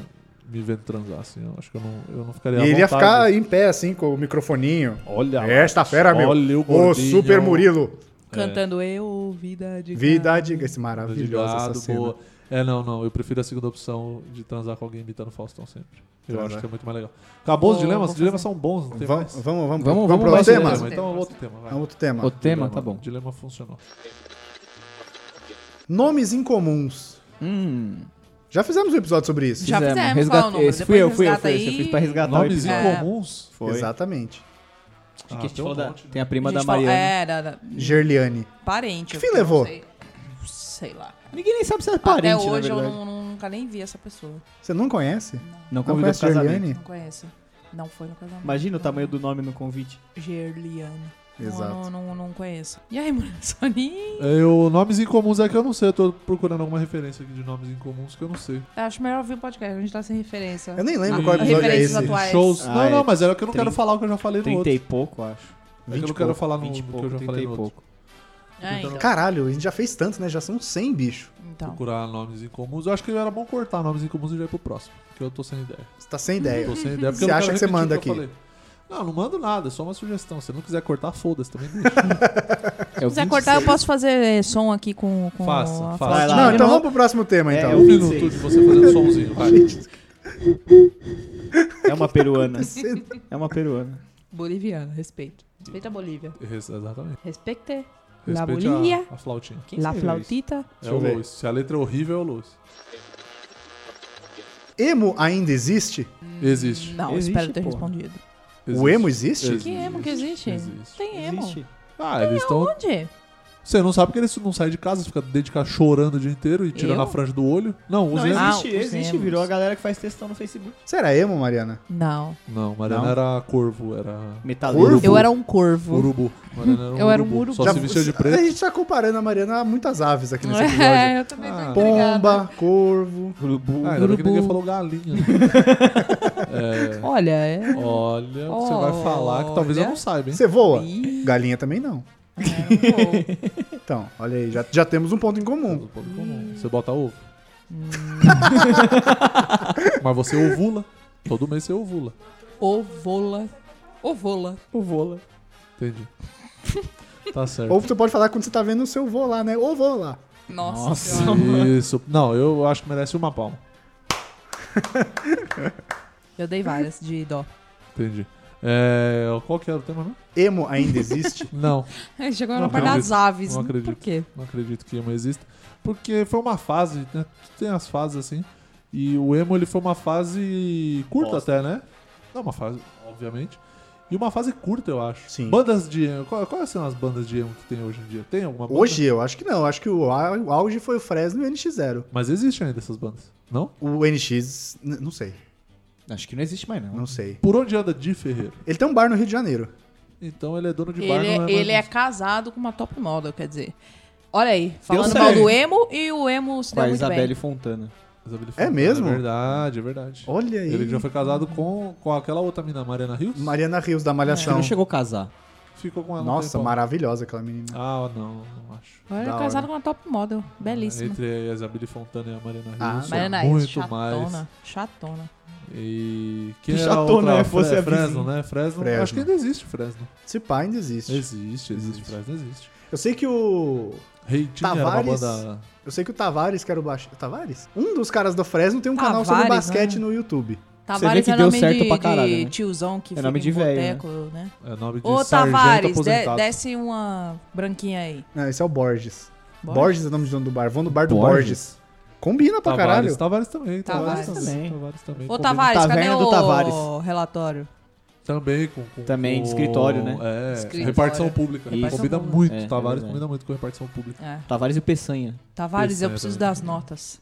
Speaker 3: me vendo transar, assim. Eu acho que eu não, eu não
Speaker 2: E
Speaker 3: ficaria à
Speaker 2: ele ia
Speaker 3: vontade.
Speaker 2: ficar em pé, assim, com o microfoninho.
Speaker 3: Olha lá,
Speaker 2: Esta fera, meu!
Speaker 3: Olha o
Speaker 2: Ô,
Speaker 3: gordinho.
Speaker 2: Super Murilo!
Speaker 4: Cantando eu, vida de
Speaker 2: Vida
Speaker 4: gado.
Speaker 2: de... Esse maravilhosa essa
Speaker 3: Maravilhosa
Speaker 2: cena.
Speaker 3: boa. É, não, não. Eu prefiro a segunda opção de transar com alguém imitando o Faustão sempre. Eu
Speaker 2: Transar.
Speaker 3: acho que é muito mais legal. Acabou os
Speaker 4: Vou-
Speaker 3: dilemas?
Speaker 4: vou
Speaker 3: Os dilemas são bons, não tem
Speaker 2: Vamos,
Speaker 3: mais.
Speaker 2: vamos, vamos,
Speaker 1: Vamos-
Speaker 2: vamos,
Speaker 1: vamos
Speaker 2: pro
Speaker 1: mais
Speaker 2: tema?
Speaker 1: um
Speaker 3: Então, outro é tema, vai.
Speaker 1: tá
Speaker 2: Vamos pro tema.
Speaker 1: O tema,
Speaker 3: Dilema-
Speaker 1: tá bom.
Speaker 3: Dilema funcionou.
Speaker 2: Nomes incomuns.
Speaker 1: Hum.
Speaker 2: Já fizemos um episódio sobre isso.
Speaker 4: Já fizemos, fala o
Speaker 1: resgata-
Speaker 4: número,
Speaker 1: um Esse
Speaker 4: depois
Speaker 1: fui eu, fui eu,
Speaker 4: resgata
Speaker 1: fui eu. Esse eu
Speaker 4: aí.
Speaker 1: fiz pra
Speaker 2: tá
Speaker 1: resgatar o
Speaker 3: Nomes
Speaker 1: episódio.
Speaker 4: É.
Speaker 3: incomuns?
Speaker 1: Foi.
Speaker 2: Exatamente.
Speaker 1: Acho que a gente
Speaker 3: Ah,
Speaker 1: falou
Speaker 3: tem um
Speaker 1: da...
Speaker 3: monte, né?
Speaker 1: tá Tem a prima
Speaker 4: A gente
Speaker 1: da
Speaker 4: fala-
Speaker 1: Mariana.
Speaker 4: É, da, da-
Speaker 2: Gerliane.
Speaker 4: parente.
Speaker 2: Que
Speaker 4: eu
Speaker 2: fim
Speaker 4: não
Speaker 2: levou?
Speaker 4: Sei, sei lá.
Speaker 1: Ninguém nem sabe se é parente,
Speaker 4: Até hoje
Speaker 1: na
Speaker 4: eu
Speaker 1: verdade.
Speaker 4: não- nunca nem vi essa pessoa.
Speaker 2: Você não conhece?
Speaker 1: Não
Speaker 2: Não
Speaker 1: convidou pro
Speaker 2: conhece
Speaker 1: casamento.
Speaker 2: Gerliane?
Speaker 4: Não conheço. Não foi no casamento.
Speaker 1: Imagina o tamanho do nome no convite.
Speaker 4: Gerliane.
Speaker 2: Exato.
Speaker 4: Não, não, não conheço. E aí, mano? Soninho?
Speaker 3: Eu, nomes incomuns é que eu não sei, eu tô procurando alguma referência aqui de nomes incomuns que eu não sei.
Speaker 4: Acho melhor ouvir o podcast, a gente tá sem referência.
Speaker 2: Eu nem lembro qual episódio é
Speaker 4: Referências
Speaker 2: esse.
Speaker 4: atuais. Mas-
Speaker 3: Shows.
Speaker 1: Ah,
Speaker 3: não,
Speaker 1: é
Speaker 3: não, mas era que eu não
Speaker 1: trinta-
Speaker 3: quero falar o que eu já falei no
Speaker 1: Trinta
Speaker 3: outro.
Speaker 1: e pouco, acho.
Speaker 3: É que eu
Speaker 1: Vinte
Speaker 3: não
Speaker 1: e
Speaker 3: quero
Speaker 1: pouco,
Speaker 3: falar no
Speaker 1: vinte e
Speaker 3: do que
Speaker 1: pouco,
Speaker 3: eu já
Speaker 1: trinta
Speaker 3: falei
Speaker 1: e
Speaker 3: no outro.
Speaker 1: pouco.
Speaker 4: Ah, então.
Speaker 2: Caralho, a gente já fez tanto, né? Já são 100, bicho.
Speaker 4: então.
Speaker 3: Procurar nomes incomuns. Eu acho que era bom cortar nomes incomuns e já ir pro próximo. Porque eu tô sem ideia.
Speaker 2: Você tá sem
Speaker 3: Eu
Speaker 1: É.
Speaker 2: ideia.
Speaker 3: Tô sem ideia. Porque
Speaker 2: Você
Speaker 3: eu não
Speaker 2: acha
Speaker 3: quero
Speaker 2: que você
Speaker 3: repetir o
Speaker 2: manda
Speaker 3: que eu
Speaker 2: aqui?
Speaker 3: falei. Não, não mando nada, é só uma sugestão. Se não quiser cortar, foda-se também. deixa.
Speaker 1: É o
Speaker 4: Se quiser
Speaker 1: 26.
Speaker 4: cortar, eu posso fazer eh, som aqui com. com
Speaker 3: Faça,
Speaker 4: a-
Speaker 3: faça.
Speaker 1: Vai lá.
Speaker 2: Não, então vamos pro próximo tema,
Speaker 1: É,
Speaker 2: então.
Speaker 1: eu
Speaker 3: um
Speaker 1: vi
Speaker 3: minuto de você fazendo somzinho, vai.
Speaker 1: É uma peruana.
Speaker 2: Você-
Speaker 1: É uma peruana.
Speaker 4: Boliviano, respeito. Respeita a Bolívia.
Speaker 3: Res- Exatamente.
Speaker 4: Respeite La
Speaker 3: Respeite
Speaker 4: Bolívia.
Speaker 3: a, a flautinha.
Speaker 4: La flautita.
Speaker 3: É o
Speaker 2: eu ver.
Speaker 3: Luiz. Se a letra é horrível, é o Luiz.
Speaker 2: Emo ainda existe?
Speaker 3: Existe.
Speaker 4: Não,
Speaker 1: Existe,
Speaker 4: espero ter
Speaker 1: porra.
Speaker 4: respondido.
Speaker 2: O emo existe?
Speaker 3: Existe.
Speaker 4: Que emo que existe? um
Speaker 3: Existe.
Speaker 4: Tem emo.
Speaker 1: Existe?
Speaker 3: Ah, eles estão.
Speaker 4: Onde?
Speaker 3: Você não sabe que eles não saem de casa, fica dentro de casa chorando o dia inteiro e tirando
Speaker 4: Eu?
Speaker 3: a franja do olho. Não, os
Speaker 1: Não,
Speaker 3: emo-
Speaker 1: existe,
Speaker 4: Ah, os
Speaker 1: existe.
Speaker 4: emos.
Speaker 1: Virou a galera que faz textão no Facebook.
Speaker 2: Você era emo, Mariana?
Speaker 4: Não.
Speaker 3: Não, Mariana
Speaker 1: Não.
Speaker 3: era corvo, era
Speaker 1: Metaleiro.
Speaker 4: Eu era um corvo.
Speaker 3: urubu. Mariana
Speaker 4: Eu era um urubu.
Speaker 3: Só
Speaker 2: Já-
Speaker 3: se vestia de preto.
Speaker 2: A gente tá comparando a Mariana a muitas aves aqui nesse episódio.
Speaker 4: É, eu também
Speaker 3: Ah.
Speaker 4: tô intrigada.
Speaker 1: né?
Speaker 2: Pomba, corvo.
Speaker 1: Urubu.
Speaker 3: Ah, ainda bem que
Speaker 4: Urubu.
Speaker 3: ninguém falou galinha. É,
Speaker 4: Olha, é.
Speaker 3: olha, você vai falar que talvez eu não
Speaker 4: Olha.
Speaker 3: saiba, hein?
Speaker 2: Você voa?
Speaker 4: Ih,
Speaker 2: Galinha também não.
Speaker 4: era um
Speaker 2: Então, olha aí, já, já temos um ponto em
Speaker 4: é
Speaker 2: comum.
Speaker 3: Todo ponto comum. Você bota ovo.
Speaker 4: Hum.
Speaker 3: Mas você ovula. Todo mês você ovula.
Speaker 4: ovo. Ovola. Ovola.
Speaker 1: vola.
Speaker 3: Entendi. Tá certo.
Speaker 2: Ou você pode falar quando você tá vendo o seu vô lá, né? Ou vô lá.
Speaker 4: Nossa,
Speaker 1: Nossa.
Speaker 4: Senhora.
Speaker 3: Isso. Não, eu acho que merece uma palma.
Speaker 4: Eu dei várias de dó.
Speaker 3: Entendi. É, qual que era o tema, não?
Speaker 2: Emo ainda existe?
Speaker 3: Não,
Speaker 4: É, Chegou
Speaker 3: Não
Speaker 4: na parte das
Speaker 3: acredito,
Speaker 4: aves.
Speaker 3: não
Speaker 4: Por
Speaker 3: acredito.
Speaker 4: quê?
Speaker 3: não acredito que emo exista. Porque foi uma fase, né? Tem as fases assim. E o emo, ele foi uma fase curta até, né? Não, uma fase, obviamente. E uma fase curta, eu acho.
Speaker 2: Sim.
Speaker 3: Bandas de emo. Qual- Quais são as bandas de emo que tem hoje em dia? Tem alguma banda?
Speaker 2: Hoje eu acho que não. Acho que o au- o auge foi o Fresno e o NX0.
Speaker 3: Mas existem ainda essas bandas, não?
Speaker 2: O NX, n- não sei,
Speaker 1: Ah, Acho que não existe mais, não.
Speaker 2: não sei.
Speaker 3: Por onde anda Di Ferreiro?
Speaker 2: Ele tem um bar no Rio de Janeiro.
Speaker 3: Então ele é dono de bar,
Speaker 4: Ele,
Speaker 3: não
Speaker 4: é,
Speaker 3: é
Speaker 4: ele é
Speaker 3: mais
Speaker 4: casado com uma top model, quer dizer. Olha aí, falando
Speaker 1: certo.
Speaker 4: mal do emo e o emo se
Speaker 1: Com a
Speaker 4: deu muito
Speaker 1: Isabelle
Speaker 4: bem.
Speaker 1: Fontana.
Speaker 3: Isabelle
Speaker 2: É
Speaker 3: Fontana,
Speaker 2: mesmo?
Speaker 3: É verdade, é verdade.
Speaker 2: Olha aí.
Speaker 3: Ele já foi casado com, com aquela outra mina, Mariana Rios.
Speaker 2: Mariana Rios da
Speaker 1: Acho que
Speaker 2: Malhação.
Speaker 1: não chegou a casar.
Speaker 3: Ficou com ela um
Speaker 2: Nossa,
Speaker 3: tempão.
Speaker 2: maravilhosa aquela menina.
Speaker 3: Ah, não, não acho.
Speaker 4: Agora ele
Speaker 2: Da
Speaker 4: é
Speaker 2: hora.
Speaker 4: casado com uma top model.
Speaker 3: Ah,
Speaker 4: Belíssima.
Speaker 3: Entre a Isabelle Fontana e a Mariana Rios.
Speaker 2: Ah,
Speaker 3: é
Speaker 4: Mariana Reis,
Speaker 3: muito
Speaker 4: chatona.
Speaker 3: mais.
Speaker 4: Chatona.
Speaker 3: E que
Speaker 1: Que
Speaker 3: era
Speaker 1: chatona,
Speaker 3: outra,
Speaker 1: né? Fosse
Speaker 3: Fre-
Speaker 1: a
Speaker 3: Fresno,
Speaker 1: vizinha.
Speaker 3: né? Fresno,
Speaker 2: Fresno.
Speaker 3: Acho que ainda existe Fresno.
Speaker 2: Se pá, ainda existe.
Speaker 3: Existe, existe,
Speaker 2: Existe.
Speaker 3: Fresno existe.
Speaker 2: Eu sei que o.
Speaker 3: Reitinho era uma
Speaker 2: Tavares?
Speaker 3: banda.
Speaker 2: Eu sei que o Tavares, que era o baixista. Tavares? Um dos caras do Fresno tem um canal sobre
Speaker 4: Tavares,
Speaker 2: basquete
Speaker 4: né?
Speaker 2: no YouTube.
Speaker 4: Tavares
Speaker 1: que
Speaker 4: é
Speaker 1: deu
Speaker 4: nome
Speaker 1: certo
Speaker 4: de,
Speaker 1: pra caralho,
Speaker 4: de
Speaker 1: né?
Speaker 4: tiozão que
Speaker 1: É
Speaker 4: fica
Speaker 1: nome
Speaker 4: em
Speaker 1: de velho, né?
Speaker 4: boteco, né?
Speaker 3: É nome de
Speaker 4: Ô,
Speaker 3: sargento
Speaker 4: Tavares, de-
Speaker 3: aposentado.
Speaker 4: desce uma branquinha aí.
Speaker 2: Não, esse é o Borges. Borges,
Speaker 4: Bora.
Speaker 2: é o nome de dono do bar. Vão no bar do Borges. Combina pra
Speaker 3: Tavares,
Speaker 2: caralho.
Speaker 3: Tavares também.
Speaker 4: Tavares
Speaker 1: também.
Speaker 3: Tavares também.
Speaker 4: Ô,
Speaker 3: combina.
Speaker 4: Tavares, cadê
Speaker 1: Taverna
Speaker 4: o
Speaker 1: do Tavares.
Speaker 4: relatório?
Speaker 3: Também com, com-
Speaker 1: Também, de
Speaker 3: com-
Speaker 1: escritório, né?
Speaker 3: É,
Speaker 4: Escritório.
Speaker 3: repartição pública.
Speaker 1: Isso.
Speaker 3: Combina muito,
Speaker 1: É, é
Speaker 3: Tavares
Speaker 1: verdade.
Speaker 3: combina muito com repartição pública.
Speaker 4: É.
Speaker 1: Tavares e o Peçanha.
Speaker 4: Tavares, eu
Speaker 3: Peçanha
Speaker 4: preciso
Speaker 3: também.
Speaker 4: das notas.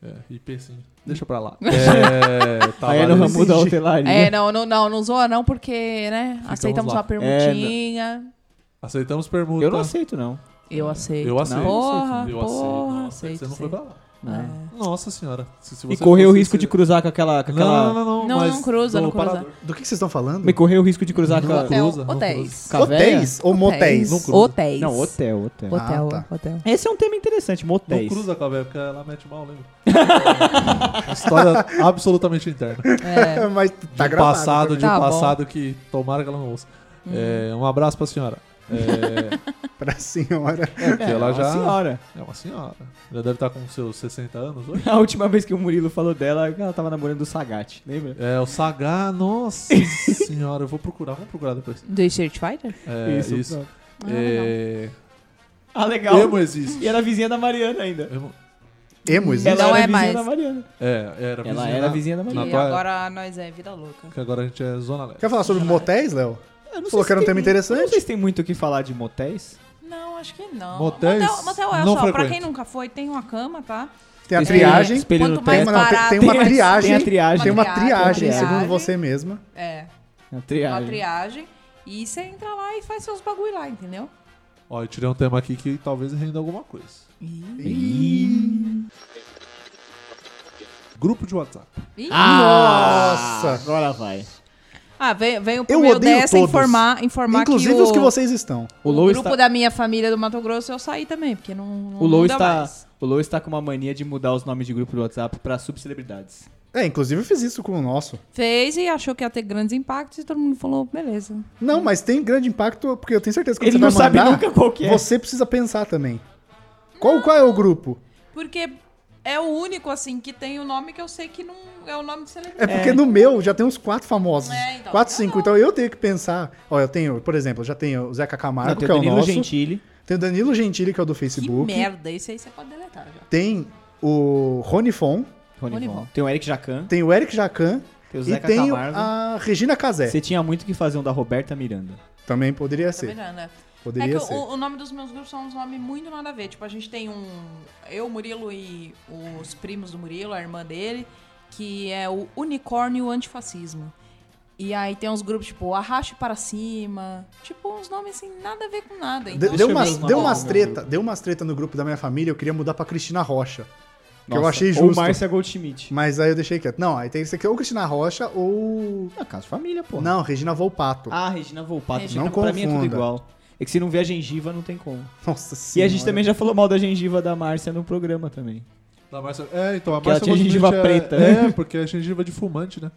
Speaker 3: É, IP sim. Deixa pra lá. É,
Speaker 4: tá
Speaker 1: Aí era o
Speaker 3: Tavares-
Speaker 1: Ramu da hotelaria.
Speaker 4: É, não, não, não, não zoa não, porque, né? aceitamos
Speaker 3: lá. É,
Speaker 4: uma permutinha.
Speaker 3: Aceitamos permuta.
Speaker 1: Eu não aceito, não.
Speaker 4: eu aceito.
Speaker 3: Eu aceito.
Speaker 4: Porra,
Speaker 3: eu aceito.
Speaker 4: porra,
Speaker 3: Não,
Speaker 4: aceito.
Speaker 3: Você não foi pra lá.
Speaker 4: É.
Speaker 1: Não.
Speaker 3: Nossa senhora. Se, se
Speaker 1: E
Speaker 3: você
Speaker 1: correu o
Speaker 3: fosse-
Speaker 1: risco de cruzar com aquela... com
Speaker 3: Não,
Speaker 1: aquela-
Speaker 3: não, não, não.
Speaker 4: Não,
Speaker 3: mas
Speaker 4: não cruza,
Speaker 3: no
Speaker 4: não cruza.
Speaker 3: parador.
Speaker 2: Do que que vocês estão falando?
Speaker 1: Me correu o risco de cruzar com
Speaker 3: Não
Speaker 1: aquela...
Speaker 4: Hotel,
Speaker 3: cruza, não
Speaker 4: hotéis.
Speaker 1: com a véia?
Speaker 2: Hotéis ou motéis?
Speaker 3: Não tá. cruza.
Speaker 4: Hotéis.
Speaker 1: Não, hotel, hotel.
Speaker 4: Hotel,
Speaker 2: Ah,
Speaker 4: hotel.
Speaker 1: Esse é um tema interessante,
Speaker 3: Não
Speaker 1: motéis.
Speaker 3: cruza com a velha, porque ela mete mal, lembra? Uma história absolutamente interna.
Speaker 4: É.
Speaker 2: Mas tá
Speaker 3: de um
Speaker 2: gravado.
Speaker 3: passado, de
Speaker 4: Tá
Speaker 3: um
Speaker 4: bom. Hum.
Speaker 3: passado que tomara que ela não ouça. É, um abraço pra senhora. É,
Speaker 2: Pra senhora.
Speaker 3: é, porque ela
Speaker 1: uma
Speaker 3: já.
Speaker 1: senhora.
Speaker 3: É uma senhora. Já deve estar com seus 60 anos hoje.
Speaker 1: A última vez que o Murilo falou dela, ela tava namorando o Sagat, lembra?
Speaker 3: É, o Sagar, nossa senhora, eu vou procurar, vamos procurar depois.
Speaker 4: Do Street Fighter?
Speaker 3: É, isso.
Speaker 1: pronto.
Speaker 4: Ah,
Speaker 3: É,
Speaker 1: Ah, legal.
Speaker 3: Emo existe.
Speaker 1: E era vizinha da Mariana ainda.
Speaker 3: Emo-
Speaker 2: Emo existe?
Speaker 1: Ela
Speaker 4: Não
Speaker 1: era
Speaker 4: é
Speaker 1: vizinha
Speaker 4: mais.
Speaker 1: da Mariana.
Speaker 3: É, era vizinha.
Speaker 1: Ela era
Speaker 3: na-
Speaker 1: vizinha da
Speaker 3: na
Speaker 1: Mariana.
Speaker 4: E
Speaker 3: tua-
Speaker 4: agora nós é vida louca.
Speaker 3: Que agora a gente é Zona Leste.
Speaker 2: Quer falar sobre motéis, Léo?
Speaker 1: Eu não
Speaker 2: Falou que era um
Speaker 1: tem
Speaker 2: tema
Speaker 1: muito-
Speaker 2: interessante.
Speaker 1: eu Não sei se tem muito o que falar de motéis.
Speaker 4: Não, acho que não.
Speaker 3: Motéis?
Speaker 4: Motel, motel é
Speaker 3: Não
Speaker 4: só, pra
Speaker 3: frequento.
Speaker 4: quem nunca foi, tem uma cama, tá?
Speaker 2: Tem a
Speaker 1: Tem
Speaker 2: triagem.
Speaker 1: espelho no
Speaker 4: Quanto mais
Speaker 1: teto.
Speaker 2: Tem uma- não, tem- tem uma
Speaker 4: barato,
Speaker 2: triagem.
Speaker 1: Tem a triagem.
Speaker 2: Tem uma triagem,
Speaker 4: é Triagem.
Speaker 2: segundo você mesma.
Speaker 4: É,
Speaker 1: Uma
Speaker 4: uma
Speaker 1: triagem.
Speaker 4: triagem. E você entra lá e faz seus bagulho lá, entendeu?
Speaker 3: Ó, eu tirei um tema aqui que talvez renda alguma coisa. Grupo de WhatsApp.
Speaker 4: Ih.
Speaker 1: Ah!
Speaker 2: Nossa!
Speaker 1: Agora vai.
Speaker 4: Ah, veio, veio
Speaker 2: Eu
Speaker 4: pro meu
Speaker 2: odeio
Speaker 4: dessa
Speaker 2: todos.
Speaker 4: informar, informar
Speaker 2: Inclusive
Speaker 4: que o,
Speaker 2: os que vocês estão.
Speaker 1: O
Speaker 4: o
Speaker 1: Lou
Speaker 4: grupo
Speaker 1: está,
Speaker 4: da minha família do Mato Grosso eu saí também, porque não, não
Speaker 1: o Lou
Speaker 4: muda
Speaker 1: está,
Speaker 4: mais.
Speaker 1: o Lou está com uma mania de mudar os nomes de grupo do WhatsApp pra subcelebridades.
Speaker 2: É, inclusive eu fiz isso com o nosso.
Speaker 4: Fez e achou que ia ter grandes impactos e todo mundo falou, beleza.
Speaker 2: Não, mas tem grande impacto, porque eu tenho certeza que quando
Speaker 1: Ele
Speaker 2: você
Speaker 1: não
Speaker 2: vai
Speaker 1: sabe
Speaker 2: mandar,
Speaker 1: nunca qual que é.
Speaker 2: você precisa pensar também. Qual, qual é o grupo?
Speaker 4: Porque é o único, assim, que tem o nome que eu sei que não é o nome de celebridade.
Speaker 2: É porque no meu já tem uns quatro famosos.
Speaker 4: É, então,
Speaker 2: quatro,
Speaker 4: eu
Speaker 2: cinco. Então eu tenho que pensar. Ó, eu tenho, por exemplo, eu já tenho o Zeca Camargo,
Speaker 1: Não, tem
Speaker 2: que é o
Speaker 1: Danilo
Speaker 2: nosso.
Speaker 1: Gentili.
Speaker 2: Tem o Danilo Gentili, que é o do
Speaker 4: Que
Speaker 2: Facebook.
Speaker 4: merda, esse aí você pode deletar já. Tá
Speaker 2: Tem o Rony Fon.
Speaker 1: Rony
Speaker 4: Rony
Speaker 1: Von.
Speaker 4: Von.
Speaker 1: Tem o Eric Jacan.
Speaker 2: Tem o Eric Jacan.
Speaker 1: Tem o Ah,
Speaker 2: E
Speaker 1: Zeca
Speaker 2: tem
Speaker 1: Camargo.
Speaker 2: a Regina Casé.
Speaker 1: Você tinha muito o que fazer um da Roberta Miranda.
Speaker 2: Também poderia
Speaker 4: Tá
Speaker 2: ser.
Speaker 4: vendo, né? É que
Speaker 2: Poderia
Speaker 4: o,
Speaker 2: ser.
Speaker 4: o nome dos meus grupos são uns nomes muito nada a ver. Tipo, a gente tem um. Eu, Murilo e os primos do Murilo, a irmã dele, que é o Unicórnio Antifascismo. E aí tem uns grupos tipo Arraste para Cima. Tipo, uns nomes assim, nada a ver com nada.
Speaker 2: De-
Speaker 4: Então,
Speaker 1: Deixa
Speaker 2: deu
Speaker 1: eu
Speaker 2: umas,
Speaker 1: ver os
Speaker 2: deu
Speaker 1: nomes
Speaker 2: umas
Speaker 1: do meu
Speaker 2: treta, deu umas treta no grupo da minha família, eu queria mudar pra Cristina Rocha. Que eu
Speaker 1: Nossa,
Speaker 2: achei
Speaker 1: Ou
Speaker 2: justo.
Speaker 1: Márcia Goldschmidt.
Speaker 2: Mas aí eu deixei quieto. Não, aí tem que ser que ou Cristina Rocha ou.
Speaker 1: Ah, caso família, pô.
Speaker 2: Não, Regina Volpato.
Speaker 1: Ah, Regina Volpato.
Speaker 2: Não
Speaker 1: pra mim é tudo
Speaker 2: confunda.
Speaker 1: igual. É que se não vê a gengiva, não tem como.
Speaker 2: Nossa
Speaker 1: E
Speaker 2: senhora.
Speaker 1: a gente também já falou mal da gengiva da Márcia no programa também.
Speaker 3: Da Márcia- É, então, a
Speaker 1: Que ela
Speaker 3: Márcia
Speaker 1: tinha
Speaker 3: Goldschmidt
Speaker 1: gengiva
Speaker 3: é-
Speaker 1: preta. né?
Speaker 3: É, porque é gengiva de fumante, né?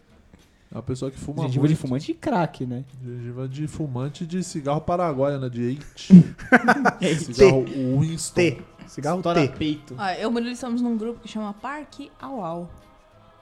Speaker 3: É uma pessoa que fuma
Speaker 1: gengiva
Speaker 3: muito.
Speaker 1: de fumante e crack, né?
Speaker 3: Gengiva de fumante de cigarro paraguaia, né? De eight.
Speaker 1: Eita.
Speaker 3: cigarro Winston.
Speaker 2: T. Cigarro
Speaker 1: É Estoura
Speaker 2: T.
Speaker 1: peito.
Speaker 4: ó, eu e o Murilo estamos num grupo que chama Parque Auau.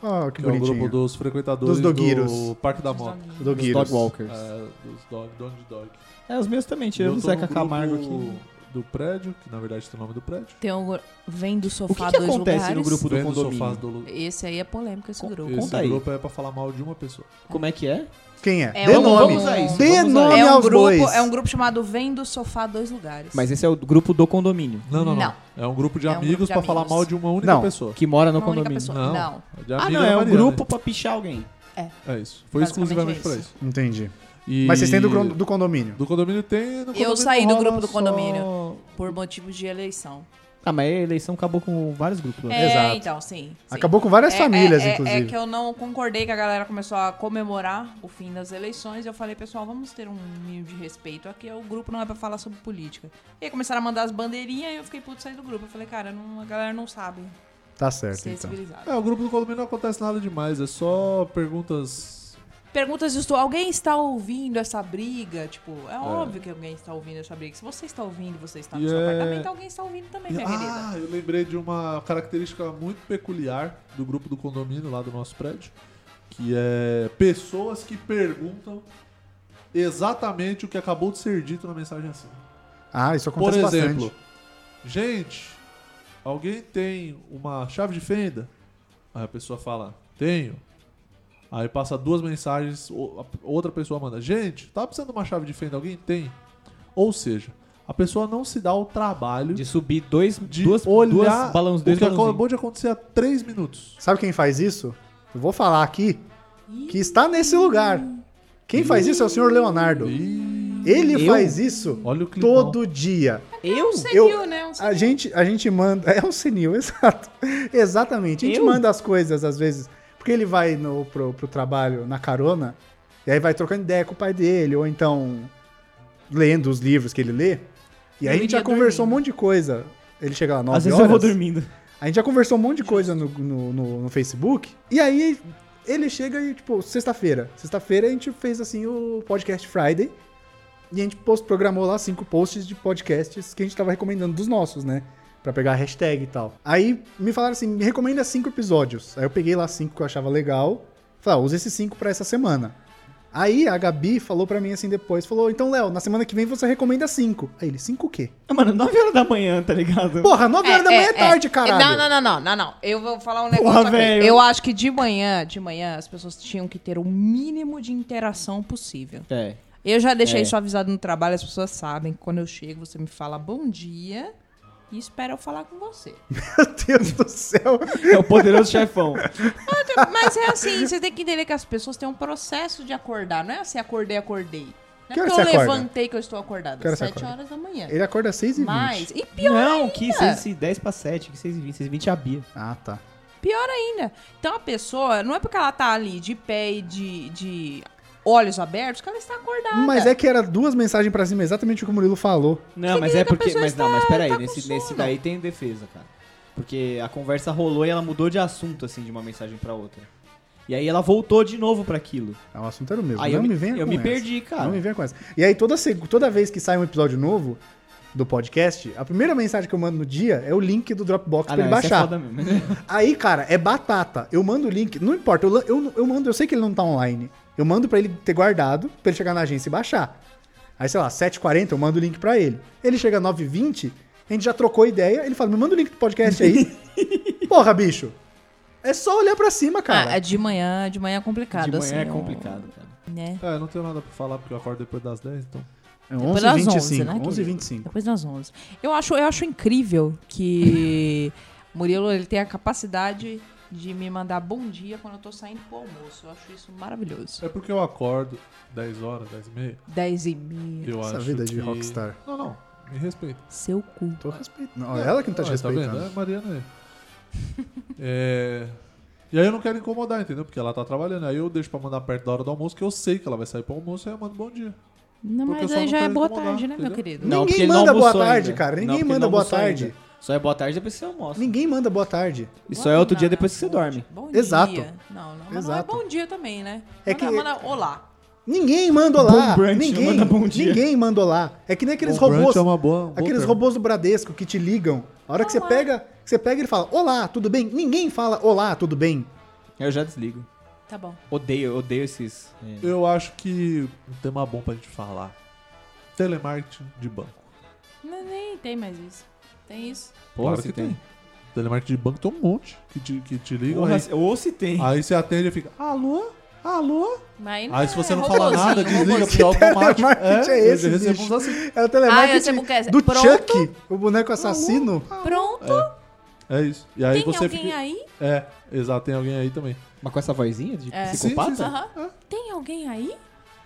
Speaker 2: Ó, que
Speaker 3: Que é o grupo
Speaker 2: bonitinho.
Speaker 3: dos frequentadores
Speaker 2: Dos dogueiros.
Speaker 3: do Parque da Moca.
Speaker 2: Do
Speaker 1: Os
Speaker 2: Guiros.
Speaker 1: Dogwalkers.
Speaker 3: É, dos dog, dog, dog.
Speaker 1: É, os meus também, tirando o
Speaker 3: Eu tô
Speaker 1: Zeca
Speaker 3: no grupo
Speaker 1: Camargo aqui.
Speaker 3: Do prédio, que na verdade tem o nome do prédio.
Speaker 4: Tem um. gru- Vem do
Speaker 1: O que,
Speaker 4: sofá
Speaker 1: que
Speaker 4: dois
Speaker 1: acontece no
Speaker 4: lugares.
Speaker 1: grupo do
Speaker 3: Vendo
Speaker 1: condomínio? Então
Speaker 3: sofás do-
Speaker 4: Esse aí é polêmico, esse grupo.
Speaker 3: Esse
Speaker 1: Conta aí.
Speaker 3: grupo é pra falar mal de uma pessoa.
Speaker 1: Como é que é?
Speaker 2: Quem é?
Speaker 4: É
Speaker 2: Dê
Speaker 4: um-
Speaker 2: nome.
Speaker 4: vamos a isso,
Speaker 2: Dê
Speaker 1: vamos a
Speaker 2: nome
Speaker 4: É um,
Speaker 2: aos
Speaker 4: grupo,
Speaker 2: bois.
Speaker 4: é um grupo chamado Vem do Sofá Dois Lugares.
Speaker 1: Mas esse é o grupo do condomínio,
Speaker 3: Não, não, não.
Speaker 4: Não.
Speaker 3: É um grupo de
Speaker 4: É um grupo
Speaker 3: amigos
Speaker 4: de
Speaker 3: pra falar
Speaker 4: amigos.
Speaker 3: mal de uma única
Speaker 2: Não.
Speaker 3: pessoa.
Speaker 1: que mora no
Speaker 4: Uma única
Speaker 1: condomínio.
Speaker 4: pessoa. Não.
Speaker 3: De
Speaker 1: Ah,
Speaker 3: amiga
Speaker 1: não,
Speaker 3: da
Speaker 1: é um
Speaker 3: Mariana.
Speaker 1: grupo pra pichar alguém.
Speaker 3: É isso. Foi
Speaker 4: Basicamente
Speaker 3: exclusivamente
Speaker 4: é
Speaker 3: pra
Speaker 4: isso.
Speaker 3: isso.
Speaker 2: Entendi.
Speaker 3: E-
Speaker 2: Mas vocês têm do, con- do condomínio.
Speaker 3: Do condomínio tem. No condomínio
Speaker 4: saí do
Speaker 3: rola
Speaker 4: grupo do
Speaker 3: só-
Speaker 4: condomínio. Por motivos de eleição.
Speaker 1: Ah, mas a eleição acabou com vários grupos. né? lá.
Speaker 4: É,
Speaker 2: Exato.
Speaker 4: então, sim. sim.
Speaker 2: Acabou com várias
Speaker 4: É,
Speaker 2: famílias,
Speaker 4: é, é,
Speaker 2: inclusive.
Speaker 4: É que eu não concordei que a galera começou a comemorar o fim das eleições. Eu falei, pessoal, vamos ter um mínimo de respeito. Aqui o grupo não é pra falar sobre política. E aí começaram a mandar as bandeirinhas e eu fiquei puto sair do grupo. Eu falei, cara, não- a galera não sabe
Speaker 2: Tá
Speaker 4: ser
Speaker 2: certo, então.
Speaker 4: civilizada.
Speaker 3: É, o grupo do condomínio não acontece nada demais. É só perguntas.
Speaker 4: Perguntas de estou. Alguém está ouvindo essa briga? Tipo, é, óbvio que alguém está ouvindo essa briga. Se você está ouvindo, você está no
Speaker 3: E
Speaker 4: seu
Speaker 3: é-
Speaker 4: apartamento, alguém está ouvindo também, minha querida.
Speaker 3: ah, eu lembrei de uma característica muito peculiar do grupo do condomínio lá do nosso prédio. Que é pessoas que perguntam exatamente o que acabou de ser dito na mensagem assim.
Speaker 2: Ah, isso
Speaker 3: Por
Speaker 2: acontece
Speaker 3: exemplo,
Speaker 2: bastante.
Speaker 3: gente, alguém tem uma chave de fenda? Aí a pessoa fala, tenho. Aí passa duas mensagens, o- a- outra pessoa manda, gente, tá precisando de uma chave de fenda? Alguém tem? Ou seja, a pessoa não se dá o trabalho
Speaker 1: De
Speaker 3: de,
Speaker 1: subir dois, duas,
Speaker 3: olhar
Speaker 1: duas balões, dois
Speaker 3: o que
Speaker 1: balãozinhos.
Speaker 3: acabou de acontecer há três minutos.
Speaker 2: Sabe quem faz isso? Eu vou falar aqui que está nesse lugar. Quem faz isso é o senhor Leonardo.
Speaker 3: Ih,
Speaker 2: Ele
Speaker 1: Eu?
Speaker 2: faz isso
Speaker 3: olha o climão.
Speaker 2: todo dia.
Speaker 1: Eu?
Speaker 2: Eu,
Speaker 4: né? Um
Speaker 2: a gente, a gente manda. É um senil, exato. Exatamente. A gente
Speaker 1: Eu?
Speaker 2: manda as coisas às vezes. Porque ele vai no, pro, pro trabalho na carona. E aí vai trocando ideia com o pai dele. Ou então lendo os livros que ele lê. E aí a
Speaker 4: Eu
Speaker 2: gente já
Speaker 4: iria
Speaker 2: conversou um
Speaker 4: dormindo.
Speaker 2: monte de coisa. Ele chega lá 9
Speaker 1: Às vezes
Speaker 2: horas.
Speaker 1: eu vou dormindo.
Speaker 2: A gente já conversou um monte de coisa no, no, no- no Facebook. E aí ele chega e, tipo, sexta-feira. Sexta-feira a gente fez assim o podcast Friday. E a gente post, programou lá cinco posts de podcasts que a gente tava recomendando dos nossos, né? Pra pegar a hashtag e tal. Aí me falaram assim: me recomenda cinco episódios. Aí eu peguei lá cinco que eu achava legal. Falei, ah, usa esses cinco pra essa semana. Aí a Gabi falou pra mim assim depois, falou, então, Léo, na semana que vem você recomenda cinco. Aí ele, cinco o quê?
Speaker 1: Ah, Mano, 9 horas da manhã, tá ligado?
Speaker 2: Porra, nove horas da manhã é, tarde, caralho.
Speaker 4: Não, não, não, não, não, não. Eu vou falar um negócio
Speaker 1: Porra,
Speaker 4: aqui.
Speaker 1: velho.
Speaker 4: Eu acho que de manhã, de manhã, as pessoas tinham que ter o mínimo de interação possível.
Speaker 1: É.
Speaker 4: Eu já deixei
Speaker 1: É.
Speaker 4: isso avisado no trabalho, as pessoas sabem que quando eu chego, você me fala bom dia e espera eu falar com você.
Speaker 2: Meu Deus do céu.
Speaker 1: É o poderoso chefão.
Speaker 4: Mas é assim, você tem que entender que as pessoas têm um processo de acordar. Não é assim, acordei, acordei. Não é
Speaker 2: Que hora
Speaker 4: porque eu
Speaker 2: você acorda?
Speaker 4: levantei que eu estou acordada.
Speaker 2: Que hora você É.
Speaker 4: Sete
Speaker 2: acorda?
Speaker 4: horas da manhã.
Speaker 2: Ele acorda às seis e
Speaker 4: Mas,
Speaker 2: vinte.
Speaker 4: e pior
Speaker 1: Não, que 6 e 10 pra 7, que 6 e 20, 6 e 20 é a Bia.
Speaker 2: Ah, tá.
Speaker 4: ainda. Então a pessoa, não é porque ela tá ali de pé e de, de olhos abertos que ela está acordada.
Speaker 2: Mas é que era duas mensagens pra cima, exatamente o que o Murilo falou.
Speaker 1: Não, mas
Speaker 4: Significa
Speaker 1: é
Speaker 4: que a
Speaker 1: porque.
Speaker 4: pessoa
Speaker 1: Mas não, mas
Speaker 4: está-
Speaker 1: peraí,
Speaker 4: tá com
Speaker 1: nesse,
Speaker 4: sono.
Speaker 1: nesse daí tem defesa, cara. Porque a conversa rolou e ela mudou de assunto, assim, de uma mensagem pra outra. E aí ela voltou de novo pra aquilo.
Speaker 2: Ah, o assunto era o mesmo.
Speaker 1: Aí
Speaker 2: não
Speaker 1: eu me,
Speaker 2: me venha
Speaker 1: eu
Speaker 2: com
Speaker 1: me
Speaker 2: essa.
Speaker 1: perdi, cara.
Speaker 2: Não me venha com essa. E aí, toda, seg- toda vez que sai um episódio novo do podcast, a primeira mensagem que eu mando no dia é o link do Dropbox pra ele
Speaker 1: essa é
Speaker 2: baixar.
Speaker 1: foda mesmo.
Speaker 2: Aí, cara, é batata. Eu mando o link, não importa, eu, lan- eu, eu mando, eu sei que ele não tá online. Eu mando pra ele ter guardado, pra ele chegar na agência e baixar. Aí, sei lá, 7h40 eu mando o link pra ele. Ele chega 9h20, a gente já trocou ideia, ele fala, me manda o link do podcast aí. Porra, bicho. É só olhar pra cima, cara.
Speaker 4: Ah, de manhã, de manhã é complicado.
Speaker 1: De manhã
Speaker 4: assim,
Speaker 1: é
Speaker 4: eu-
Speaker 1: complicado, cara.
Speaker 4: né?
Speaker 3: É, eu não tenho nada pra falar porque eu acordo depois das 10, então.
Speaker 2: É
Speaker 4: Depois das
Speaker 2: 11h25,
Speaker 4: 11, né,
Speaker 2: 11h25.
Speaker 4: Depois das 11. Eu acho, eu acho incrível que Murilo ele tem a capacidade de me mandar bom dia quando eu tô saindo pro almoço. Eu acho isso maravilhoso.
Speaker 3: É porque eu acordo 10 horas, 10 e meia.
Speaker 4: 10 e meia.
Speaker 3: Eu
Speaker 2: Essa
Speaker 3: acho
Speaker 2: vida de
Speaker 3: que-
Speaker 2: rockstar.
Speaker 3: Não, não. Me respeita.
Speaker 4: Seu cu.
Speaker 2: Tô respeitando. Não, ela que não tá te
Speaker 3: Ué,
Speaker 2: respeitando.
Speaker 3: vendo? É, Mariana aí. é. E aí eu não quero incomodar, entendeu? Porque ela tá trabalhando. Aí eu deixo pra mandar perto da hora do almoço, que eu sei que ela vai sair pro almoço, aí eu mando bom dia.
Speaker 4: Não,
Speaker 3: Porque eu
Speaker 4: mas
Speaker 3: só
Speaker 4: aí
Speaker 3: não
Speaker 4: já é
Speaker 3: quero
Speaker 4: boa
Speaker 3: incomodar,
Speaker 4: tarde, né, meu
Speaker 3: entendeu?
Speaker 4: querido?
Speaker 2: Não,
Speaker 1: porque ele
Speaker 2: manda boa
Speaker 1: almoçou
Speaker 2: tarde, cara. Ninguém
Speaker 1: porque ele
Speaker 2: manda
Speaker 1: não
Speaker 2: boa
Speaker 1: almoçou
Speaker 2: tarde.
Speaker 1: ainda. Só é boa tarde depois que você almoça.
Speaker 2: Ninguém manda boa tarde.
Speaker 1: E só é outro
Speaker 4: Não,
Speaker 1: dia
Speaker 4: não,
Speaker 1: depois que você
Speaker 4: bom
Speaker 1: dorme.
Speaker 4: dia. Bom
Speaker 2: Exato.
Speaker 4: dia. Não, não, mas
Speaker 2: Exato.
Speaker 4: não é bom dia também, né?
Speaker 2: É
Speaker 4: É
Speaker 2: que-
Speaker 4: que... manda olá.
Speaker 2: Ninguém manda lá.
Speaker 1: Bom brunch,
Speaker 2: ninguém,
Speaker 1: manda bom dia.
Speaker 2: ninguém manda lá. É que nem aqueles
Speaker 3: Bom brunch
Speaker 2: robôs,
Speaker 3: é uma boa- boa
Speaker 2: aqueles
Speaker 3: pergunta.
Speaker 2: robôs do Bradesco que te ligam. A hora que você pega, que você pega e ele fala: "Olá, tudo bem?". Ninguém fala: "Olá, tudo bem?".
Speaker 1: Eu já desligo.
Speaker 4: Tá bom.
Speaker 1: Odeio, odeio esses. é.
Speaker 3: Eu acho que um tema bom pra gente falar. Telemarketing de banco.
Speaker 4: Não, nem tem mais isso. Tem isso.
Speaker 1: Porra,
Speaker 3: Claro
Speaker 1: se
Speaker 3: que
Speaker 1: tem.
Speaker 3: tem. Telemarketing de banco tem um monte que te, que te ligam.
Speaker 1: Porra,
Speaker 3: aí,
Speaker 2: é.
Speaker 1: se- ou se tem.
Speaker 3: aí você atende e fica, alô? Alô?
Speaker 4: Mas aí não
Speaker 3: Aí
Speaker 4: é
Speaker 3: se você não fala nada,
Speaker 4: robozinho,
Speaker 3: desliga,
Speaker 4: robozinho.
Speaker 3: porque é automático.
Speaker 2: telemarketing é esse,
Speaker 3: eu recebo
Speaker 2: bicho?
Speaker 3: uns assim.
Speaker 2: É o
Speaker 4: Ah, eu
Speaker 2: telemarketing
Speaker 4: sei porque é-
Speaker 2: do
Speaker 4: pronto.
Speaker 2: Chuck, o boneco assassino.
Speaker 4: Pronto,
Speaker 3: É isso. E
Speaker 4: tem
Speaker 3: aí você
Speaker 4: alguém
Speaker 3: fica...
Speaker 4: aí?
Speaker 3: É, exato, tem alguém aí também.
Speaker 1: Mas com essa vozinha de
Speaker 4: É.
Speaker 1: psicopata?
Speaker 4: Aham. Tem alguém aí?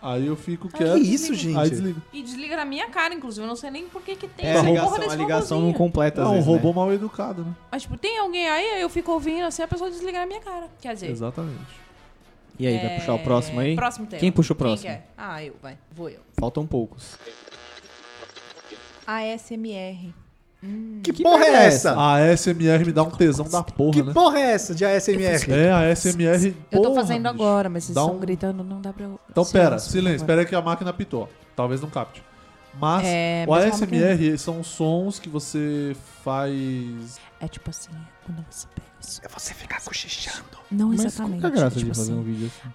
Speaker 3: Aí eu fico
Speaker 2: Que
Speaker 3: quieto.
Speaker 2: isso, gente?
Speaker 3: Aí desliga.
Speaker 4: E desliga na minha cara, inclusive. Eu não sei nem por que que tem
Speaker 1: É,
Speaker 4: essa
Speaker 1: a
Speaker 4: porra
Speaker 1: ligação,
Speaker 4: desse
Speaker 1: a ligação não
Speaker 4: robozinho.
Speaker 1: completa.
Speaker 3: É
Speaker 1: às
Speaker 3: um
Speaker 1: vezes, né?
Speaker 3: robô mal educado, né?
Speaker 4: Mas, tipo, tem alguém aí, aí eu fico ouvindo assim, a pessoa desliga na minha cara. Quer dizer...
Speaker 3: Exatamente.
Speaker 1: E aí, vai
Speaker 4: É,
Speaker 1: puxar o próximo aí?
Speaker 4: Próximo tema.
Speaker 1: Quem puxa o próximo?
Speaker 4: quer? Ah, eu, vai. Vou eu.
Speaker 1: Faltam poucos.
Speaker 7: ASMR.
Speaker 2: Que, porra é essa?
Speaker 3: A SMR me dá um tesão da porra,
Speaker 2: que
Speaker 3: né?
Speaker 2: porra é essa de ASMR?
Speaker 3: É, a SMR.
Speaker 4: Eu tô
Speaker 3: porra,
Speaker 4: fazendo
Speaker 3: bicho.
Speaker 4: agora, mas vocês
Speaker 3: Dá
Speaker 4: estão
Speaker 3: um-
Speaker 4: gritando, não dá pra eu...
Speaker 3: Então, pera,
Speaker 4: por
Speaker 3: silêncio,
Speaker 4: favor.
Speaker 3: espera que a máquina pitou. Talvez não capte. Mas
Speaker 4: É,
Speaker 3: o
Speaker 4: mas uma
Speaker 3: ASMR são sons que você faz.
Speaker 4: É tipo assim, quando você pega assim. isso.
Speaker 2: É Você fica cochichando.
Speaker 4: Não
Speaker 1: Mas qual
Speaker 4: exatamente.
Speaker 1: que é a graça
Speaker 4: tipo
Speaker 1: de fazer
Speaker 4: assim,
Speaker 1: um vídeo assim?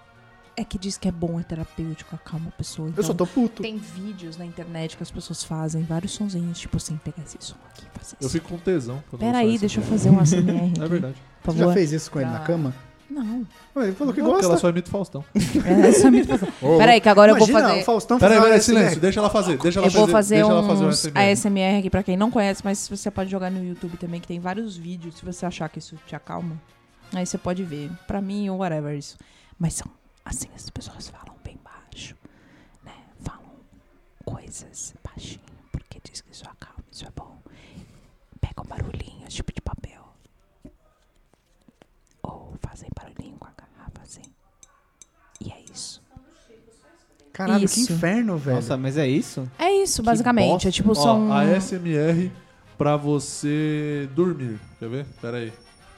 Speaker 4: É que diz que é bom, é terapêutico, acalma a pessoa.
Speaker 2: Eu
Speaker 4: Então,
Speaker 2: só tô puto.
Speaker 4: Tem vídeos na internet que as pessoas fazem, vários sonzinhos, tipo assim, pegar esse som aqui, fazer
Speaker 3: Eu
Speaker 4: isso.
Speaker 3: fico com tesão. quando eu
Speaker 4: Peraí,
Speaker 3: faço
Speaker 4: deixa eu
Speaker 3: ASMR.
Speaker 4: fazer um ASMR,
Speaker 3: É verdade.
Speaker 4: por
Speaker 2: Você já
Speaker 4: favor.
Speaker 2: fez isso com ele na cama?
Speaker 4: Não.
Speaker 2: Ué, Ele falou que
Speaker 3: Não, porque ela
Speaker 2: gosta.
Speaker 3: só imita o Faustão.
Speaker 4: É só me... Peraí, que agora
Speaker 2: Imagina
Speaker 4: eu
Speaker 2: o
Speaker 4: vou fazer.
Speaker 2: Faustão
Speaker 3: Peraí,
Speaker 2: fazendo
Speaker 3: peraí,
Speaker 2: ASMR.
Speaker 3: silêncio, deixa ela fazer. Deixa ela
Speaker 4: Eu vou fazer
Speaker 3: deixa ela
Speaker 4: um
Speaker 3: fazer o
Speaker 4: ASMR.
Speaker 3: ASMR.
Speaker 4: aqui pra quem não conhece, mas você pode jogar no YouTube também, que tem vários vídeos, se você achar que isso te acalma. Aí você pode ver. Pra mim, ou whatever isso. Mas são assim, as pessoas falam bem baixo, né? Falam coisas baixinho, porque diz que isso acalma, isso é bom. Pega um barulhinho, tipo de papel. Ou fazem barulhinho com a garrafa, assim. E é isso.
Speaker 2: Caralho,
Speaker 4: Isso.
Speaker 2: que inferno, velho.
Speaker 1: Nossa, mas é isso?
Speaker 4: É isso, basicamente. É tipo
Speaker 3: Ó,
Speaker 4: só um...
Speaker 3: a SMR pra você dormir. Quer ver? Peraí.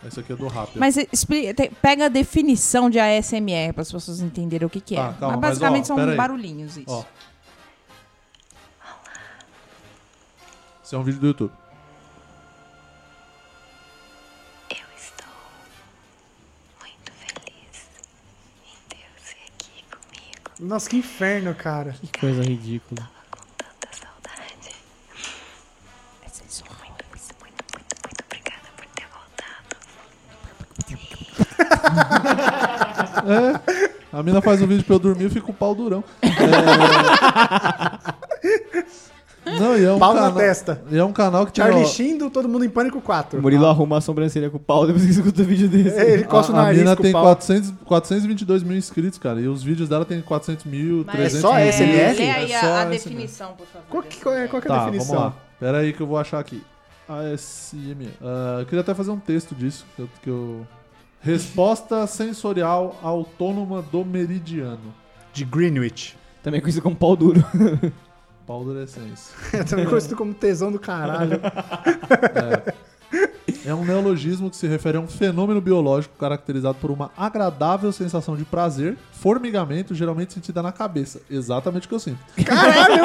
Speaker 3: Essa aqui é eu dou rápido.
Speaker 4: Mas explica, te- pega a definição de ASMR para as pessoas entenderem o que, que é.
Speaker 3: Tá, calma,
Speaker 4: mas basicamente
Speaker 3: mas, ó,
Speaker 4: são
Speaker 3: pera aí.
Speaker 4: barulhinhos isso.
Speaker 3: Ó. Isso é um vídeo do YouTube.
Speaker 9: Muito feliz em ter você aqui comigo.
Speaker 2: Nossa, que inferno, cara.
Speaker 10: Que coisa ridícula.
Speaker 4: é
Speaker 3: É. A mina faz um vídeo pra eu dormir e fica com o pau durão. É... Não, e é um
Speaker 2: Pau
Speaker 3: canal.
Speaker 2: na testa.
Speaker 3: E é um canal que tem.
Speaker 2: Charlie
Speaker 3: ó,
Speaker 2: Sheen do Todo Mundo em Pânico 4.
Speaker 1: O Murilo arruma a sobrancelha com o pau depois que escuta o vídeo desse.
Speaker 2: É, ele coça o
Speaker 3: a, a
Speaker 2: nariz
Speaker 3: mina
Speaker 2: com o
Speaker 3: tem
Speaker 2: pau.
Speaker 3: 400, 422 mil inscritos, cara. E os vídeos dela tem 400 mil,
Speaker 4: Mas-
Speaker 3: 300
Speaker 2: só
Speaker 3: mil.
Speaker 2: esse SMR?
Speaker 4: Lê aí
Speaker 3: É só
Speaker 4: a, a
Speaker 3: SMR.
Speaker 4: definição, por favor.
Speaker 2: Qual que, qual é, qual que é a
Speaker 3: Tá, vamos
Speaker 2: definição?
Speaker 3: lá. Pera aí que eu vou achar aqui. ASMR. Ah, eu queria até fazer um texto disso. Que eu, que eu- Resposta sensorial autônoma do meridiano.
Speaker 2: De Greenwich.
Speaker 1: Também é conhecido como pau duro.
Speaker 3: Pau do essência.
Speaker 2: Eu também conhecido como tesão do caralho.
Speaker 3: É um neologismo que se refere a um fenômeno biológico caracterizado por uma agradável sensação de prazer, formigamento, geralmente sentida na cabeça. Exatamente o que eu sinto. Caralho,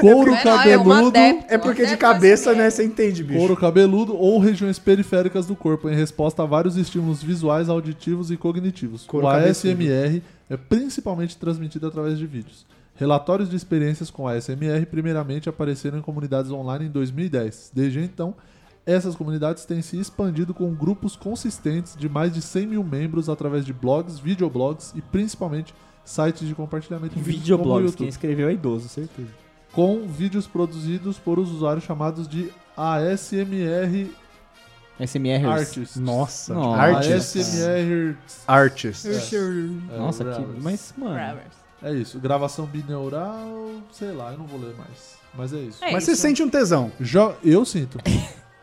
Speaker 3: Couro
Speaker 4: Não é não, é um
Speaker 3: cabeludo,
Speaker 4: adepto,
Speaker 2: É porque de
Speaker 4: adepto
Speaker 2: cabeça,
Speaker 4: SMR.
Speaker 2: né, você entende, bicho.
Speaker 3: couro cabeludo ou regiões periféricas do corpo em resposta a vários estímulos visuais, auditivos e cognitivos.
Speaker 2: Couro
Speaker 3: o
Speaker 2: cabeçudo.
Speaker 3: ASMR é principalmente transmitido através de vídeos. Relatórios de experiências com ASMR primeiramente apareceram em comunidades online em 2010. Desde então, essas comunidades têm se expandido com grupos consistentes de mais de 100 mil membros através de blogs, videoblogs e principalmente sites de compartilhamento de vídeos como o
Speaker 1: Videoblogs,
Speaker 3: YouTube
Speaker 1: quem escreveu é idoso, certeza.
Speaker 3: com vídeos produzidos por os usuários chamados de ASMR
Speaker 1: SMR.
Speaker 3: Artists.
Speaker 2: Nossa.
Speaker 1: Nossa.
Speaker 2: Artist.
Speaker 3: é- ASMR.
Speaker 11: Artist.
Speaker 3: é,
Speaker 1: Nossa, que...
Speaker 3: Rabbits.
Speaker 1: mas, mano...
Speaker 4: Brothers.
Speaker 3: É isso. Gravação bineural, sei lá, eu não vou ler mais. Mas é isso.
Speaker 4: É
Speaker 2: Mas você
Speaker 4: isso.
Speaker 2: sente um tesão.
Speaker 3: Jo- eu sinto.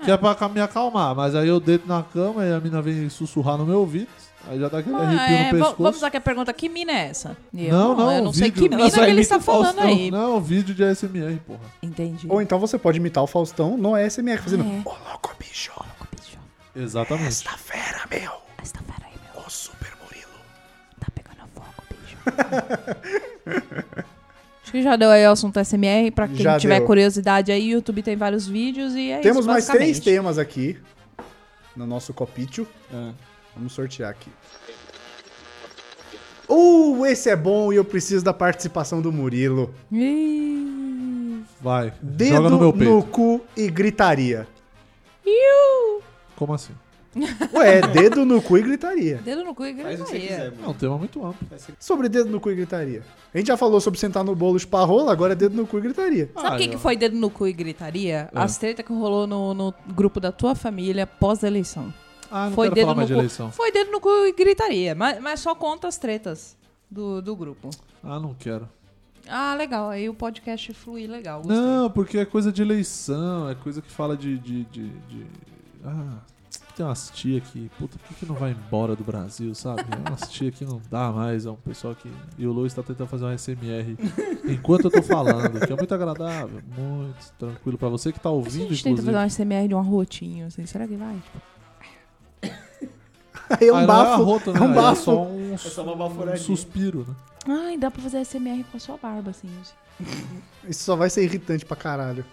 Speaker 3: que é pra ca- me acalmar, mas aí eu deito na cama e a mina vem sussurrar no meu ouvido. Aí já dá aquele
Speaker 4: Ah,
Speaker 3: arrepio
Speaker 4: é,
Speaker 3: no
Speaker 4: va-
Speaker 3: pescoço.
Speaker 4: Vamos usar aqui a pergunta, que mina é essa? E eu,
Speaker 3: Não, não,
Speaker 4: Eu não
Speaker 3: o
Speaker 4: sei que
Speaker 3: vídeo. Ela
Speaker 4: mina que
Speaker 1: só
Speaker 4: ele
Speaker 1: imita
Speaker 4: está
Speaker 1: o
Speaker 4: falando
Speaker 1: Faustão.
Speaker 4: aí.
Speaker 3: Não, vídeo de ASMR, porra.
Speaker 4: Entendi.
Speaker 2: Ou então você pode imitar o Faustão no ASMR, fazendo...
Speaker 4: É.
Speaker 2: Ô, louco, bicho.
Speaker 3: Exatamente.
Speaker 2: Esta fera, meu.
Speaker 4: Essa fera aí, tá, meu,
Speaker 2: Ô, super Murilo.
Speaker 4: tá pegando fogo, bicho. Acho que já deu aí o assunto SMR. Pra quem
Speaker 2: Já
Speaker 4: tiver
Speaker 2: deu.
Speaker 4: curiosidade aí, YouTube tem vários vídeos e é isso,
Speaker 2: Temos mais três
Speaker 4: basicamente.
Speaker 2: temas aqui no nosso copítio.
Speaker 1: Ah.
Speaker 2: Vamos sortear aqui. Uh, esse é bom e eu preciso da participação do Murilo.
Speaker 4: Ih,
Speaker 3: Vai.
Speaker 2: Dedo
Speaker 3: joga no meu peito.
Speaker 2: cu e gritaria.
Speaker 3: Como assim?
Speaker 2: Ué, é dedo no cu e gritaria.
Speaker 4: Dedo no cu e
Speaker 1: Faz o que você
Speaker 4: gritaria.
Speaker 1: quiser,
Speaker 3: É um
Speaker 1: mano.
Speaker 3: tema muito amplo.
Speaker 2: Sobre dedo no cu e gritaria. A gente já falou sobre sentar no bolo e chupar rola, agora é dedo no cu e gritaria.
Speaker 4: Sabe o que, que foi dedo no cu e gritaria? As treta que rolou no, no grupo da tua família pós a eleição.
Speaker 3: Ah, não
Speaker 4: foi
Speaker 3: quero falar
Speaker 4: dedo
Speaker 3: mais de
Speaker 4: no
Speaker 3: eleição.
Speaker 4: cu. Foi dedo no cu e gritaria. Mas, mas só conta as tretas do, do grupo.
Speaker 3: Ah, não quero.
Speaker 4: Ah, legal. Aí o podcast flui legal. gostei.
Speaker 3: Não, porque é coisa de eleição, é coisa que fala de. de, de, de- Ah, tem umas tia que. Puta, por que, que não vai embora do Brasil, sabe? É umas tia que não dá mais, é um pessoal que. E o Luiz tá tentando fazer um SMR enquanto eu tô falando, que é muito agradável, muito tranquilo. Pra você que tá
Speaker 4: Mas se a
Speaker 3: ouvindo,
Speaker 4: gente tenta
Speaker 3: inclusive.
Speaker 4: fazer uma SMR de um arrotinho, assim, será que vai?
Speaker 2: Aí é um
Speaker 3: Ah, não
Speaker 2: bafo.
Speaker 3: arroto, né?
Speaker 2: é um
Speaker 3: Aí
Speaker 2: bafo.
Speaker 3: só um,
Speaker 1: só uma
Speaker 3: um
Speaker 1: baforadinha.
Speaker 3: suspiro, né?
Speaker 4: Ai, dá pra fazer SMR com a sua barba, assim.
Speaker 2: Isso só vai ser irritante pra caralho.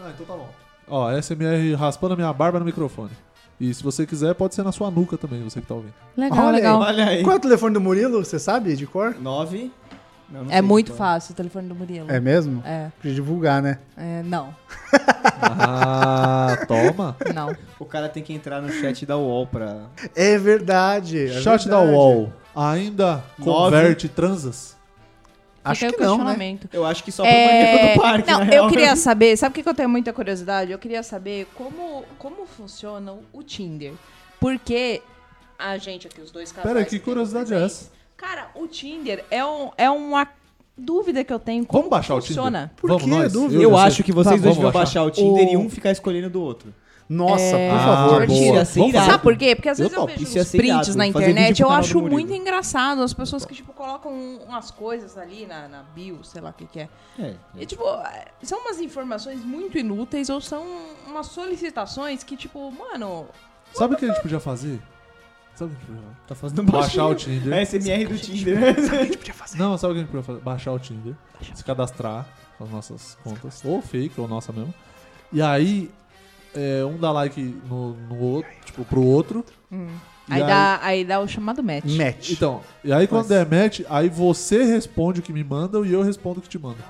Speaker 3: Ah, então tá bom. Ó, SMR raspando a minha barba no microfone. E se você quiser, pode ser na sua nuca também, você que tá ouvindo.
Speaker 4: Legal,
Speaker 2: Olha aí.
Speaker 4: legal.
Speaker 1: Olha aí.
Speaker 2: Qual é o telefone do Murilo? Você sabe de cor?
Speaker 1: Nove. Não, não
Speaker 4: É
Speaker 1: sei então.
Speaker 4: muito
Speaker 1: qual
Speaker 4: fácil o telefone do Murilo.
Speaker 2: É mesmo?
Speaker 4: É,
Speaker 2: Pra divulgar, né?
Speaker 4: é, não,
Speaker 3: Ah, toma.
Speaker 4: não.
Speaker 1: O cara tem que entrar no chat da UOL pra...
Speaker 2: É verdade. é
Speaker 3: Chat da
Speaker 2: verdade.
Speaker 3: UOL ainda converte transas?
Speaker 2: Acho
Speaker 4: Fica aí o
Speaker 2: que não, né?
Speaker 4: questionamento.
Speaker 1: Eu acho que só
Speaker 4: É,
Speaker 1: pro banheiro do parque,
Speaker 4: não,
Speaker 1: na
Speaker 4: eu
Speaker 1: real.
Speaker 4: queria saber, sabe o que que eu tenho muita curiosidade? Eu queria saber como, como funciona o- o Tinder. Porque a gente aqui, os dois casais...
Speaker 3: Pera aí, que
Speaker 4: temos
Speaker 3: curiosidade é
Speaker 4: presentes.
Speaker 3: essa?
Speaker 4: Cara, o Tinder é, um, é uma dúvida que eu tenho. Como
Speaker 3: Vamos baixar o Tinder?
Speaker 4: funciona.
Speaker 2: Por
Speaker 3: Vamos
Speaker 2: que
Speaker 3: nós.
Speaker 2: dúvida?
Speaker 1: Eu,
Speaker 3: já sei.
Speaker 1: acho que vocês
Speaker 3: Tá,
Speaker 1: dois vão
Speaker 3: vamos
Speaker 1: baixar o Tinder e um ficar escolhendo do outro.
Speaker 2: Nossa,
Speaker 4: É,
Speaker 2: por
Speaker 3: Ah,
Speaker 2: favor.
Speaker 3: boa.
Speaker 1: Mentira, assim
Speaker 3: Vamos fazer.
Speaker 4: Sabe por quê? Porque às
Speaker 1: Eu
Speaker 4: vezes eu,
Speaker 1: topo, isso
Speaker 4: vejo
Speaker 1: ia
Speaker 4: uns
Speaker 1: ser irado,
Speaker 4: prints na
Speaker 1: fazer vídeo
Speaker 4: internet,
Speaker 1: pro
Speaker 4: eu
Speaker 1: canal do
Speaker 4: acho
Speaker 1: Murilo.
Speaker 4: muito engraçado as pessoas que, tipo, colocam umas coisas ali na, na bio, sei lá o que que é.
Speaker 1: É.
Speaker 4: E, tipo, é, são umas informações muito inúteis ou são umas solicitações que, tipo, mano...
Speaker 3: Sabe o que a gente podia fazer? Sabe o que a gente podia fazer?
Speaker 1: Tá fazendo
Speaker 3: Baixar o
Speaker 1: Tinder.
Speaker 3: Tinder.
Speaker 1: É SMR do Tinder, né?
Speaker 3: Não, sabe o que a gente podia fazer? Baixar o Tinder, se cadastrar com as nossas contas, ou fake, ou nossa mesmo. E aí, é, um dá like no, no outro, tipo, pro outro.
Speaker 4: Hum. Aí, dá, aí dá o chamado match.
Speaker 2: Match.
Speaker 3: Então, e aí quando der match, aí você responde o que me mandam e eu respondo o que te mandam.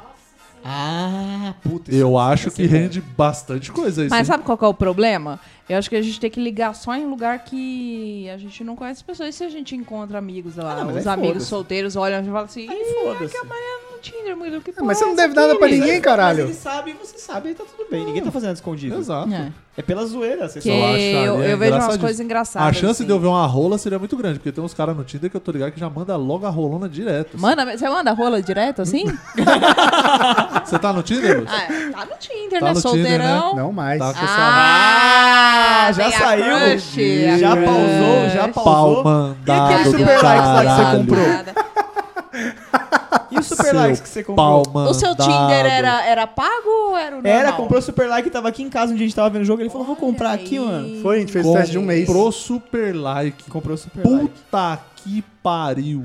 Speaker 1: Ah, puta. isso é
Speaker 3: Eu
Speaker 1: vai
Speaker 3: acho
Speaker 1: ser
Speaker 3: que
Speaker 1: bom.
Speaker 3: rende bastante coisa isso.
Speaker 4: Mas
Speaker 3: hein?
Speaker 4: sabe qual que é o problema? Eu acho que a gente tem que ligar só em lugar que a gente não conhece pessoas. E se a gente encontra amigos lá,
Speaker 1: Ah, não, mas
Speaker 4: os
Speaker 1: aí
Speaker 4: amigos
Speaker 1: foda-se.
Speaker 4: solteiros olham e falam assim,
Speaker 1: Aí
Speaker 4: "Ih,
Speaker 1: foda-se.
Speaker 4: que a Maria no Tinder, muito que
Speaker 2: Ah, mas você não
Speaker 4: porra é
Speaker 2: deve nada
Speaker 4: essa
Speaker 2: pra
Speaker 4: aqui,
Speaker 2: ninguém,
Speaker 4: velho?"
Speaker 1: Mas ele
Speaker 2: caralho.
Speaker 1: sabe, você sabe, aí tá tudo bem. Ninguém tá fazendo escondido.
Speaker 3: Exato.
Speaker 4: É.
Speaker 1: É pela zoeira, você
Speaker 4: Que
Speaker 3: Eu
Speaker 1: só acha.
Speaker 3: acharia
Speaker 4: eu, eu vejo umas
Speaker 3: engraçadíssimo.
Speaker 4: coisas engraçadas.
Speaker 3: né? A chance
Speaker 4: assim.
Speaker 3: de eu ver uma rola seria muito grande, porque tem uns caras no Tinder que eu tô ligado que já manda logo a rolona direto.
Speaker 4: Manda, você manda rola direto assim?
Speaker 3: Você tá no Tinder, Luz?
Speaker 4: ah, é, tá no Tinder,
Speaker 3: Tá
Speaker 4: né?
Speaker 3: no Tinder,
Speaker 4: Solteirão.
Speaker 2: Não mais.
Speaker 3: Tá com essa
Speaker 4: Ah,
Speaker 1: já
Speaker 4: vem a
Speaker 1: saiu?
Speaker 4: crush, a
Speaker 1: Ah, Já
Speaker 4: crush.
Speaker 1: pausou, já
Speaker 3: pau
Speaker 1: pausou.
Speaker 3: mandado
Speaker 1: E aquele
Speaker 3: do
Speaker 1: super likes lá que você
Speaker 3: caralho.
Speaker 1: comprou?
Speaker 4: Nada.
Speaker 1: E o super likes que você comprou?
Speaker 3: Pau mandado.
Speaker 4: O seu Tinder era, era pago ou era o normal?
Speaker 1: Era, comprou super like, tava aqui em casa um dia a gente tava vendo o jogo, ele falou, vou comprar aqui, mano.
Speaker 2: Foi, a gente fez
Speaker 1: tá
Speaker 2: o teste de um mês.
Speaker 3: Comprou super like.
Speaker 1: Comprou super like.
Speaker 3: Puta que pariu.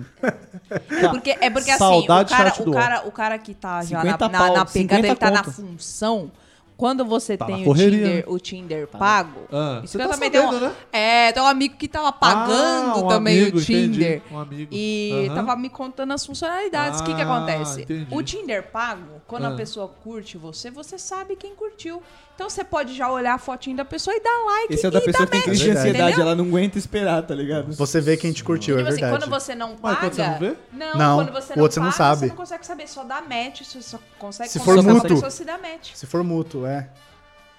Speaker 4: É porque, é porque assim, o
Speaker 3: Saudade
Speaker 4: cara,
Speaker 3: chat
Speaker 4: o,
Speaker 3: do
Speaker 4: cara, o cara que tá já na,
Speaker 1: 50
Speaker 4: na,
Speaker 1: pau,
Speaker 4: na pegada, ele
Speaker 1: 50
Speaker 4: tá na
Speaker 1: conto.
Speaker 4: função. Quando você
Speaker 3: Tá na
Speaker 4: tem o
Speaker 3: correria,
Speaker 4: Tinder,
Speaker 3: né?
Speaker 4: o Tinder pago.
Speaker 3: Ah,
Speaker 4: isso
Speaker 3: você
Speaker 4: que eu
Speaker 3: tá
Speaker 4: também tenho
Speaker 3: sabendo,
Speaker 4: um,
Speaker 3: né?
Speaker 4: É, tem um amigo que tava pagando
Speaker 3: Ah, um
Speaker 4: também
Speaker 3: amigo,
Speaker 4: o Tinder.
Speaker 3: entendi, um amigo.
Speaker 4: E
Speaker 3: Aham.
Speaker 4: tava me contando as funcionalidades. O que que
Speaker 3: Ah,
Speaker 4: acontece?
Speaker 3: entendi.
Speaker 4: O Tinder pago, quando
Speaker 3: Ah.
Speaker 4: a pessoa curte você, você sabe quem curtiu. Então você pode já olhar a fotinha da pessoa e dar like
Speaker 1: Esse é
Speaker 4: e
Speaker 1: o da
Speaker 4: dar
Speaker 1: pessoa que tem
Speaker 4: match,
Speaker 1: crise de
Speaker 2: verdade.
Speaker 1: ansiedade,
Speaker 4: tá entendeu?
Speaker 1: ela não aguenta esperar, tá ligado?
Speaker 2: Você vê quem te curtiu, é
Speaker 4: Tipo assim,
Speaker 2: verdade.
Speaker 4: quando você não paga.
Speaker 3: Mas quando você não vê?
Speaker 4: Não,
Speaker 2: Não,
Speaker 4: quando você
Speaker 2: o
Speaker 4: não
Speaker 2: outro você não
Speaker 4: paga,
Speaker 2: sabe.
Speaker 4: você não consegue saber, só dá match, você só consegue
Speaker 2: Se
Speaker 4: conversar
Speaker 2: for
Speaker 4: com a
Speaker 2: mútuo.
Speaker 4: pessoa se dá match.
Speaker 2: Se for mútuo, é.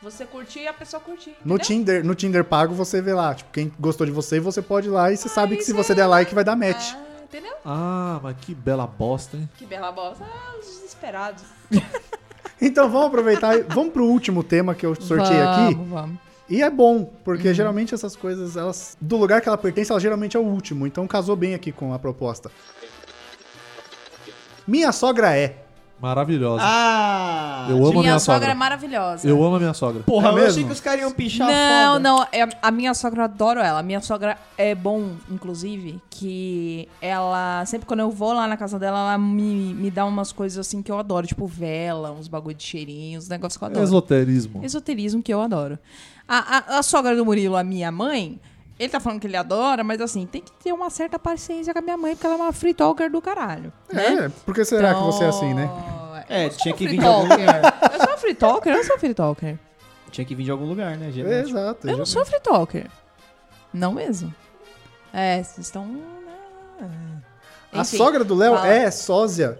Speaker 4: Você curtir e a pessoa curtir.
Speaker 2: No
Speaker 4: entendeu?
Speaker 2: Tinder, no Tinder pago, você vê lá, tipo, quem gostou de você, você pode ir lá e você sabe que se
Speaker 4: isso
Speaker 2: você
Speaker 4: é-
Speaker 2: der like vai dar match.
Speaker 4: Ah, entendeu?
Speaker 3: Ah, mas que bela bosta, hein?
Speaker 4: Que bela bosta. Ah, os desesperados. É.
Speaker 2: Então vamos aproveitar, e- vamos pro último tema que eu sorteei aqui.
Speaker 4: Vamos.
Speaker 2: E é bom, porque
Speaker 3: Uhum.
Speaker 2: geralmente essas coisas, elas do lugar que ela pertence, ela geralmente é o último, então casou bem aqui com a proposta. Minha sogra é.
Speaker 3: Maravilhosa.
Speaker 1: Ah!
Speaker 3: eu amo a
Speaker 4: Minha,
Speaker 3: minha
Speaker 4: sogra,
Speaker 3: sogra.
Speaker 4: é maravilhosa.
Speaker 3: Eu amo a minha sogra.
Speaker 1: Porra,
Speaker 2: É
Speaker 1: eu
Speaker 2: mesmo?
Speaker 1: achei que os caras iam pichar
Speaker 4: Não,
Speaker 1: foda.
Speaker 4: não, é- a minha sogra, eu adoro ela. A minha sogra é bom, inclusive, que ela, sempre quando eu vou lá na casa dela, ela me, me dá umas coisas assim que eu adoro, tipo vela, uns bagulho de cheirinhos, negócio que eu adoro.
Speaker 3: Esoterismo.
Speaker 4: Esoterismo que eu adoro. A, a- a sogra do Murilo, a minha mãe, ele tá falando que ele adora, mas assim, tem que ter uma certa paciência com a minha mãe, porque ela é uma free talker do caralho. né? Então,
Speaker 2: É, por que será que você é assim, né?
Speaker 1: É, tinha que,
Speaker 4: um Free
Speaker 1: vir né? de algum,
Speaker 4: talker. Eu sou free talker, eu não sou free talker.
Speaker 1: tinha que vir de algum lugar, né? Genético.
Speaker 2: Exato.
Speaker 4: Eu não sou free talker. Não mesmo. É, vocês estão. né?
Speaker 2: A
Speaker 4: Enfim.
Speaker 2: sogra do Léo
Speaker 4: fala.
Speaker 2: é sósia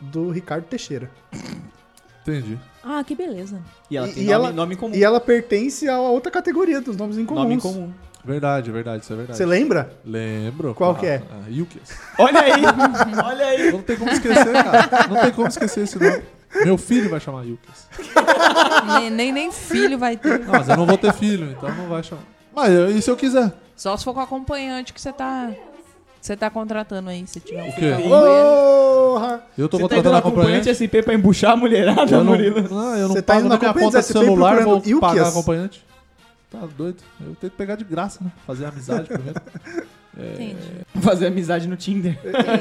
Speaker 2: do Ricardo Teixeira.
Speaker 3: Entendi.
Speaker 4: Ah, que beleza.
Speaker 1: E ela
Speaker 2: E-
Speaker 1: tem
Speaker 2: e
Speaker 1: nome,
Speaker 2: ela-
Speaker 1: nome comum.
Speaker 2: E é ela pertence a outra categoria dos nomes incomuns.
Speaker 1: Nome comum.
Speaker 3: Verdade, verdade, isso é verdade.
Speaker 2: Você lembra?
Speaker 3: Lembro.
Speaker 2: Qual
Speaker 3: claro.
Speaker 2: que é?
Speaker 3: Ah, Yukis.
Speaker 1: Olha aí! Olha aí!
Speaker 3: Não tem como esquecer, cara. Não tem como esquecer esse nome. Meu filho vai chamar Yukis.
Speaker 4: nem, nem, nem filho vai ter.
Speaker 3: Não, mas eu não vou ter filho, então não vai chamar. Mas eu- e se eu quiser?
Speaker 4: Só se for com o acompanhante que você tá. que Você tá contratando aí, se tiver um
Speaker 3: O
Speaker 4: filho.
Speaker 3: quê?
Speaker 2: Porra!
Speaker 3: Eu tô
Speaker 1: Você tá indo
Speaker 3: contratando
Speaker 1: na
Speaker 3: a acompanhante.
Speaker 1: acompanhante SP pra embuchar a mulherada,
Speaker 3: Eu não,
Speaker 1: Murilo?
Speaker 3: não, eu não
Speaker 2: Você tá
Speaker 3: pago
Speaker 2: indo
Speaker 3: na
Speaker 2: na
Speaker 3: minha
Speaker 2: companhia
Speaker 3: conta
Speaker 2: do SP
Speaker 3: celular, vou
Speaker 2: procurando
Speaker 3: pagar
Speaker 2: Ilkias?
Speaker 3: a acompanhante. Tá doido? Eu tenho que pegar de graça, né? Fazer amizade primeiro.
Speaker 4: Entendi.
Speaker 1: Fazer amizade no Tinder.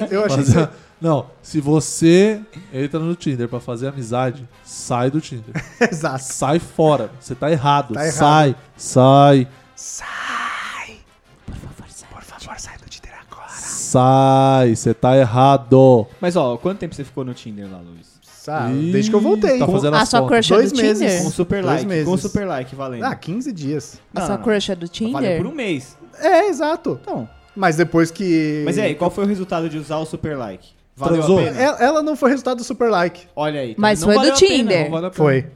Speaker 2: Eu achei
Speaker 3: Fazer- Não, se você entra no Tinder pra fazer amizade, sai do Tinder.
Speaker 2: que exato.
Speaker 3: Sai fora. Você tá errado.
Speaker 2: Tá errado.
Speaker 3: Sai, sai,
Speaker 2: Por favor, sai do Tinder agora.
Speaker 3: sai. Você tá errado.
Speaker 1: Mas ó, quanto tempo você ficou no Tinder lá, Luiz?
Speaker 2: Sabe?
Speaker 3: Ih,
Speaker 2: Ah, Desde que eu voltei.
Speaker 3: Tá fazendo
Speaker 4: A
Speaker 3: as
Speaker 4: sua
Speaker 3: contas.
Speaker 4: crush é do
Speaker 2: Dois
Speaker 4: Tinder?
Speaker 2: meses.
Speaker 1: Com super
Speaker 2: Dois
Speaker 1: like.
Speaker 2: meses.
Speaker 1: Com super like, valendo.
Speaker 2: Ah, 15 dias.
Speaker 4: A
Speaker 1: Não,
Speaker 4: sua
Speaker 1: não,
Speaker 4: crush é do Tinder?
Speaker 1: Valeu por um mês.
Speaker 2: É, exato.
Speaker 1: Então.
Speaker 2: Mas depois que.
Speaker 1: Mas é e aí, qual foi o resultado de usar o super like? Valeu
Speaker 3: Transou?
Speaker 1: a pena?
Speaker 2: Ela, ela não foi resultado do super like.
Speaker 1: Olha aí. tá-
Speaker 4: Mas
Speaker 1: não
Speaker 4: foi do
Speaker 1: valeu a pena,
Speaker 4: Tinder.
Speaker 1: não valeu a pena.
Speaker 2: Foi.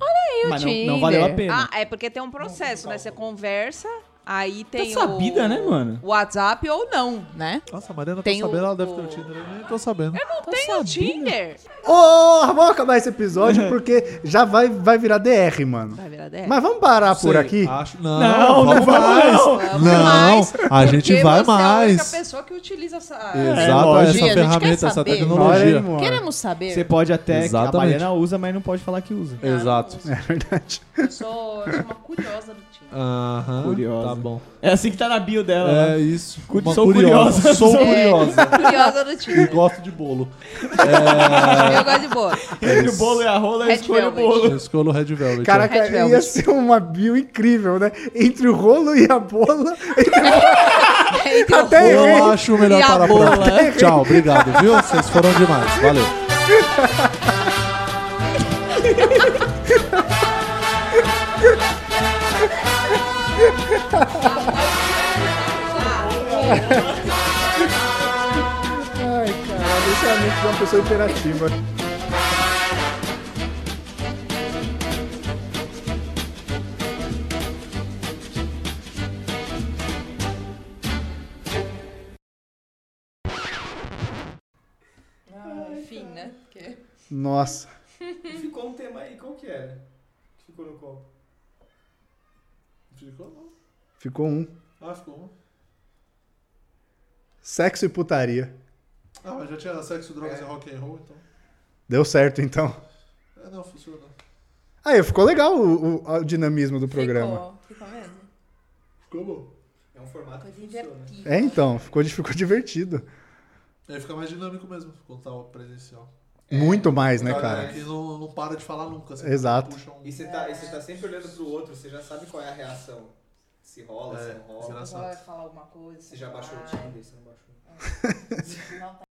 Speaker 1: Mas não, não valeu a pena.
Speaker 4: Ah, é porque tem um processo, né? Você conversa, aí tem
Speaker 1: Tá sabida,
Speaker 4: o...
Speaker 1: né, mano?
Speaker 4: o WhatsApp ou não, né?
Speaker 3: Nossa, a Mariana tá
Speaker 4: Tem
Speaker 3: sabendo,
Speaker 4: o-
Speaker 3: ela deve ter o Tinder. Eu nem tô sabendo.
Speaker 1: Tá
Speaker 4: Não tem o Tinder.
Speaker 2: Ô, vamos acabar esse episódio porque já vai, vai virar DR, mano.
Speaker 4: Vai virar DR.
Speaker 2: Mas vamos parar por
Speaker 3: Sei,
Speaker 2: aqui?
Speaker 3: Acho... Não,
Speaker 1: Não,
Speaker 3: vamos
Speaker 1: não vamos
Speaker 3: mais.
Speaker 1: não.
Speaker 4: Vamos
Speaker 3: Não,
Speaker 4: mais,
Speaker 3: a gente
Speaker 4: porque
Speaker 3: vai
Speaker 4: você É a única
Speaker 3: mais.
Speaker 4: pessoa que utiliza essa.
Speaker 3: Exato,
Speaker 4: tecnologia.
Speaker 3: essa
Speaker 4: É, A gente quer
Speaker 3: ferramenta, essa
Speaker 4: saber.
Speaker 2: Olha,
Speaker 3: tecnologia.
Speaker 2: irmão.
Speaker 4: Queremos saber.
Speaker 1: Você pode até.
Speaker 3: Exatamente.
Speaker 1: A Mariana usa, mas não pode falar que usa.
Speaker 3: Exato.
Speaker 2: É verdade.
Speaker 4: Eu sou, eu sou uma curiosa do
Speaker 3: Ah,
Speaker 4: Tinder.
Speaker 3: Aham,
Speaker 1: Curiosa.
Speaker 3: tá bom.
Speaker 1: É assim que tá na bio dela. né?
Speaker 3: É isso.
Speaker 1: Cu-
Speaker 3: Uma
Speaker 1: sou curiosa.
Speaker 3: Sou
Speaker 4: É.
Speaker 1: Sou-
Speaker 3: curiosa.
Speaker 4: Curiosa do
Speaker 3: E
Speaker 4: Tinder.
Speaker 3: gosto de bolo.
Speaker 4: Eu gosto de boa.
Speaker 1: Entre o bolo e a rola, eu
Speaker 4: Red
Speaker 1: escolho o
Speaker 4: velvet.
Speaker 1: bolo.
Speaker 3: Eu escolho o Red Velvet.
Speaker 2: Caraca,
Speaker 4: Red
Speaker 2: ia
Speaker 4: Velvet.
Speaker 2: ser uma bio incrível, né? Entre o rolo e a bola.
Speaker 4: Entre o
Speaker 2: Até
Speaker 4: rolo
Speaker 2: errei.
Speaker 3: Eu acho melhor
Speaker 4: é e a
Speaker 3: parar por
Speaker 4: bola.
Speaker 3: aqui. Tchau, obrigado, viu? Vocês foram demais. Valeu.
Speaker 2: Ai, cara, esse é a mente de uma pessoa imperativa.
Speaker 4: Enfim, né? Porque-
Speaker 2: Nossa.
Speaker 1: Ficou um tema aí, qual que era? Que ficou no copo?
Speaker 2: Ficou um.
Speaker 3: Ah, ficou
Speaker 2: Sexo e putaria.
Speaker 3: Ah, mas já tinha sexo, drogas e rock and roll, então.
Speaker 2: Deu certo, então.
Speaker 3: É, não, funcionou.
Speaker 2: Aí, ficou legal o, o- o dinamismo do programa.
Speaker 4: Ficou, ficou mesmo.
Speaker 3: Ficou bom.
Speaker 1: É um formato
Speaker 4: Coisa
Speaker 1: que funciona.
Speaker 4: invertida.
Speaker 2: É, então. Ficou, di- ficou divertido.
Speaker 3: Aí fica mais dinâmico mesmo, quando tá o presencial.
Speaker 2: Muito mais, né,
Speaker 3: A galera
Speaker 2: cara?
Speaker 3: que não, não para de falar nunca. assim,
Speaker 2: Exato.
Speaker 3: puxa um-
Speaker 1: E você tá, e você tá sempre olhando pro outro, você já sabe qual é a reação. Se rola, se
Speaker 3: É,
Speaker 1: não rola.
Speaker 4: Ela
Speaker 3: engraçado.
Speaker 4: vai falar alguma coisa.
Speaker 1: Você já baixou o
Speaker 4: vai.
Speaker 1: Tinder, você não baixou.
Speaker 4: Não tá